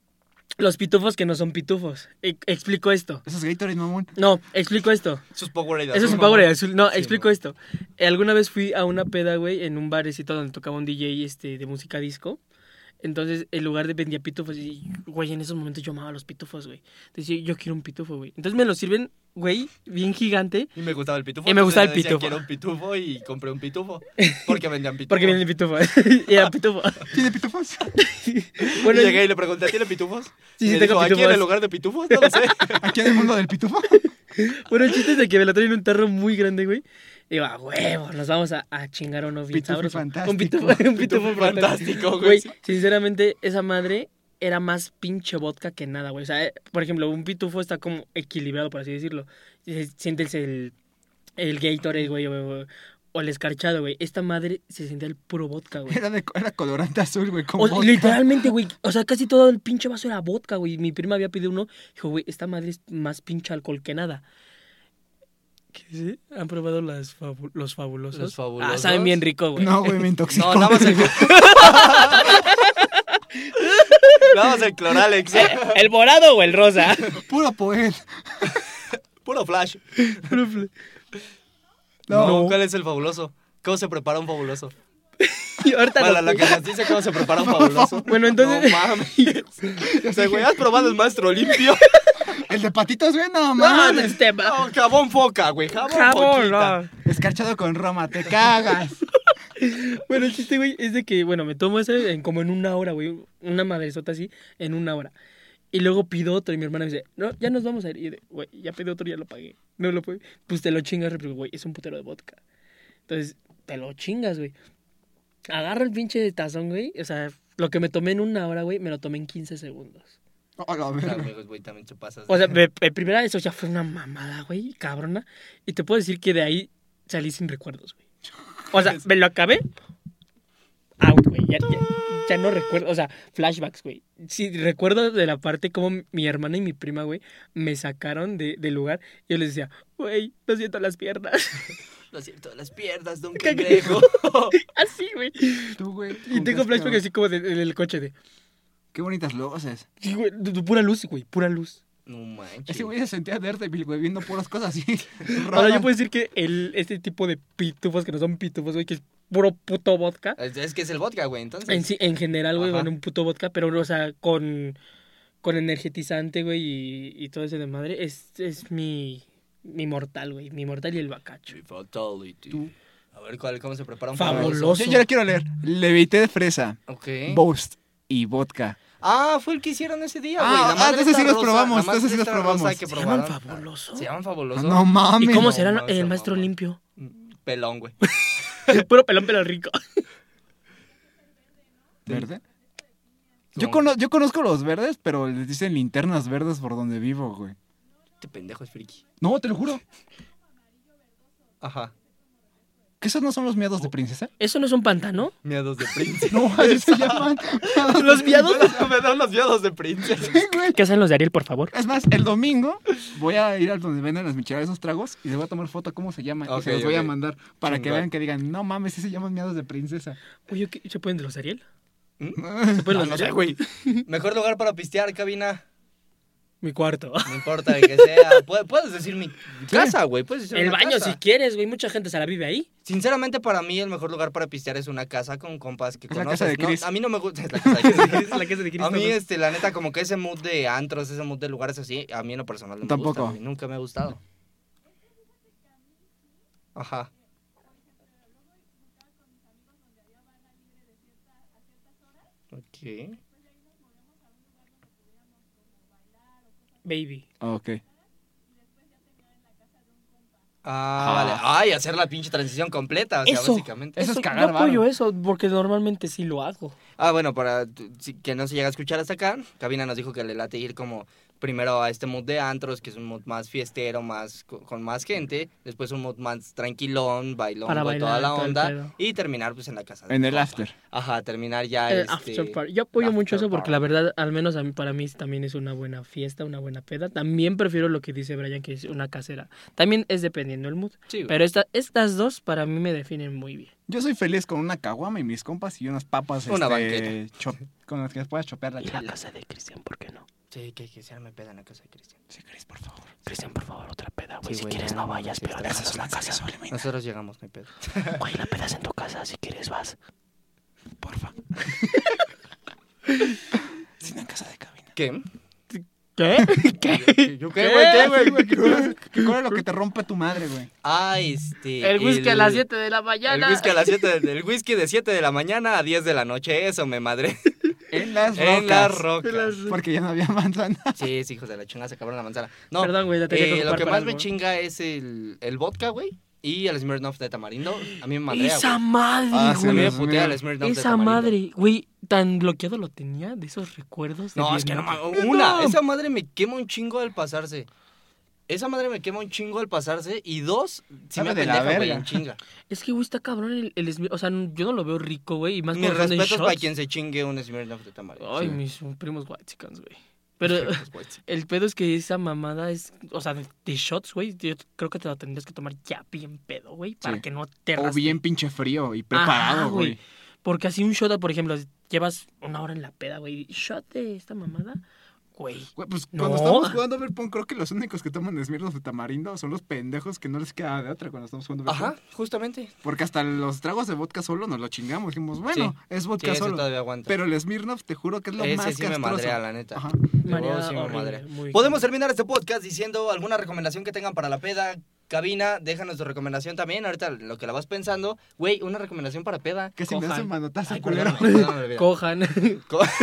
Speaker 1: los pitufos que no son pitufos. E- explico esto.
Speaker 4: Esos Gatorade, mamón.
Speaker 1: No, explico esto.
Speaker 2: Sus Powerade
Speaker 1: Eso es
Speaker 2: azul,
Speaker 1: un Powerade
Speaker 2: mamón.
Speaker 1: azul. No,
Speaker 2: Sí,
Speaker 1: explico
Speaker 2: mamón.
Speaker 1: esto. Eh, Alguna vez fui a una peda, güey, en un barecito donde tocaba un DJ este, de música disco. Entonces, el lugar de vendía pitufos. Y, güey, en esos momentos yo amaba los pitufos, güey. Decía, yo quiero un pitufo, güey. Entonces me lo sirven, güey, bien gigante.
Speaker 2: Y me gustaba el pitufo.
Speaker 1: Y me gustaba el
Speaker 2: Entonces decía,
Speaker 1: pitufo.
Speaker 2: Quiero un pitufo y compré
Speaker 1: [LAUGHS]
Speaker 2: un pitufo. Porque vendían pitufo.
Speaker 1: Porque viene el pitufo. [LAUGHS] Era
Speaker 2: [LAUGHS]
Speaker 1: pitufo.
Speaker 4: ¿Tiene pitufos? [LAUGHS]
Speaker 1: Bueno,
Speaker 2: Y llegué y le pregunté, ¿tiene pitufos?
Speaker 1: Sí,
Speaker 2: Y
Speaker 1: sí,
Speaker 2: me
Speaker 1: tengo
Speaker 2: dijo, ¿Aquí en
Speaker 1: pitufos".
Speaker 2: el lugar de pitufos?
Speaker 1: [LAUGHS]
Speaker 2: No lo sé.
Speaker 4: ¿Aquí en el mundo del pitufo?
Speaker 1: bueno, el chiste es de que me lo traen en un tarro muy grande, güey. Digo, a huevo, nos vamos a, a chingar uno bien
Speaker 4: Pitufo
Speaker 1: sabroso.
Speaker 4: fantástico.
Speaker 1: Un pitufo, [LAUGHS] un pitufo
Speaker 2: Pitufo fantástico, güey.
Speaker 1: Güey, sinceramente, esa madre era más pinche vodka que nada, güey. O sea, eh, por ejemplo, un pitufo está como equilibrado, por así decirlo. Eh, Sientes el, el Gatorade, güey, o, o el escarchado, güey. Esta madre se siente el puro vodka, güey.
Speaker 4: Era, de, era colorante azul, güey, con
Speaker 1: O-
Speaker 4: vodka.
Speaker 1: literalmente, güey. O sea, casi todo el pinche vaso era vodka, güey. Mi prima había pedido uno. Dijo, güey, esta madre es más pinche alcohol que nada. ¿Qué dice? ¿Han probado las fabu- los fabulosos?
Speaker 2: Los fabulosos.
Speaker 1: Ah, saben bien rico, güey.
Speaker 4: No, güey, me intoxicó.
Speaker 2: No, nada más el. [LAUGHS] nada más el Cloralex.
Speaker 1: Eh, [LAUGHS] ¿El morado o el [LAUGHS] rosa?
Speaker 4: Puro poel.
Speaker 2: Puro flash.
Speaker 4: No.
Speaker 2: No, ¿cuál es el fabuloso? ¿Cómo se prepara un fabuloso?
Speaker 1: Y ahorita
Speaker 2: Para
Speaker 1: lo-
Speaker 2: la que nos dice cómo
Speaker 1: [LAUGHS]
Speaker 2: se prepara un fabuloso.
Speaker 1: Bueno, entonces- [LAUGHS]
Speaker 2: No mames. O sea, güey, ¿has probado el maestro limpio?
Speaker 4: El de patitas, güey, no
Speaker 1: No, no
Speaker 4: mames.
Speaker 1: es tema.
Speaker 2: No, jabón foca, güey. Jabón,
Speaker 1: Jabón,
Speaker 2: foquita.
Speaker 1: no.
Speaker 4: Escarchado con Roma, te cagas.
Speaker 1: [LAUGHS] Bueno, el chiste, güey, es de que, bueno, me tomo ese en, como en una hora, güey. Una madresota así, en una hora. Y luego pido otro y mi hermana me dice, no, ya nos vamos a ir. Y yo de, güey, ya pedí otro, ya lo pagué. No lo puedo. Pues te lo chingas, pero, güey, es un putero de vodka. Entonces, te lo chingas, güey. Agarro el pinche tazón, güey. O sea, lo que me tomé en una hora, güey, me lo tomé en 15 segundos.
Speaker 4: A la
Speaker 2: Ah,
Speaker 4: verga.
Speaker 2: güey, güey, también te pasas.
Speaker 1: O sea, de, de primera eso ya fue una mamada, güey, cabrona. Y te puedo decir que de ahí salí sin recuerdos, güey. O sea, me lo acabé. Out, güey. Ya, ya- ya no recuerdo. O sea, flashbacks, güey. Sí, recuerdo de la parte como mi hermana y mi prima, güey, me sacaron de, del lugar. Y yo les decía, güey, no siento las piernas. [LAUGHS]
Speaker 2: Lo siento, las piernas de un
Speaker 1: Cangrejo.
Speaker 2: cangrejo.
Speaker 1: así, güey.
Speaker 4: Tú, güey.
Speaker 1: Y tengo flashbacks así como de- de- del coche de.
Speaker 4: Qué bonitas luces.
Speaker 1: sí, güey, de- de pura luz, güey, pura luz.
Speaker 2: [LAUGHS] No manches.
Speaker 4: Ese güey se sentía Daredevil, güey, viendo puras cosas así.
Speaker 1: Ahora yo
Speaker 4: raras.
Speaker 1: puedo decir que el, este tipo de pitufos, que no son pitufos, güey, que es puro puto vodka.
Speaker 2: Es es que es el vodka, güey, entonces.
Speaker 1: En, sí, en general, güey,
Speaker 2: Ajá.
Speaker 1: con un puto vodka, pero, o sea, con, con energetizante, güey, y, y todo ese de madre, es, es mi, mi mortal, güey, mi mortal y el bacacho.
Speaker 2: Fatality.
Speaker 4: Tú.
Speaker 2: A ver, ¿cuál, ¿cómo se prepara un
Speaker 1: Fabuloso.
Speaker 4: Yo, yo la quiero leer. Levité de fresa,
Speaker 2: Ok.
Speaker 4: Boast y vodka.
Speaker 2: ah, fue el que hicieron ese día,
Speaker 4: Ah,
Speaker 2: güey.
Speaker 4: ah, entonces sí los probamos, entonces sí los probamos.
Speaker 1: ¿Se llaman fabuloso?
Speaker 2: Se llaman fabuloso.
Speaker 4: Ah, No mames.
Speaker 1: ¿Y cómo
Speaker 2: no,
Speaker 1: será
Speaker 2: no,
Speaker 1: el
Speaker 2: esa
Speaker 1: maestro
Speaker 2: mamá.
Speaker 1: [LAUGHS] limpio?
Speaker 2: Pelón, güey.
Speaker 1: Puro pelón, pero rico.
Speaker 4: ¿Verde? Yo, cono- yo conozco los verdes, pero les dicen linternas verdes por donde vivo, güey.
Speaker 2: Este pendejo es friki.
Speaker 4: No, te lo juro.
Speaker 2: Ajá.
Speaker 4: ¿Que esos no son los miedos de princesa?
Speaker 1: ¿Eso no es un pantano?
Speaker 2: Miedos de [LAUGHS] princesa.
Speaker 4: [LAUGHS] No, así se [LAUGHS] llaman.
Speaker 1: ¿Los
Speaker 4: [LAUGHS]
Speaker 1: viados?
Speaker 2: [LAUGHS] Me dan los miedos de princesa.
Speaker 4: Sí, güey.
Speaker 1: ¿Qué hacen los de Ariel, por favor?
Speaker 4: Es más, el domingo voy a ir al donde venden las micheladas esos tragos y les voy a tomar foto cómo se llaman y
Speaker 2: Ok,
Speaker 4: se los voy a
Speaker 2: ok.
Speaker 4: mandar para que
Speaker 2: Chingón.
Speaker 4: vean que digan, no mames, sí se llaman miedos de princesa.
Speaker 1: Oye, ¿qué- ¿se pueden de los Ariel?
Speaker 4: ¿Qué
Speaker 1: ¿Se pueden
Speaker 2: Ah,
Speaker 1: los
Speaker 2: no
Speaker 1: Ariel?
Speaker 2: sé, güey. Mejor lugar para pistear, cabina.
Speaker 1: Mi cuarto.
Speaker 2: No importa el que sea.
Speaker 4: [LAUGHS]
Speaker 2: Pu- Puedes decir mi casa, güey. Puedes decir
Speaker 1: El
Speaker 2: una
Speaker 1: baño,
Speaker 2: casa.
Speaker 1: si quieres, güey, mucha gente se la vive
Speaker 2: [LAUGHS]
Speaker 1: ahí.
Speaker 2: Sinceramente, para mí, el mejor lugar para pistear es una casa con compas que
Speaker 4: Es la
Speaker 2: conoces.
Speaker 4: casa de
Speaker 2: ¿no?
Speaker 4: Chris.
Speaker 2: a mí no me gusta. [LAUGHS] Es la casa de Chris.
Speaker 1: la [LAUGHS] casa de Cristo.
Speaker 2: A mí, este, la neta, como que ese mood de antros, ese mood de lugares así, a mí en lo personal no me
Speaker 4: Tampoco.
Speaker 2: gusta, güey. Nunca me ha gustado. Ajá. Ok.
Speaker 1: Baby.
Speaker 4: [LAUGHS] Ok.
Speaker 2: Ah, vale. Ay, hacer la pinche transición completa, o sea,
Speaker 1: Eso.
Speaker 2: básicamente.
Speaker 4: Eso es
Speaker 1: Eso,
Speaker 4: cagar
Speaker 1: yo apoyo
Speaker 4: varo.
Speaker 1: eso porque normalmente sí lo hago.
Speaker 2: Ah, bueno, para t- si- que no se llega a escuchar hasta acá, Cabina nos dijo que le late ir como primero a este mood de antros, que es un mood más fiestero, más co- con más gente, después un mood más tranquilón, bailón,
Speaker 1: Para
Speaker 2: con toda
Speaker 1: bailar,
Speaker 2: la
Speaker 1: todo el
Speaker 2: onda,
Speaker 1: pedo.
Speaker 2: y terminar pues en la casa. de
Speaker 4: En el
Speaker 2: compa.
Speaker 4: after.
Speaker 2: Ajá, terminar ya
Speaker 1: El
Speaker 2: este,
Speaker 1: after party. Yo apoyo
Speaker 2: after
Speaker 1: mucho eso porque
Speaker 2: party.
Speaker 1: la verdad, al menos a mí- para mí también es una buena fiesta, una buena peda. También prefiero lo que dice Brian, que es una casera. También es dependiendo el mood.
Speaker 2: Sí, güey.
Speaker 1: Pero esta, estas dos para mí me definen muy bien.
Speaker 4: Yo soy feliz con una caguama y mis compas y unas papas.
Speaker 2: Una
Speaker 4: este, cho- Con las que puedas chopear la
Speaker 1: Y la
Speaker 4: chela.
Speaker 1: casa de Cristian, ¿por qué no?
Speaker 2: Sí, que, que se arme peda en la casa de Cristian.
Speaker 4: Sí, Chris, por favor.
Speaker 1: Cristian, por favor, otra peda, güey.
Speaker 2: Sí,
Speaker 1: si
Speaker 2: güey,
Speaker 1: quieres
Speaker 2: ya,
Speaker 1: no
Speaker 2: no,
Speaker 1: vayas,
Speaker 2: sí,
Speaker 1: pero
Speaker 2: está
Speaker 1: la haces en la
Speaker 4: Lanza
Speaker 1: casa.
Speaker 4: gasolina.
Speaker 2: Nosotros llegamos, no hay pedo.
Speaker 1: [LAUGHS] Güey, la pedas en tu casa, si quieres vas. [LAUGHS]
Speaker 2: [LAUGHS]
Speaker 4: Porfa. Sin la casa de cabina.
Speaker 2: ¿Qué?
Speaker 1: ¿Qué? ¿Qué?
Speaker 2: ¿Yo qué, güey? ¿Qué, güey?
Speaker 4: ¿Qué es lo que te rompe tu madre, güey?
Speaker 2: Ah, este...
Speaker 1: El whisky a las
Speaker 2: el-
Speaker 1: 7 de la mañana.
Speaker 2: El whisky, a
Speaker 1: [LAUGHS]
Speaker 2: las siete de, el whisky de 7 de la mañana a 10 de la noche, eso
Speaker 1: [LAUGHS]
Speaker 2: me madre.
Speaker 4: En las rocas.
Speaker 2: En las rocas.
Speaker 4: Porque ya no había manzana.
Speaker 1: [LAUGHS]
Speaker 2: Sí, sí, hijos de la chingada, se acabaron la manzana. No,
Speaker 1: Perdón, güey, la tenía que
Speaker 2: eh, lo
Speaker 1: ocupar
Speaker 2: que
Speaker 1: para
Speaker 2: más
Speaker 1: algo.
Speaker 2: me chinga es el, el vodka, güey. y al Smirnoff de tamarindo. A mí me madrea.
Speaker 1: Esa
Speaker 2: güey.
Speaker 1: madre,
Speaker 4: Ah,
Speaker 2: A
Speaker 4: sí,
Speaker 2: mí
Speaker 1: güey.
Speaker 2: me
Speaker 4: Dios
Speaker 2: putea
Speaker 4: mío.
Speaker 2: al Smirnoff de
Speaker 1: Esa
Speaker 2: tamarindo.
Speaker 1: madre, güey, tan bloqueado lo tenía de esos recuerdos. de
Speaker 2: No, es que no
Speaker 1: Vietnam.
Speaker 2: mames. Una,
Speaker 1: No.
Speaker 2: esa madre me quema un chingo al pasarse. Esa madre me quema un chingo al pasarse. Y dos, si me
Speaker 4: Sabe de la
Speaker 2: pendeja, güey,
Speaker 4: verga.
Speaker 2: en chinga.
Speaker 1: Es que, güey, está cabrón el, el Smirnoff. O sea, n- yo no lo veo rico, güey. Y más
Speaker 2: Mis
Speaker 1: cuando son en
Speaker 2: respetos para
Speaker 1: Pues shots.
Speaker 2: quien se chingue un Smirnoff de tamarindo. pues,
Speaker 1: Ay,
Speaker 4: Sí.
Speaker 1: mis primos white güey. Pero [LAUGHS] el pedo es que esa mamada es. O sea, de, de shots, güey. Yo creo que te lo tendrías que tomar ya bien pedo, güey. Para
Speaker 4: Sí.
Speaker 1: que no te
Speaker 4: O
Speaker 1: raspe.
Speaker 4: bien pinche frío y
Speaker 1: Ajá,
Speaker 4: preparado, güey.
Speaker 1: Porque así un shot, por ejemplo, llevas una hora en la peda, güey. Shot de esta mamada, güey.
Speaker 4: Güey, pues
Speaker 1: No.
Speaker 4: cuando estamos jugando a Verpón, creo que los únicos que toman esmirnos de tamarindo son los pendejos que no les queda de otra cuando estamos jugando a
Speaker 2: Ajá,
Speaker 4: Verpón.
Speaker 2: justamente.
Speaker 4: Porque hasta los tragos de vodka solo nos lo chingamos. Dijimos, bueno, es
Speaker 2: Sí,
Speaker 4: vodka
Speaker 2: ese
Speaker 4: solo.
Speaker 2: todavía aguanta.
Speaker 4: Pero el Smirnoff, te juro que es lo
Speaker 2: ese
Speaker 4: más
Speaker 2: sí me
Speaker 4: castroso.
Speaker 2: madrea, la neta.
Speaker 4: Ajá.
Speaker 2: De
Speaker 1: Manera
Speaker 2: huevo sí me
Speaker 1: horrible,
Speaker 2: madrea.
Speaker 1: muy
Speaker 2: Podemos terminar este podcast diciendo alguna recomendación que tengan para la peda. Cabina, déjanos tu recomendación también. Ahorita lo que la vas pensando. Güey, una recomendación para peda.
Speaker 4: Que si me
Speaker 1: Cojan.
Speaker 4: hacen manotazo,
Speaker 2: Ay,
Speaker 4: culero.
Speaker 2: perdóname, perdóname, mira.
Speaker 1: Cojan.
Speaker 2: Co-
Speaker 1: [LAUGHS]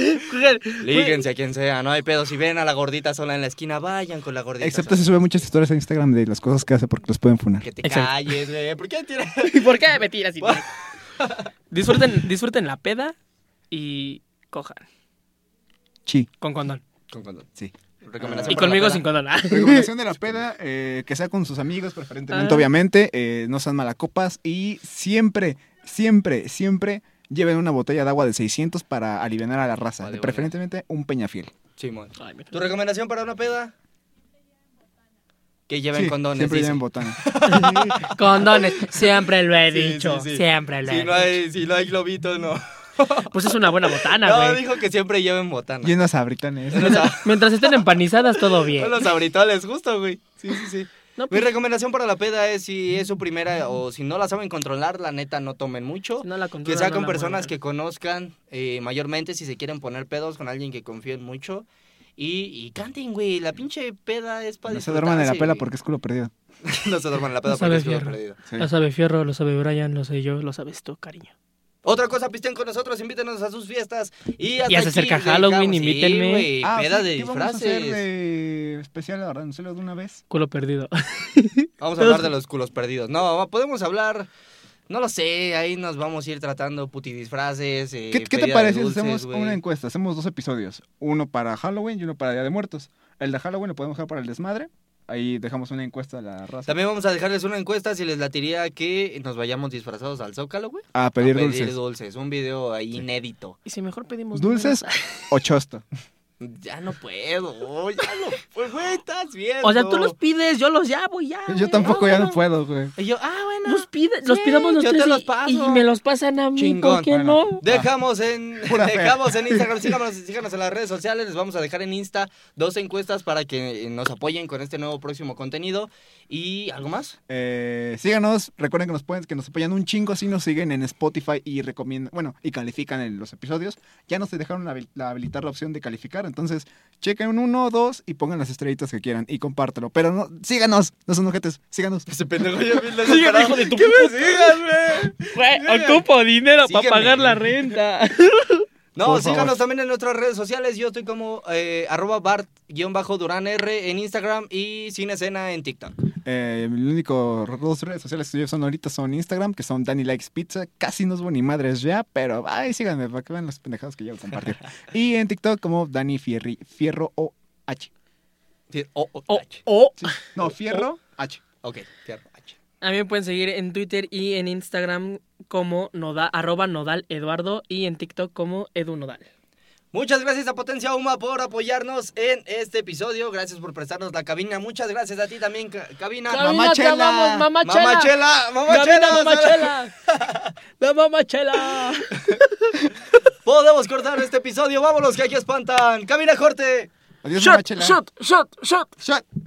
Speaker 1: Cojan.
Speaker 2: Líguense a quien sea, no hay pedo. Si ven a la gordita sola en la esquina, vayan con la gordita.
Speaker 4: Excepto
Speaker 2: sola.
Speaker 4: si sube muchas historias a Instagram de las cosas que hace porque los pueden funar.
Speaker 2: Que te
Speaker 1: Exacto.
Speaker 2: calles, güey. ¿Por qué
Speaker 4: [LAUGHS]
Speaker 2: tiras?
Speaker 1: ¿Y por qué me tiras? y- [LAUGHS] disfruten, disfruten la peda y cojan.
Speaker 4: Sí.
Speaker 1: Con condón.
Speaker 2: Con condón.
Speaker 4: Sí.
Speaker 2: Recomendación.
Speaker 1: Y
Speaker 2: para la
Speaker 1: conmigo
Speaker 2: peda.
Speaker 1: sin condón. ah.
Speaker 4: Recomendación de la peda, eh, que sea con sus amigos, preferentemente,
Speaker 1: Ah.
Speaker 4: obviamente, eh, no sean malacopas y siempre, siempre, siempre lleven una botella de agua de 600 para aliviar a la raza,
Speaker 2: Vale,
Speaker 4: de preferentemente un peñafiel.
Speaker 2: Simón.
Speaker 1: Ay, mira.
Speaker 2: ¿Tu recomendación para una peda? Que lleven [LAUGHS]
Speaker 4: Sí,
Speaker 2: condones.
Speaker 4: siempre
Speaker 2: dice.
Speaker 4: lleven botana.
Speaker 1: Condones. Siempre lo he
Speaker 2: Sí, sí,
Speaker 1: dicho.
Speaker 2: sí.
Speaker 1: Siempre lo he
Speaker 2: Si no hay, si no hay globitos, no.
Speaker 1: dicho. Pues es [LAUGHS] una buena botana,
Speaker 2: No,
Speaker 1: güey.
Speaker 2: dijo que siempre lleven botana. [LAUGHS]
Speaker 4: Llenos abritanes.
Speaker 1: Mientras- Mientras estén empanizadas, todo bien.
Speaker 2: Son los abritoles, justo, güey. Sí, sí,
Speaker 1: [LAUGHS]
Speaker 2: sí.
Speaker 1: No,
Speaker 2: Mi
Speaker 1: pues,
Speaker 2: recomendación para la peda es si es su primera o si no la saben controlar, la neta no tomen mucho.
Speaker 1: si no la
Speaker 2: Que
Speaker 1: controlan,
Speaker 2: sea
Speaker 1: no
Speaker 2: con
Speaker 1: la
Speaker 2: personas
Speaker 1: manejan.
Speaker 2: que conozcan eh, mayormente, si se quieren poner pedos con alguien que confíen mucho. Y, y canten, güey. La pinche peda es para
Speaker 4: No se duerman en la pela
Speaker 2: peda
Speaker 4: porque es culo perdido.
Speaker 2: [LAUGHS] no se duerman en la peda
Speaker 1: No
Speaker 2: porque
Speaker 1: sabes
Speaker 2: es culo
Speaker 1: fierro.
Speaker 2: perdido.
Speaker 4: Sí.
Speaker 1: Lo sabe Fierro, lo sabe Brian, lo sé yo, lo sabes tú, cariño.
Speaker 2: Otra cosa, pisten con nosotros, invítenos a sus fiestas. Y, hasta
Speaker 1: Ya se
Speaker 2: aquí
Speaker 1: acerca
Speaker 2: dejamos-
Speaker 1: Halloween,
Speaker 2: Sí,
Speaker 1: invítenme.
Speaker 2: güey,
Speaker 4: Ah,
Speaker 2: peda
Speaker 4: sí,
Speaker 2: de
Speaker 4: ¿qué vamos a
Speaker 2: disfraces.
Speaker 4: hacer de especial ahora? ¿No se lo de una vez?
Speaker 1: Culo perdido.
Speaker 2: Vamos a hablar de los culos perdidos. No, podemos hablar. No lo sé, ahí nos vamos a ir tratando putidisfraces. eh,
Speaker 4: ¿Qué, qué
Speaker 2: pedida
Speaker 4: te
Speaker 2: de
Speaker 4: parece si
Speaker 2: dulces,
Speaker 4: hacemos
Speaker 2: güey.
Speaker 4: una encuesta? Hacemos dos episodios. Uno para Halloween y uno para Día de Muertos. El de Halloween lo podemos dejar para el desmadre. Ahí dejamos una encuesta a la raza.
Speaker 2: También vamos a dejarles una encuesta si les latiría que nos vayamos disfrazados al Zócalo, güey.
Speaker 4: A
Speaker 2: A
Speaker 4: pedir
Speaker 2: pedir
Speaker 4: dulces.
Speaker 2: Un video ahí inédito.
Speaker 1: [LAUGHS] Y si mejor pedimos
Speaker 4: ¿Dulces
Speaker 1: números.
Speaker 4: o
Speaker 2: [LAUGHS]
Speaker 4: chosto? [LAUGHS]
Speaker 2: Ya no puedo, [LAUGHS] ya no puedo. Güey, estás viendo.
Speaker 1: O sea, tú los pides, yo los llamo y ya.
Speaker 4: Yo
Speaker 1: güey.
Speaker 4: tampoco ya no
Speaker 1: Vámonos.
Speaker 4: puedo, güey.
Speaker 2: Y yo, ah, bueno.
Speaker 1: Los, pide, los
Speaker 2: Sí,
Speaker 1: pidamos
Speaker 2: yo te
Speaker 1: nosotros y-
Speaker 2: los paso.
Speaker 1: y me los pasan a mí,
Speaker 2: Chingón,
Speaker 1: ¿por qué
Speaker 4: bueno.
Speaker 1: no?
Speaker 2: Dejamos [LAUGHS] en,
Speaker 4: Pura fe.
Speaker 2: dejamos en Instagram, síganos, síganos en las redes sociales, les vamos a dejar en Insta dos encuestas para que eh, nos apoyen con este nuevo próximo contenido. ¿Y algo más?
Speaker 4: Eh, síganos, recuerden que nos pueden, que nos apoyan un chingo si nos siguen en Spotify y recomiendan, bueno, y califican en los episodios. Ya nos dejaron habil- la- habilitar la opción de calificar, entonces chequen uno o dos y pongan las estrellitas que quieran y compártelo. Pero no, síganos, no son ojetes, síganos.
Speaker 2: [LAUGHS] Ese pendejo yo vi los
Speaker 1: Sígueme,
Speaker 2: esperaba.
Speaker 1: hijo de tu
Speaker 2: ¡Que me
Speaker 1: puta
Speaker 2: sigas, güey! [LAUGHS]
Speaker 1: Güey,
Speaker 2: Sígueme.
Speaker 1: ocupo dinero
Speaker 2: Sígueme.
Speaker 1: para pagar la renta.
Speaker 2: No,
Speaker 4: Por
Speaker 2: síganos
Speaker 4: favor.
Speaker 2: también en nuestras redes sociales. Yo estoy como eh, arroba bart-duranr en Instagram y sin escena en TikTok.
Speaker 4: Eh, el único dos redes sociales que yo son ahorita son Instagram, que son Danny Likes Pizza, casi no es ni madres ya, pero ay, síganme para que vean los pendejados que yo voy a compartir. y en TikTok como Dani Fierri, Fierro o H.
Speaker 2: Sí, O, o,
Speaker 1: O,
Speaker 2: H.
Speaker 1: o
Speaker 4: Sí, No, Fierro H.
Speaker 2: Ok, cierto, H.
Speaker 1: A mí me pueden seguir en Twitter y en Instagram como noda, arroba nodal eduardo y en TikTok como edu nodal.
Speaker 2: Muchas gracias a Potencia Uma por apoyarnos en este episodio. Gracias por prestarnos la cabina. Muchas gracias a ti también, ca- cabina.
Speaker 1: Cabina,
Speaker 4: Mamá
Speaker 1: te
Speaker 4: Chela.
Speaker 1: amamos, mamá Chela.
Speaker 2: Mamá Chela, mamá
Speaker 1: Cabina,
Speaker 2: Chela,
Speaker 1: mamá
Speaker 2: o sea,
Speaker 1: Chela. La mamá Chela.
Speaker 2: Podemos cortar este episodio. Vámonos, que aquí espantan. Cabina corte.
Speaker 4: Adiós,
Speaker 1: Shot,
Speaker 4: mamachela.
Speaker 1: shot, shot, shot.
Speaker 4: Shot.